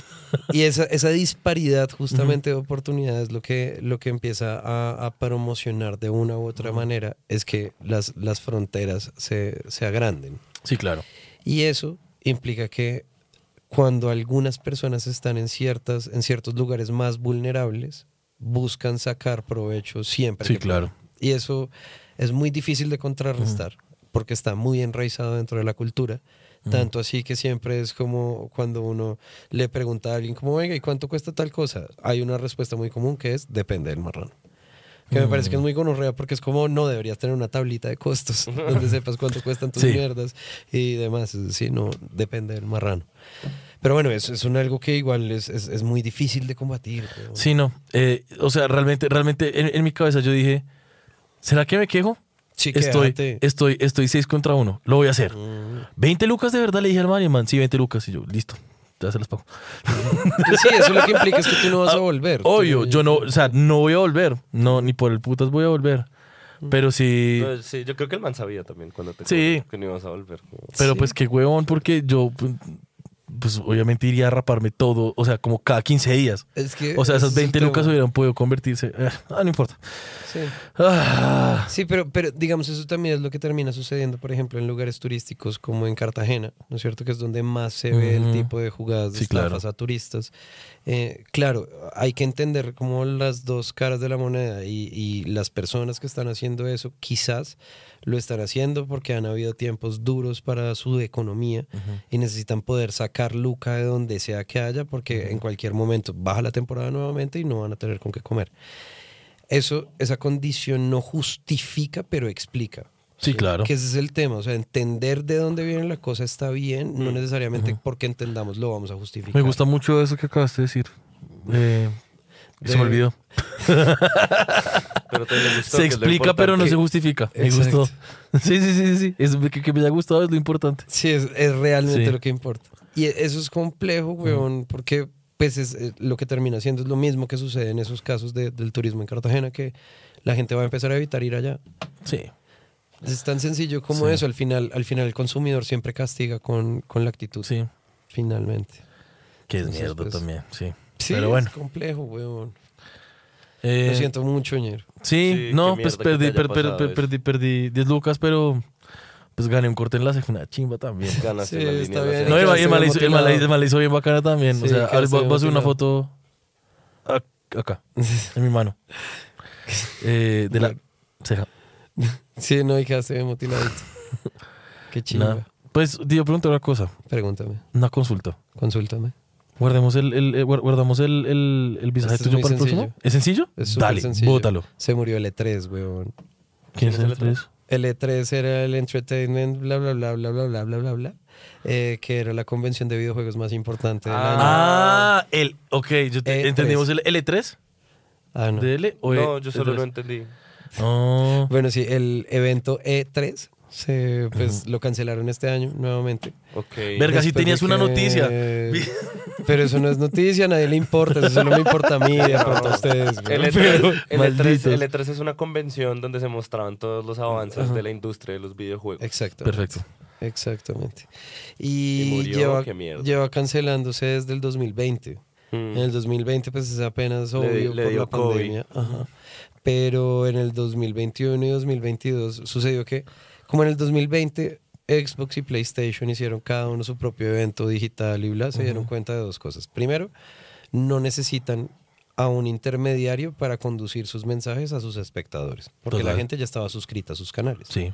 Speaker 4: Y esa, esa disparidad justamente de oportunidades lo que, lo que empieza a, a promocionar de una u otra manera es que las, las fronteras se, se agranden.
Speaker 3: Sí, claro.
Speaker 4: Y eso implica que cuando algunas personas están en, ciertas, en ciertos lugares más vulnerables, buscan sacar provecho siempre.
Speaker 3: Sí,
Speaker 4: que
Speaker 3: claro.
Speaker 4: y eso es muy difícil de contrarrestar porque está muy enraizado dentro de la cultura. Tanto así que siempre es como cuando uno le pregunta a alguien como, venga, ¿y cuánto cuesta tal cosa? Hay una respuesta muy común que es, depende del marrón. Que me parece que
Speaker 3: Mm.
Speaker 4: es muy gonorrea porque es como, no, deberías tener una tablita de costos donde sepas cuánto cuestan tus
Speaker 3: Sí.
Speaker 4: mierdas y demás. Es decir, no, depende del marrano. Pero bueno, es, es un algo que igual es, es- es muy difícil de combatir. weón.
Speaker 3: Sí, no. Eh, o sea, realmente, realmente en, en mi cabeza yo dije, ¿será que me quejo?
Speaker 4: Sí,
Speaker 3: estoy,
Speaker 4: quédate.
Speaker 3: estoy, estoy 6 contra 1. Lo voy a hacer.
Speaker 4: Mm.
Speaker 3: 20 lucas de verdad le dije al man y el man, sí, 20 lucas. Y yo, listo. Ya se las pago. Ah,
Speaker 4: Sí, eso lo que implica es que tú no vas a volver.
Speaker 3: Obvio,
Speaker 4: Tú-
Speaker 3: yo no, o sea, no voy a volver. No, ni por el putas voy a volver.
Speaker 4: Mm.
Speaker 3: Pero sí.
Speaker 6: No, sí, yo creo que el man sabía también cuando te
Speaker 3: Sí.
Speaker 6: conoció que no ibas a volver.
Speaker 3: Pero
Speaker 4: Sí.
Speaker 3: pues qué huevón, porque yo, pues, pues obviamente iría a raparme todo, o sea, como cada 15 días.
Speaker 4: Es que
Speaker 3: O sea,
Speaker 4: ese
Speaker 3: esas
Speaker 4: es el
Speaker 3: 20
Speaker 4: tema.
Speaker 3: lucas hubieran podido convertirse. eh, ah, no importa.
Speaker 4: Sí,
Speaker 3: Ah,
Speaker 4: Sí, pero, pero digamos, eso también es lo que termina sucediendo, por ejemplo, en lugares turísticos como en Cartagena, ¿no es cierto? Que es donde más se ve
Speaker 3: Ujú.
Speaker 4: el tipo de jugadas de
Speaker 3: Sí, claro.
Speaker 4: estafas a turistas. Eh, claro, hay que entender como las dos caras de la moneda y, y las personas que están haciendo eso quizás lo están haciendo porque han habido tiempos duros para su economía y necesitan poder sacar luca de donde sea que haya porque en cualquier momento baja la temporada nuevamente y no van a tener con qué comer. Eso, esa condición no justifica, pero explica.
Speaker 3: sí, claro.
Speaker 4: Que ese es el tema, o sea, entender de dónde viene la cosa está bien, no necesariamente porque entendamos lo vamos a justificar.
Speaker 3: Mm, Me gusta mucho eso que acabaste de decir. Eh, Se me
Speaker 4: De-
Speaker 3: olvidó.
Speaker 6: Pero te le gustó,
Speaker 3: Se
Speaker 6: que es lo
Speaker 3: explica, pero no
Speaker 6: importante.
Speaker 3: se justifica. Me
Speaker 4: Exacto.
Speaker 3: gustó. Sí, sí, sí, sí, sí. Es que, que me haya gustado es lo importante.
Speaker 4: Sí, es, es realmente
Speaker 3: Sí.
Speaker 4: lo que importa. Y e- eso es complejo, weón, porque pues es, eh, lo que termina siendo es lo mismo que sucede en esos casos de- del turismo en Cartagena, que la gente va a empezar a evitar ir allá.
Speaker 3: Sí.
Speaker 4: Es tan sencillo como eso, al final, al final el consumidor siempre castiga con, con la actitud,
Speaker 3: Sí.
Speaker 4: finalmente.
Speaker 3: Que es
Speaker 4: Entonces,
Speaker 3: mierda
Speaker 4: pues,
Speaker 3: también, sí.
Speaker 4: Sí,
Speaker 3: pero bueno.
Speaker 4: es compleño, weón.
Speaker 3: Eh,
Speaker 4: Lo siento mucho, ñero.
Speaker 3: Sí,
Speaker 6: Sí,
Speaker 3: no,
Speaker 6: qué
Speaker 3: pues
Speaker 6: mierda que te
Speaker 3: perdí,
Speaker 6: haya
Speaker 3: per- per-
Speaker 6: pasado
Speaker 3: per-
Speaker 6: eso.
Speaker 3: perdí, perdí 10 lucas, pero pues gané un corte en la una chimba también.
Speaker 6: Ganaste
Speaker 4: Sí,
Speaker 6: la línea
Speaker 4: está
Speaker 6: en la
Speaker 4: bien.
Speaker 6: ceja.
Speaker 3: No, el man- el
Speaker 4: quedaste
Speaker 3: man la hizo- el man la hizo-
Speaker 4: motivado.
Speaker 3: el man la hizo bien bacana también.
Speaker 4: Sí,
Speaker 3: o sea, ahora
Speaker 4: quedaste
Speaker 3: voy voy a hacer una
Speaker 4: motivado.
Speaker 3: foto ac- acá, en mi mano. Eh, de la ceja.
Speaker 4: Sí, no, y quedaste bien motivadito. Qué chingada.
Speaker 3: Nada. Pues te iba a preguntar una cosa,
Speaker 4: Pregúntame,
Speaker 3: una consulta.
Speaker 4: consúltame.
Speaker 3: Guardemos el, el, eh, guar- guardamos el, el, el visaje
Speaker 4: Este es
Speaker 3: tuyo
Speaker 4: muy
Speaker 3: para el próximo.
Speaker 4: sencillo.
Speaker 3: ¿Es sencillo?
Speaker 4: Es súper
Speaker 3: Dale,
Speaker 4: sencillo.
Speaker 3: bótalo.
Speaker 4: Se murió el E3, weón.
Speaker 3: ¿Quién es el tres?
Speaker 4: El E E3 era el entertainment, bla, bla, bla, bla, bla, bla, bla, bla, bla. eh, que era la convención de videojuegos más importante del año.
Speaker 3: Ah, el. Ok, yo te-
Speaker 4: E3.
Speaker 3: entendimos el L3.
Speaker 4: Ah, E no.
Speaker 3: ¿DL o E?
Speaker 6: No, yo solo no
Speaker 3: Entonces,
Speaker 6: entendí.
Speaker 3: No.
Speaker 4: Bueno, sí, el evento E3 se, pues, lo cancelaron este año nuevamente.
Speaker 6: Ok.
Speaker 3: Verga, sí
Speaker 4: Después
Speaker 3: tenías
Speaker 4: de
Speaker 3: una
Speaker 4: que-
Speaker 3: noticia.
Speaker 4: Pero eso no es noticia, a nadie le importa. Eso solo me importa a mí, de pronto a ustedes. güey.
Speaker 6: El
Speaker 3: E
Speaker 6: E3, el
Speaker 3: malditos.
Speaker 6: E3 el E3 es una convención donde se mostraban todos los avances de la industria de los videojuegos.
Speaker 4: Exacto.
Speaker 3: Perfecto.
Speaker 4: Exactamente.
Speaker 6: Y
Speaker 4: Y,
Speaker 6: murió,
Speaker 4: lleva,
Speaker 6: qué mierda. Hmm.
Speaker 4: lleva cancelándose desde el 2020. En el 2020 pues es apenas
Speaker 6: Le-
Speaker 4: obvio
Speaker 6: le
Speaker 4: por
Speaker 6: dio
Speaker 4: la pandemia. Ajá. Pero en el 2021 y 2022 sucedió que como en el 2020 Xbox y PlayStation hicieron cada uno su propio evento digital y bla, se dieron cuenta de dos cosas. Primero, no necesitan a un intermediario para conducir sus mensajes a sus espectadores, porque la
Speaker 3: Total.
Speaker 4: gente ya estaba suscrita a sus canales.
Speaker 3: Sí.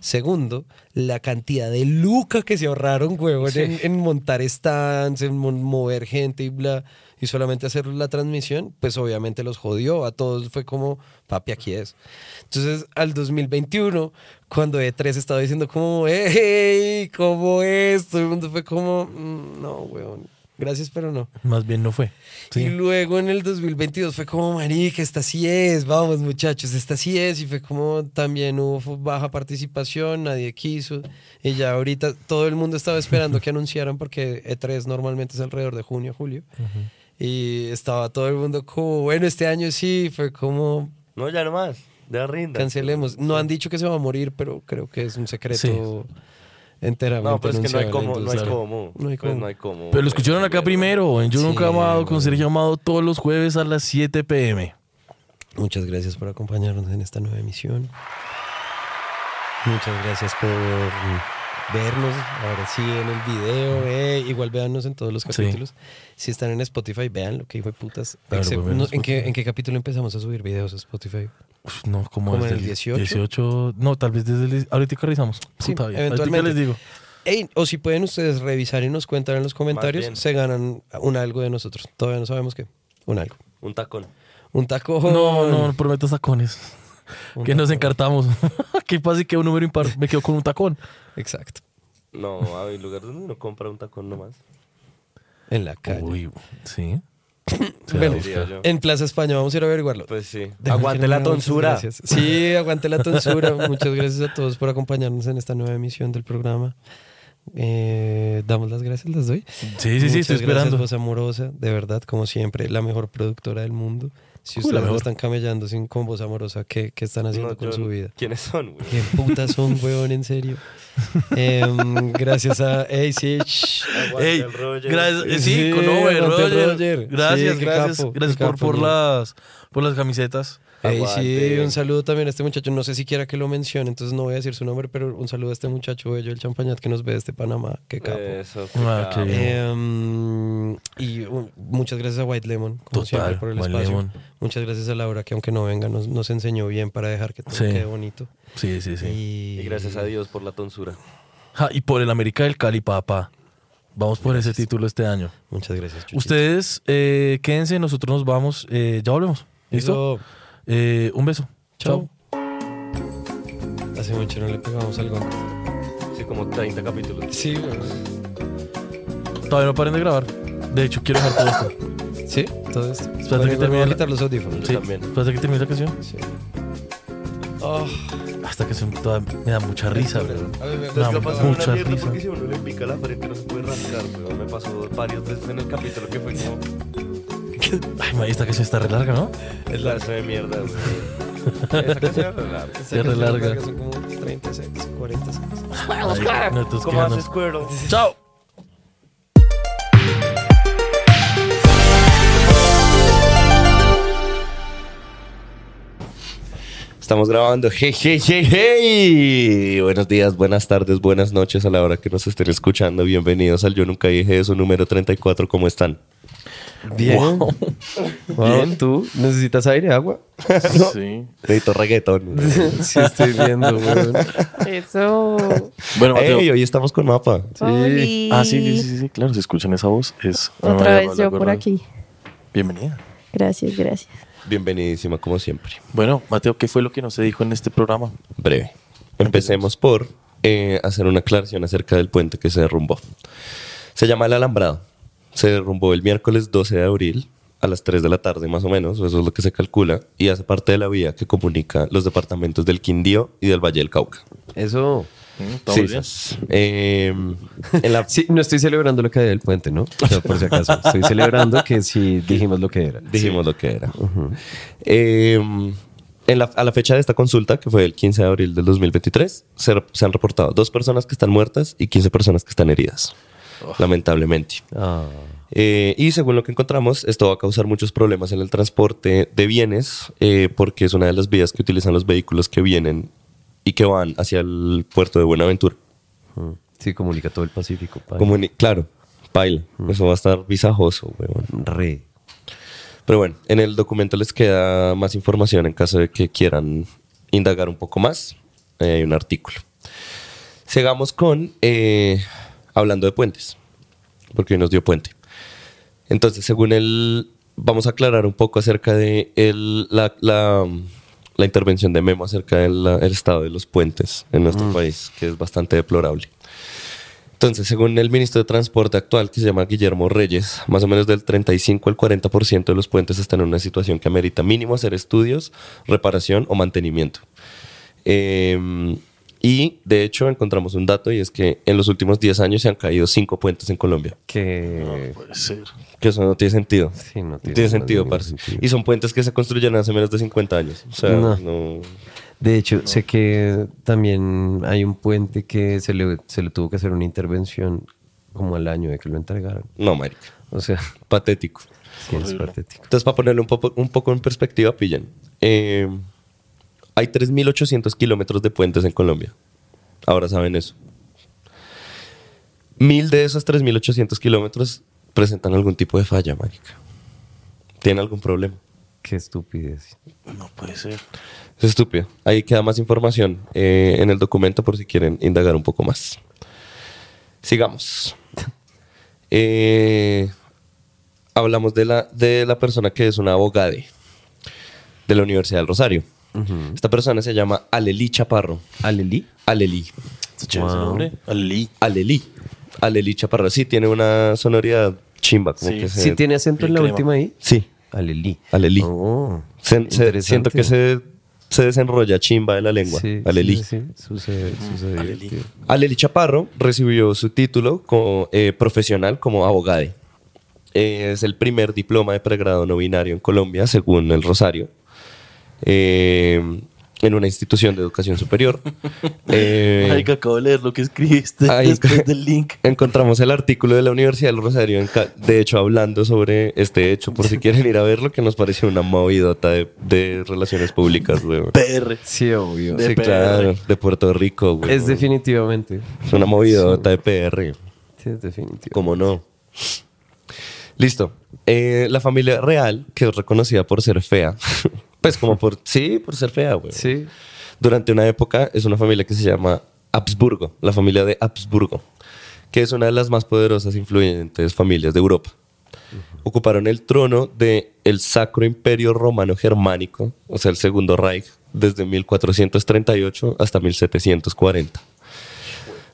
Speaker 4: Segundo, la cantidad de luca que se ahorraron, huevón, en, en montar stands, en mon- mover gente y bla, y solamente hacer la transmisión, pues obviamente los jodió. A todos fue como, papi, aquí es. Entonces, al 2021, cuando E3 estaba diciendo como, hey, ¿cómo es? Todo el mundo fue como, "Mm, no, huevón, gracias, pero no.
Speaker 3: Más bien no fue.
Speaker 4: Y
Speaker 3: Sí.
Speaker 4: luego en el 2022 fue como, marica, esta sí es, vamos muchachos, esta sí es. Y fue como, también hubo fu- baja participación, nadie quiso. Y ya ahorita todo el mundo estaba esperando que anunciaran porque E3 normalmente es alrededor de junio, julio. Y estaba todo el mundo como, bueno, este año sí, fue como,
Speaker 6: No, ya nomás. Ya rinda.
Speaker 4: cancelemos. No han dicho que se va a morir, pero creo que es un secreto enteramente
Speaker 6: No, pero es que no hay
Speaker 4: anunciado en la
Speaker 6: cómo. No hay
Speaker 4: industria.
Speaker 6: cómo.
Speaker 4: No hay
Speaker 6: Pues
Speaker 4: cómo.
Speaker 6: no hay cómo,
Speaker 3: Pero lo
Speaker 6: güey,
Speaker 3: escucharon acá primero en Yo
Speaker 4: Sí,
Speaker 3: Nunca Amado con
Speaker 4: güey.
Speaker 3: Sergio Amado todos los jueves a las 7 pm.
Speaker 4: Muchas gracias por acompañarnos en esta nueva emisión. Muchas gracias por mm, vernos ahora sí en el video. eh. Igual véannos en todos los capítulos. Si están en Spotify, vean lo que hijo de putas.
Speaker 3: Claro,
Speaker 4: Except-
Speaker 3: pues, vean
Speaker 4: no, ¿en,
Speaker 3: Spotify.
Speaker 4: qué, en qué capítulo empezamos a subir videos a Spotify?
Speaker 3: Uf, no, como
Speaker 4: ¿Como en
Speaker 3: desde
Speaker 4: el 18?
Speaker 3: 18. No, tal vez desde el. Ahorita revisamos.
Speaker 4: Sí,
Speaker 3: Puta vida. Ahorita
Speaker 4: eventualmente.
Speaker 3: les digo.
Speaker 4: Ey, o si pueden ustedes revisar y nos cuentan en los
Speaker 6: bien.
Speaker 4: comentarios, se ganan un algo de nosotros. Todavía no sabemos qué. Un algo.
Speaker 6: Un tacón.
Speaker 4: Un taco.
Speaker 3: No, no, no prometo tacones. Que nos encartamos. que pase que un número impar. Me quedo con un tacón.
Speaker 4: Exacto.
Speaker 6: No, ah, hay lugares donde uno compra un tacón nomás.
Speaker 4: En la calle.
Speaker 3: Uy, sí.
Speaker 4: Bueno,
Speaker 6: diría yo.
Speaker 4: en Plaza España, vamos a ir a averiguarlo.
Speaker 6: Pues sí.
Speaker 4: De
Speaker 6: Aguante
Speaker 4: cualquier
Speaker 6: la
Speaker 4: manera, muchas
Speaker 6: tonsura.
Speaker 4: gracias. Sí, aguante la tonsura. Muchas gracias a todos por acompañarnos en esta nueva emisión del programa. Eh, damos las gracias, las doy.
Speaker 3: Sí, sí, sí, estoy
Speaker 4: Muchas Gracias,
Speaker 3: esperando.
Speaker 4: Voz Amorosa, de verdad, como siempre, la mejor productora del mundo. Si
Speaker 3: Uy, la
Speaker 4: ustedes no
Speaker 3: mejor.
Speaker 4: están camellando sin, con Voz Amorosa, ¿qué, qué están haciendo
Speaker 6: No,
Speaker 4: con
Speaker 6: yo-
Speaker 4: su vida?
Speaker 6: ¿Quiénes son, güey?
Speaker 4: Qué putas son, weón, en serio. Em, gracias a ACH.
Speaker 6: Aguante
Speaker 3: Ey,
Speaker 6: el Roger.
Speaker 3: gracias, eh, sí,
Speaker 4: Sí,
Speaker 3: con Over,
Speaker 4: aguante el
Speaker 3: Roger.
Speaker 4: Roger.
Speaker 3: Gracias,
Speaker 4: Sí, qué
Speaker 3: gracias,
Speaker 4: capo,
Speaker 3: gracias
Speaker 4: qué
Speaker 3: por,
Speaker 4: capo,
Speaker 3: por
Speaker 4: mira.
Speaker 3: las por las camisetas.
Speaker 4: Ey, Eh, sí,
Speaker 6: Aguante.
Speaker 4: un saludo también a este muchacho. No sé si quiera que lo mencione, entonces no voy a decir su nombre, pero un saludo a este muchacho bello, el champañat que nos ve desde Panamá. Qué capo.
Speaker 6: Eso,
Speaker 3: Ah, qué
Speaker 6: capo.
Speaker 3: bien.
Speaker 4: Em, y um, muchas gracias a White Lemon, como
Speaker 3: Total,
Speaker 4: siempre, por el
Speaker 3: White
Speaker 4: espacio.
Speaker 3: Lemon.
Speaker 4: Muchas gracias a Laura, que aunque no venga, nos, nos enseñó bien para dejar que todo
Speaker 3: Sí.
Speaker 4: quede bonito.
Speaker 3: Sí, sí, sí.
Speaker 4: Y,
Speaker 6: Y gracias a Dios por la tonsura.
Speaker 3: Ja, y por el América del Cali, papá. Vamos por ese título este año.
Speaker 4: Muchas gracias. Chuchito.
Speaker 3: Ustedes eh, quédense, nosotros nos vamos. eh, ya volvemos. ¿Listo?
Speaker 4: Eso,
Speaker 3: Eh, un beso.
Speaker 4: Chao. Hace mucho no le pegamos algo.
Speaker 6: Sí, como 30 capítulos.
Speaker 4: Sí,
Speaker 3: Todavía no paren de grabar. De hecho, quiero dejar todo esto.
Speaker 4: Sí, todo esto.
Speaker 3: Espérate
Speaker 4: Bueno,
Speaker 3: que
Speaker 4: igual me voy
Speaker 3: termine
Speaker 4: a
Speaker 3: la-
Speaker 4: quitar los audífonos.
Speaker 3: Sí,
Speaker 6: también.
Speaker 3: hasta que termine la canción.
Speaker 4: Sí. Oh.
Speaker 3: Hasta que se toda- me da mucha risa, bro.
Speaker 4: A ver, me-
Speaker 3: No,
Speaker 6: Está pasando
Speaker 3: mucha
Speaker 6: una mierda
Speaker 3: risa.
Speaker 6: porque si uno le pica la frente no se puede rascar, weón. Me pasó varias veces en el capítulo que fue como...
Speaker 3: Ay, ma, esta canción está re larga, ¿no?
Speaker 6: Es la de mierda, güey. Esa canción es larga.
Speaker 4: Esa
Speaker 3: Se
Speaker 4: canción
Speaker 3: relarga.
Speaker 4: larga Son como 30 segundos, 40 segundos.
Speaker 3: Ay, no, entonces,
Speaker 6: ¿Cómo
Speaker 3: quédanos.
Speaker 6: haces cuero?
Speaker 3: Chao.
Speaker 6: Estamos grabando. Hey, hey, hey, hey. Buenos días, buenas tardes, buenas noches a la hora que nos estén escuchando. Bienvenidos al Yo Nunca Dije Eso número 34. ¿Cómo están?
Speaker 4: Bien. Bien, tú. ¿Necesitas aire, agua?
Speaker 5: Sí.
Speaker 6: Necesito reggaetón.
Speaker 4: sí, estoy viendo, weón.
Speaker 9: Eso.
Speaker 5: Bueno, Mateo.
Speaker 6: Ey, hoy estamos con mapa.
Speaker 9: Oli.
Speaker 5: Ah, sí, sí, sí, sí, claro, si escuchan esa voz es... Ana
Speaker 9: Otra
Speaker 5: María
Speaker 9: vez yo
Speaker 5: Paula
Speaker 9: por
Speaker 5: Guerrero.
Speaker 9: aquí.
Speaker 5: Bienvenida.
Speaker 9: Gracias, gracias.
Speaker 6: Bienvenidísima, como siempre.
Speaker 5: Bueno, Mateo, ¿qué fue lo que no se dijo en este programa?
Speaker 6: Breve. Empecemos por eh, hacer una aclaración acerca del puente que se derrumbó. Se llama El Alambrado. Se derrumbó el miércoles 12 de abril a las 3 de la tarde más o menos, eso es lo que se calcula, y hace parte de la vía que comunica los departamentos del Quindío y del Valle del Cauca.
Speaker 4: Eso.
Speaker 5: mm, Todo
Speaker 6: Sí,
Speaker 5: bien.
Speaker 6: esas. Eh, en la-
Speaker 4: Sí, no estoy celebrando la caída del puente, ¿no? O sea, por si acaso. Estoy celebrando que sí dijimos lo que era.
Speaker 6: dijimos lo que era. Eh, en la- a la fecha de esta consulta, que fue el 15 de abril del 2023, se, re- se han reportado dos personas que están muertas y 15 personas que están heridas, lamentablemente.
Speaker 4: Ah.
Speaker 6: Eh, y según lo que encontramos, esto va a causar muchos problemas en el transporte de bienes, eh, porque es una de las vías que utilizan los vehículos que vienen y que van hacia el puerto de Buenaventura.
Speaker 4: Mm. Sí, comunica todo el Pacífico. pa.
Speaker 6: Comuni- claro, paila. Eso va a estar visajoso, weón.
Speaker 4: Re.
Speaker 6: Pero bueno, en el documento les queda más información en caso de que quieran indagar un poco más. Eh, hay un artículo. Sigamos con eh, hablando de puentes, porque hoy nos dio puente. Entonces, según él, vamos a aclarar un poco acerca de el- la, la- la intervención de Memo acerca del la- el estado de los puentes en nuestro país, que es bastante deplorable. Entonces, según el ministro de Transporte actual, que se llama Guillermo Reyes, más o menos del 35 al 40% de los puentes están en una situación que amerita mínimo hacer estudios, reparación o mantenimiento. Eh, y de hecho encontramos un dato y es que en los últimos 10 años se han caído 5 puentes en Colombia,
Speaker 4: Que.
Speaker 6: que eso no tiene sentido.
Speaker 4: Sí, no
Speaker 6: No
Speaker 4: tiene
Speaker 6: tiene,
Speaker 4: nada,
Speaker 6: sentido,
Speaker 4: ningún
Speaker 6: parce.
Speaker 4: sentido.
Speaker 6: Y son puentes que se construyeron hace menos de 50 años. O sea,
Speaker 4: No.
Speaker 6: no-
Speaker 4: De hecho, sé que también hay un puente que se le, se le tuvo que hacer una intervención como al año de que lo entregaron.
Speaker 6: no, marica.
Speaker 4: O sea,
Speaker 6: Patético.
Speaker 4: sí, es patético.
Speaker 6: Entonces, para ponerlo un poco, un poco en perspectiva, pillen. Eh, hay 3.800 kilómetros de puentes en Colombia. Ahora saben eso. Mil de esos 3.800 kilómetros presentan algún tipo de falla, marica. Tienen algún problema.
Speaker 4: Qué estupidez.
Speaker 6: Es estúpido. Ahí queda más información eh, en el documento por si quieren indagar un poco más. Sigamos. Eh, hablamos de la, de la persona que es una abogada de la Universidad del Rosario. Esta persona se llama Aleli Chaparro.
Speaker 4: ¿Alelí?
Speaker 6: Aleli.
Speaker 3: nombre?
Speaker 7: Ali.
Speaker 6: Aleli. Aleli Chaparro. Sí, tiene una sonoridad chimba. Como que se-
Speaker 4: ¿Sí tiene acento en la
Speaker 7: crema.
Speaker 4: última ahí?
Speaker 6: Sí.
Speaker 4: Alelí.
Speaker 6: Alelí.
Speaker 4: Oh,
Speaker 6: Se- se-
Speaker 4: interesante.
Speaker 6: siento que se, se desenrolla chimba de la lengua.
Speaker 4: Sí,
Speaker 6: Alelí.
Speaker 4: sí, sí, sucede, sucede. tío.
Speaker 6: Aleli Chaparro recibió su título como, eh, profesional como abogado. es el primer diploma de pregrado no binario en Colombia, según el Rosario, eh, en una institución de educación superior. Eh,
Speaker 7: Ay, que acabo de leer lo que escribiste
Speaker 6: Ahí-
Speaker 7: después del link.
Speaker 6: Encontramos el artículo de la Universidad del Rosario, en ca- de hecho, hablando sobre este hecho, por si quieren ir a verlo, que nos pareció una movidota de, de relaciones públicas, güey.
Speaker 7: PR.
Speaker 4: Sí, obvio.
Speaker 6: Sí,
Speaker 7: de PR.
Speaker 6: claro, de Puerto Rico, güey.
Speaker 4: Es definitivamente.
Speaker 6: Es una movidota de PR.
Speaker 4: Sí, es definitivo.
Speaker 6: ¿Cómo no? Listo. Eh, la familia real, que es reconocida por ser fea, pues como por... Sí, por ser fea, güey.
Speaker 4: Sí.
Speaker 6: Durante una época es una familia que se llama Habsburgo, la familia de Habsburgo, que es una de las más poderosas e influyentes familias de Europa. Ocuparon el trono del el Sacro Imperio Romano Germánico, o sea, el Segundo Reich, desde 1438 hasta 1740.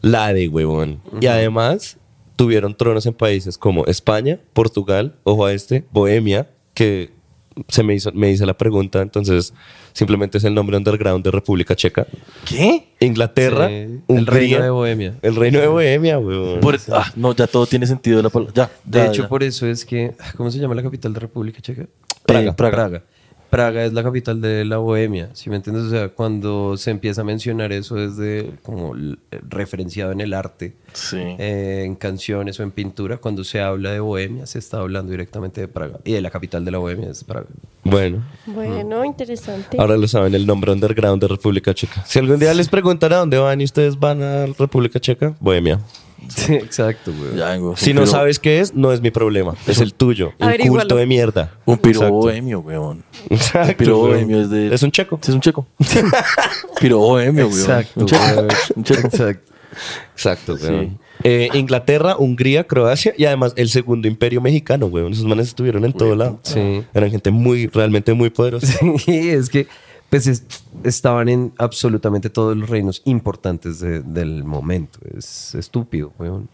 Speaker 6: La de huevón. Y además tuvieron tronos en países como España, Portugal, ojo a este, Bohemia, que se me hizo, me hice la pregunta, entonces simplemente es el nombre underground de República Checa.
Speaker 7: ¿Qué?
Speaker 6: Inglaterra,
Speaker 4: Sí, el
Speaker 6: Hungría,
Speaker 4: reino de Bohemia.
Speaker 6: El reino de Bohemia, huevón.
Speaker 7: Por- ah, no, ya todo tiene sentido la palabra. Ya,
Speaker 4: De
Speaker 7: ya,
Speaker 4: hecho,
Speaker 7: ya.
Speaker 4: por eso es que.
Speaker 7: ah,
Speaker 4: ¿Cómo se llama la capital de República Checa? Eh,
Speaker 7: Praga.
Speaker 4: Praga. Praga. Praga es la capital de la Bohemia, si me entiendes? O sea, cuando se empieza a mencionar eso desde como l- eh, referenciado en el arte,
Speaker 7: Sí.
Speaker 4: eh, en canciones o en pintura, cuando se habla de Bohemia se está hablando directamente de Praga. Y de la capital de la Bohemia es Praga.
Speaker 6: Bueno,
Speaker 9: Bueno, interesante.
Speaker 6: Mm. ahora lo saben, el nombre underground de República Checa. Si algún día les preguntan a dónde van y ustedes van a República Checa, Bohemia.
Speaker 4: Sí, exacto, güey.
Speaker 7: Ya, güey,
Speaker 6: Si
Speaker 7: un
Speaker 6: no
Speaker 7: piro-
Speaker 6: sabes qué es, no es mi problema. Es el tuyo.
Speaker 9: Averígualo.
Speaker 6: Inculto de mierda.
Speaker 7: Un piro
Speaker 6: Exacto.
Speaker 7: bohemio, weón.
Speaker 6: Exacto,
Speaker 7: Un piro
Speaker 6: weón.
Speaker 7: bohemio es de.
Speaker 6: Es un checo.
Speaker 7: Sí, es un checo. piro bohemio, weón.
Speaker 4: Exacto,
Speaker 7: Un checo.
Speaker 4: güey.
Speaker 7: Un checo.
Speaker 4: Exacto.
Speaker 6: Exacto, weón. Eh, Inglaterra, Hungría, Croacia y además el segundo imperio mexicano, weón. Esos manes estuvieron en todo lado.
Speaker 4: Sí.
Speaker 6: Eran gente muy, realmente muy poderosa.
Speaker 4: Sí, es que, pues es,
Speaker 7: estaban en absolutamente todos los reinos importantes de- del momento. Es estúpido, weón.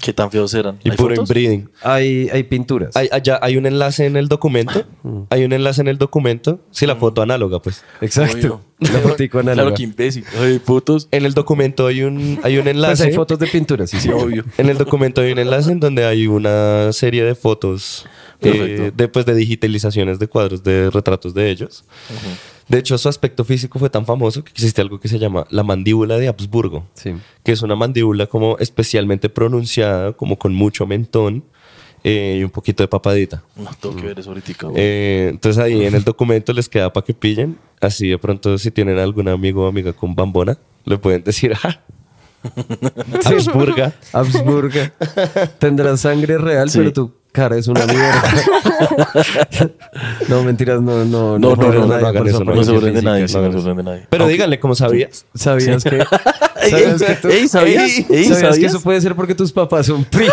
Speaker 3: ¿Qué tan feos eran?
Speaker 6: Y
Speaker 3: ¿Hay
Speaker 6: puro
Speaker 3: fotos?
Speaker 6: inbreeding.
Speaker 7: Hay, hay pinturas.
Speaker 6: Hay, allá, hay un enlace en el documento. Hay un enlace en el documento. Sí, la foto análoga, pues.
Speaker 7: Exacto. La fotico análoga.
Speaker 3: Claro que imbécil. Hay fotos.
Speaker 6: En el documento hay un, hay un
Speaker 7: Pues
Speaker 6: enlace.
Speaker 7: hay fotos de pinturas, sí, sí.
Speaker 3: Sí, obvio.
Speaker 6: En el documento hay un enlace en donde hay una serie de fotos eh,
Speaker 3: Perfecto.
Speaker 6: de, pues, de digitalizaciones de cuadros, de retratos de ellos. De hecho, su aspecto físico fue tan famoso que existe algo que se llama la mandíbula de Habsburgo,
Speaker 7: Sí.
Speaker 6: que es una mandíbula como especialmente pronunciada, como con mucho mentón eh, y un poquito de papadita.
Speaker 3: No, tengo que ver eso ahorita. güey.
Speaker 6: Eh, entonces ahí en el documento les queda para que pillen. Así de pronto si tienen algún amigo o amiga con bambona, le pueden decir, ¡ah! Habsburga.
Speaker 7: Habsburga. Tendrás sangre real,
Speaker 3: Sí.
Speaker 7: pero tu cara es una mierda. no, mentiras, no, no,
Speaker 3: No, no, no,
Speaker 7: jodan a
Speaker 3: no,
Speaker 7: nadie
Speaker 6: no hagan
Speaker 7: por esa
Speaker 6: eso,
Speaker 3: No se
Speaker 7: apariencia
Speaker 3: sorprende
Speaker 7: física,
Speaker 3: nadie, sí, no
Speaker 7: no hagan
Speaker 3: se
Speaker 7: eso.
Speaker 3: sorprende nadie.
Speaker 6: Pero díganle, ¿cómo sabías?
Speaker 7: ¿Sabías que? ¿Sabías que tú-
Speaker 3: Ey, ¿sabías?
Speaker 7: Ey,
Speaker 3: Ey,
Speaker 7: ¿sabías que
Speaker 3: ¿sabías?
Speaker 7: eso puede ser porque tus papás son pri?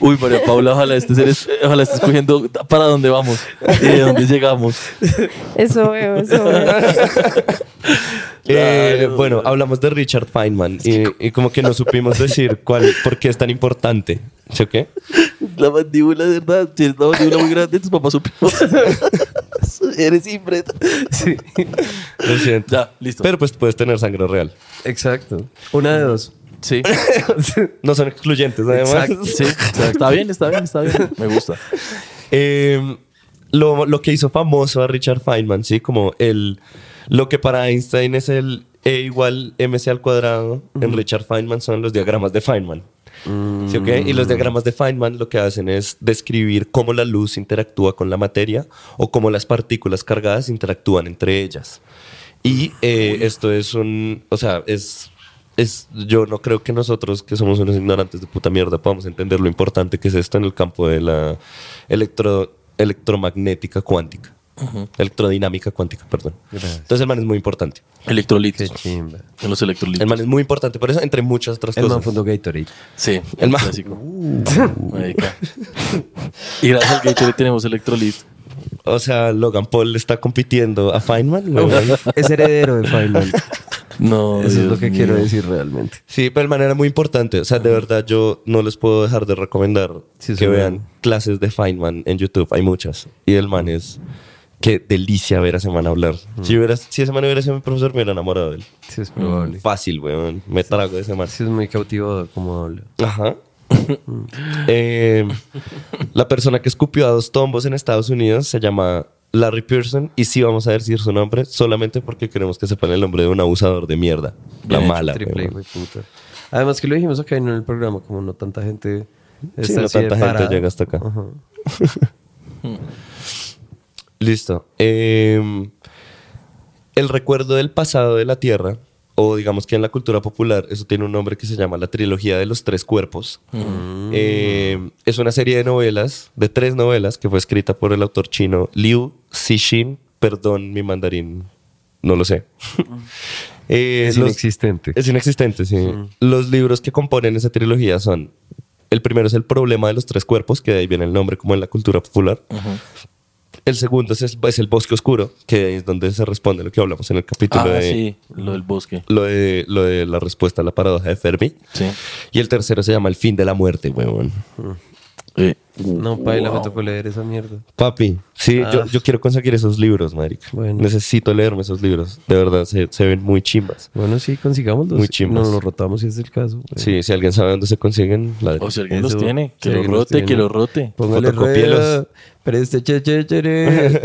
Speaker 3: Uy, María Paula, ojalá estés, eres- ojalá estés cogiendo para dónde vamos y de dónde llegamos.
Speaker 9: Eso veo, eso veo.
Speaker 6: Eh, bueno, hablamos de Richard Feynman y, y como que no supimos decir cuál, por qué es tan importante. ¿Sí o qué?
Speaker 3: La mandíbula, de verdad. Tienes una mandíbula muy grande, tus papás supimos. Eres impreta.
Speaker 7: Sí.
Speaker 6: Lo siento.
Speaker 3: Ya, listo.
Speaker 6: Pero pues puedes tener sangre real.
Speaker 7: Exacto. Una de dos.
Speaker 3: sí.
Speaker 6: No son excluyentes, además.
Speaker 7: Exacto.
Speaker 3: Sí, o sea, está bien, está bien, está bien. Me gusta.
Speaker 6: Eh, lo, lo que hizo famoso a Richard Feynman, ¿sí? Como el, lo que para Einstein es el E igual mc al cuadrado, en Richard Feynman son los diagramas de Feynman. ¿Sí, ok? Y los diagramas de Feynman lo que hacen es describir cómo la luz interactúa con la materia o cómo las partículas cargadas interactúan entre ellas. Y eh, esto es un, o sea, es, es, yo no creo que nosotros que somos unos ignorantes de puta mierda podamos entender lo importante que es esto en el campo de la electro, electromagnética cuántica. Electrodinámica cuántica, perdón. Entonces el man es muy importante.
Speaker 3: Electrolitos.
Speaker 7: Qué chimba.
Speaker 3: En los
Speaker 6: El
Speaker 3: electrolitos.
Speaker 6: man es muy importante, por eso entre muchas otras
Speaker 7: El man
Speaker 6: cosas.
Speaker 7: fundó Gatorade.
Speaker 3: Sí,
Speaker 6: El ma-
Speaker 3: clásico. Marica. Y gracias al Gatorade tenemos electrolit.
Speaker 6: O sea, Logan Paul está compitiendo a Feynman. güey.
Speaker 7: Es heredero de Feynman.
Speaker 6: Oh,
Speaker 3: No,
Speaker 7: Eso es
Speaker 3: Dios
Speaker 7: lo que
Speaker 3: mío.
Speaker 7: quiero decir realmente.
Speaker 6: Sí, pero de manera muy importante. O sea, de verdad, yo no les puedo dejar de recomendar
Speaker 7: Sí,
Speaker 6: que
Speaker 7: sí,
Speaker 6: vean
Speaker 7: man.
Speaker 6: clases de Feynman en YouTube. Hay muchas. Y el man es. Qué delicia ver a ese man hablar. Si, hubiera, si ese man hubiera sido mi profesor, me hubiera enamorado de él.
Speaker 7: Sí, es probable.
Speaker 6: Fácil, weón. Me trago de ese man.
Speaker 7: Sí, es muy cautivador como habla.
Speaker 6: Ajá. Eh, la persona que escupió a dos tombos en Estados Unidos se llama Larry Pearson. Y sí, vamos a decir su nombre solamente porque queremos que sepan el nombre de un abusador de mierda. La
Speaker 7: Bien hecho,
Speaker 6: mala.
Speaker 7: triple,
Speaker 6: weón.
Speaker 7: güey, puta. Además que lo dijimos acá en el programa, como no tanta gente
Speaker 6: Sí,
Speaker 7: está
Speaker 6: no
Speaker 7: así de
Speaker 6: tanta gente
Speaker 7: parada.
Speaker 6: llega hasta acá.
Speaker 7: Ajá.
Speaker 6: Listo. Eh, el recuerdo del pasado de la Tierra, o digamos que en la cultura popular, eso tiene un nombre que se llama la trilogía de los tres cuerpos. Eh, es una serie de novelas, de tres novelas, que fue escrita por el autor chino Liu Cixin. Perdón, mi mandarín, no lo sé. Eh,
Speaker 7: Es
Speaker 6: los-
Speaker 7: inexistente.
Speaker 6: es inexistente, sí. Los libros que componen esa trilogía son. El primero es El problema de los tres cuerpos, que de ahí viene el nombre como en la cultura popular. El segundo es, es El bosque oscuro, que es donde se responde lo que hablamos en el capítulo
Speaker 3: Ah,
Speaker 6: de,
Speaker 3: sí, lo del bosque.
Speaker 6: lo de lo de la respuesta a la paradoja de Fermi.
Speaker 3: Sí.
Speaker 6: Y el tercero se llama El fin de la muerte, huevón.
Speaker 3: Eh,
Speaker 7: No, paila, me tocó leer esa mierda.
Speaker 6: Papi, sí,
Speaker 7: Ah.
Speaker 6: yo, yo quiero conseguir esos libros, marica.
Speaker 7: Bueno.
Speaker 6: Necesito leerme esos libros. De verdad, se, se ven muy chimbas.
Speaker 7: Bueno, sí, consigámoslo.
Speaker 6: Muy
Speaker 7: Sí,
Speaker 6: chimbas.
Speaker 7: No lo rotamos si es el caso. güey.
Speaker 6: Sí, si alguien sabe dónde se consiguen, la
Speaker 3: o si alguien los
Speaker 7: Eso-
Speaker 3: tiene, que
Speaker 7: si
Speaker 3: lo
Speaker 7: alguien los
Speaker 3: rote, que
Speaker 7: tiene.
Speaker 3: lo rote.
Speaker 7: Póngale
Speaker 6: Fotocopielos.
Speaker 7: rueda, preste che, che, che, re.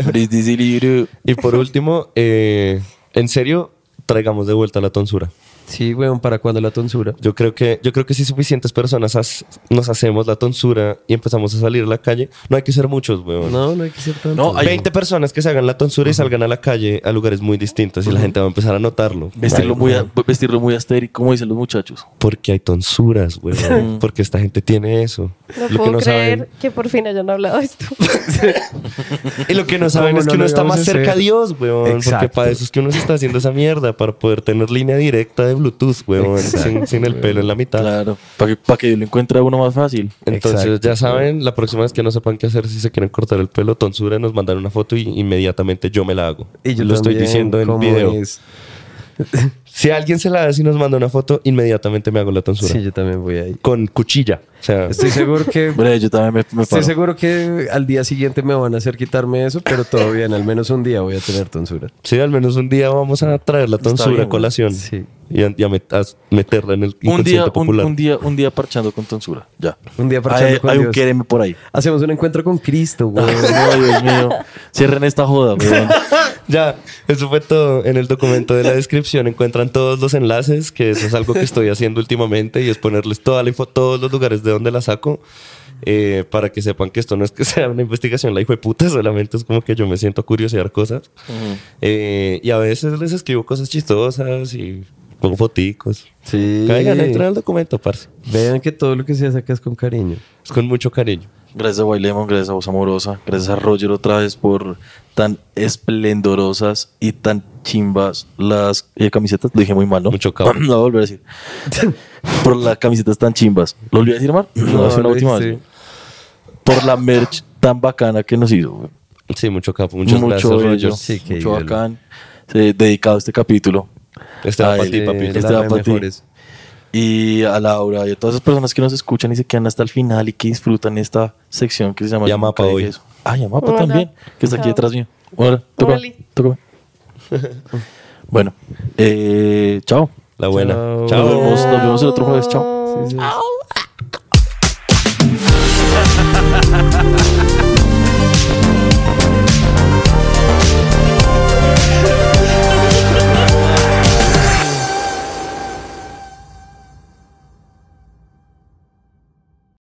Speaker 6: Y por último, eh, en serio, traigamos de vuelta la tonsura.
Speaker 7: Sí, weón, ¿para cuándo la tonsura?
Speaker 6: Yo creo que, yo creo que si suficientes personas has- nos hacemos la tonsura y empezamos a salir a la calle, no hay que ser muchos, weón.
Speaker 7: No, no hay que ser tanto.
Speaker 3: No, hay-
Speaker 6: 20 personas que se hagan la tonsura y salgan a la calle a lugares muy distintos y la gente va a empezar a notarlo.
Speaker 3: vestirlo,
Speaker 6: Ay,
Speaker 3: muy, a-
Speaker 6: weón,
Speaker 3: vestirlo muy astérico, como dicen los muchachos.
Speaker 6: Porque hay tonsuras, weón. porque esta gente tiene eso.
Speaker 9: No
Speaker 6: lo que
Speaker 9: puedo
Speaker 6: no
Speaker 9: creer
Speaker 6: saben.
Speaker 9: que por fin hayan hablado de esto.
Speaker 6: Y lo que no saben
Speaker 7: ¿Cómo
Speaker 6: es
Speaker 7: no
Speaker 6: que
Speaker 7: lo
Speaker 6: uno está
Speaker 7: íbamos
Speaker 6: más
Speaker 7: a hacer?
Speaker 6: cerca a Dios, weón. Porque
Speaker 7: Exacto.
Speaker 6: para eso es que uno se está haciendo esa mierda, para poder tener línea directa de Bluetooth, weón,
Speaker 3: Exacto,
Speaker 6: sin, sin el
Speaker 3: weón.
Speaker 6: pelo en la mitad.
Speaker 3: Claro, para que, pa' que lo encuentre uno más fácil.
Speaker 6: Entonces,
Speaker 4: Exacto,
Speaker 6: ya saben, la próxima vez que no sepan qué hacer, si se quieren cortar el pelo, tonsura, nos mandan una foto y inmediatamente yo me la hago. lo estoy diciendo en video. Si alguien se la hace y nos manda una foto, inmediatamente me hago la tonsura.
Speaker 4: Sí, yo también voy ahí.
Speaker 6: Con cuchilla. O sea,
Speaker 4: Estoy seguro que
Speaker 3: Hombre, yo también me, me
Speaker 4: Estoy
Speaker 3: paro.
Speaker 4: seguro que al día siguiente me van a hacer quitarme eso, pero todo bien, al menos un día voy a tener tonsura.
Speaker 6: sí, al menos un día vamos a traer la tonsura
Speaker 3: bien,
Speaker 6: a colación.
Speaker 4: Sí.
Speaker 6: Y, a, y a met- a meterla en el
Speaker 3: Un día,
Speaker 6: inconsciente
Speaker 3: un,
Speaker 6: popular.
Speaker 3: un día, un día parchando con tonsura. Ya.
Speaker 4: Un día parchando
Speaker 3: Hay,
Speaker 4: con
Speaker 3: hay un
Speaker 4: Dios.
Speaker 3: quéreme por ahí.
Speaker 4: Hacemos un encuentro con Cristo,
Speaker 3: No,
Speaker 4: güey.
Speaker 3: Dios mío. Cierren esta joda, weón.
Speaker 6: Ya, eso fue todo. En el documento de la descripción encuentran todos los enlaces, que eso es algo que estoy haciendo últimamente y es ponerles toda la info, todos los lugares de donde la saco, eh, para que sepan que esto no es que sea una investigación, la hijo de puta, solamente es como que yo me siento a curiosear cosas. Eh, y a veces les escribo cosas chistosas y pongo foticos.
Speaker 4: Sí.
Speaker 6: Caigan, entren al documento, parce.
Speaker 4: Vean que todo lo que se saca es con cariño.
Speaker 6: Es con mucho cariño.
Speaker 3: Gracias a Wailemon, gracias a Voz Amorosa, gracias a Roger otra vez por tan esplendorosas y tan chimbas las eh, camisetas. Lo dije muy mal, ¿no?
Speaker 6: Mucho cabo.
Speaker 3: Lo voy a volver a decir. por las camisetas tan chimbas. ¿Lo olvidé decir mal? No, es una
Speaker 4: lo
Speaker 3: última
Speaker 4: dijiste
Speaker 3: vez. Por la merch tan bacana que nos hizo. güey.
Speaker 6: Sí, mucho capo. Muchas gracias,
Speaker 3: bello,
Speaker 6: Roger.
Speaker 4: Sí, qué
Speaker 3: mucho
Speaker 4: ídolo.
Speaker 3: bacán. eh, dedicado a este capítulo.
Speaker 6: Este va
Speaker 3: Ay,
Speaker 6: para ti,
Speaker 3: eh,
Speaker 6: papi.
Speaker 4: bien.
Speaker 3: Este
Speaker 4: Las
Speaker 3: va pa' ti.
Speaker 4: mejores.
Speaker 3: Y a Laura y a todas esas personas que nos escuchan y se quedan hasta el final y que disfrutan esta sección que se llama
Speaker 6: Y a Mapa
Speaker 3: Nunca
Speaker 6: hoy.
Speaker 3: Dije Eso. Ah, y a Mapa
Speaker 10: Hola.
Speaker 3: también, que está aquí
Speaker 10: Chao.
Speaker 3: detrás mío. Hola, tócame,
Speaker 10: Oli.
Speaker 3: tócame. bueno, eh, chao.
Speaker 6: La buena.
Speaker 4: Chao.
Speaker 3: Nos
Speaker 6: Chao.
Speaker 3: vemos, nos vemos el otro jueves, chao.
Speaker 4: Sí, sí.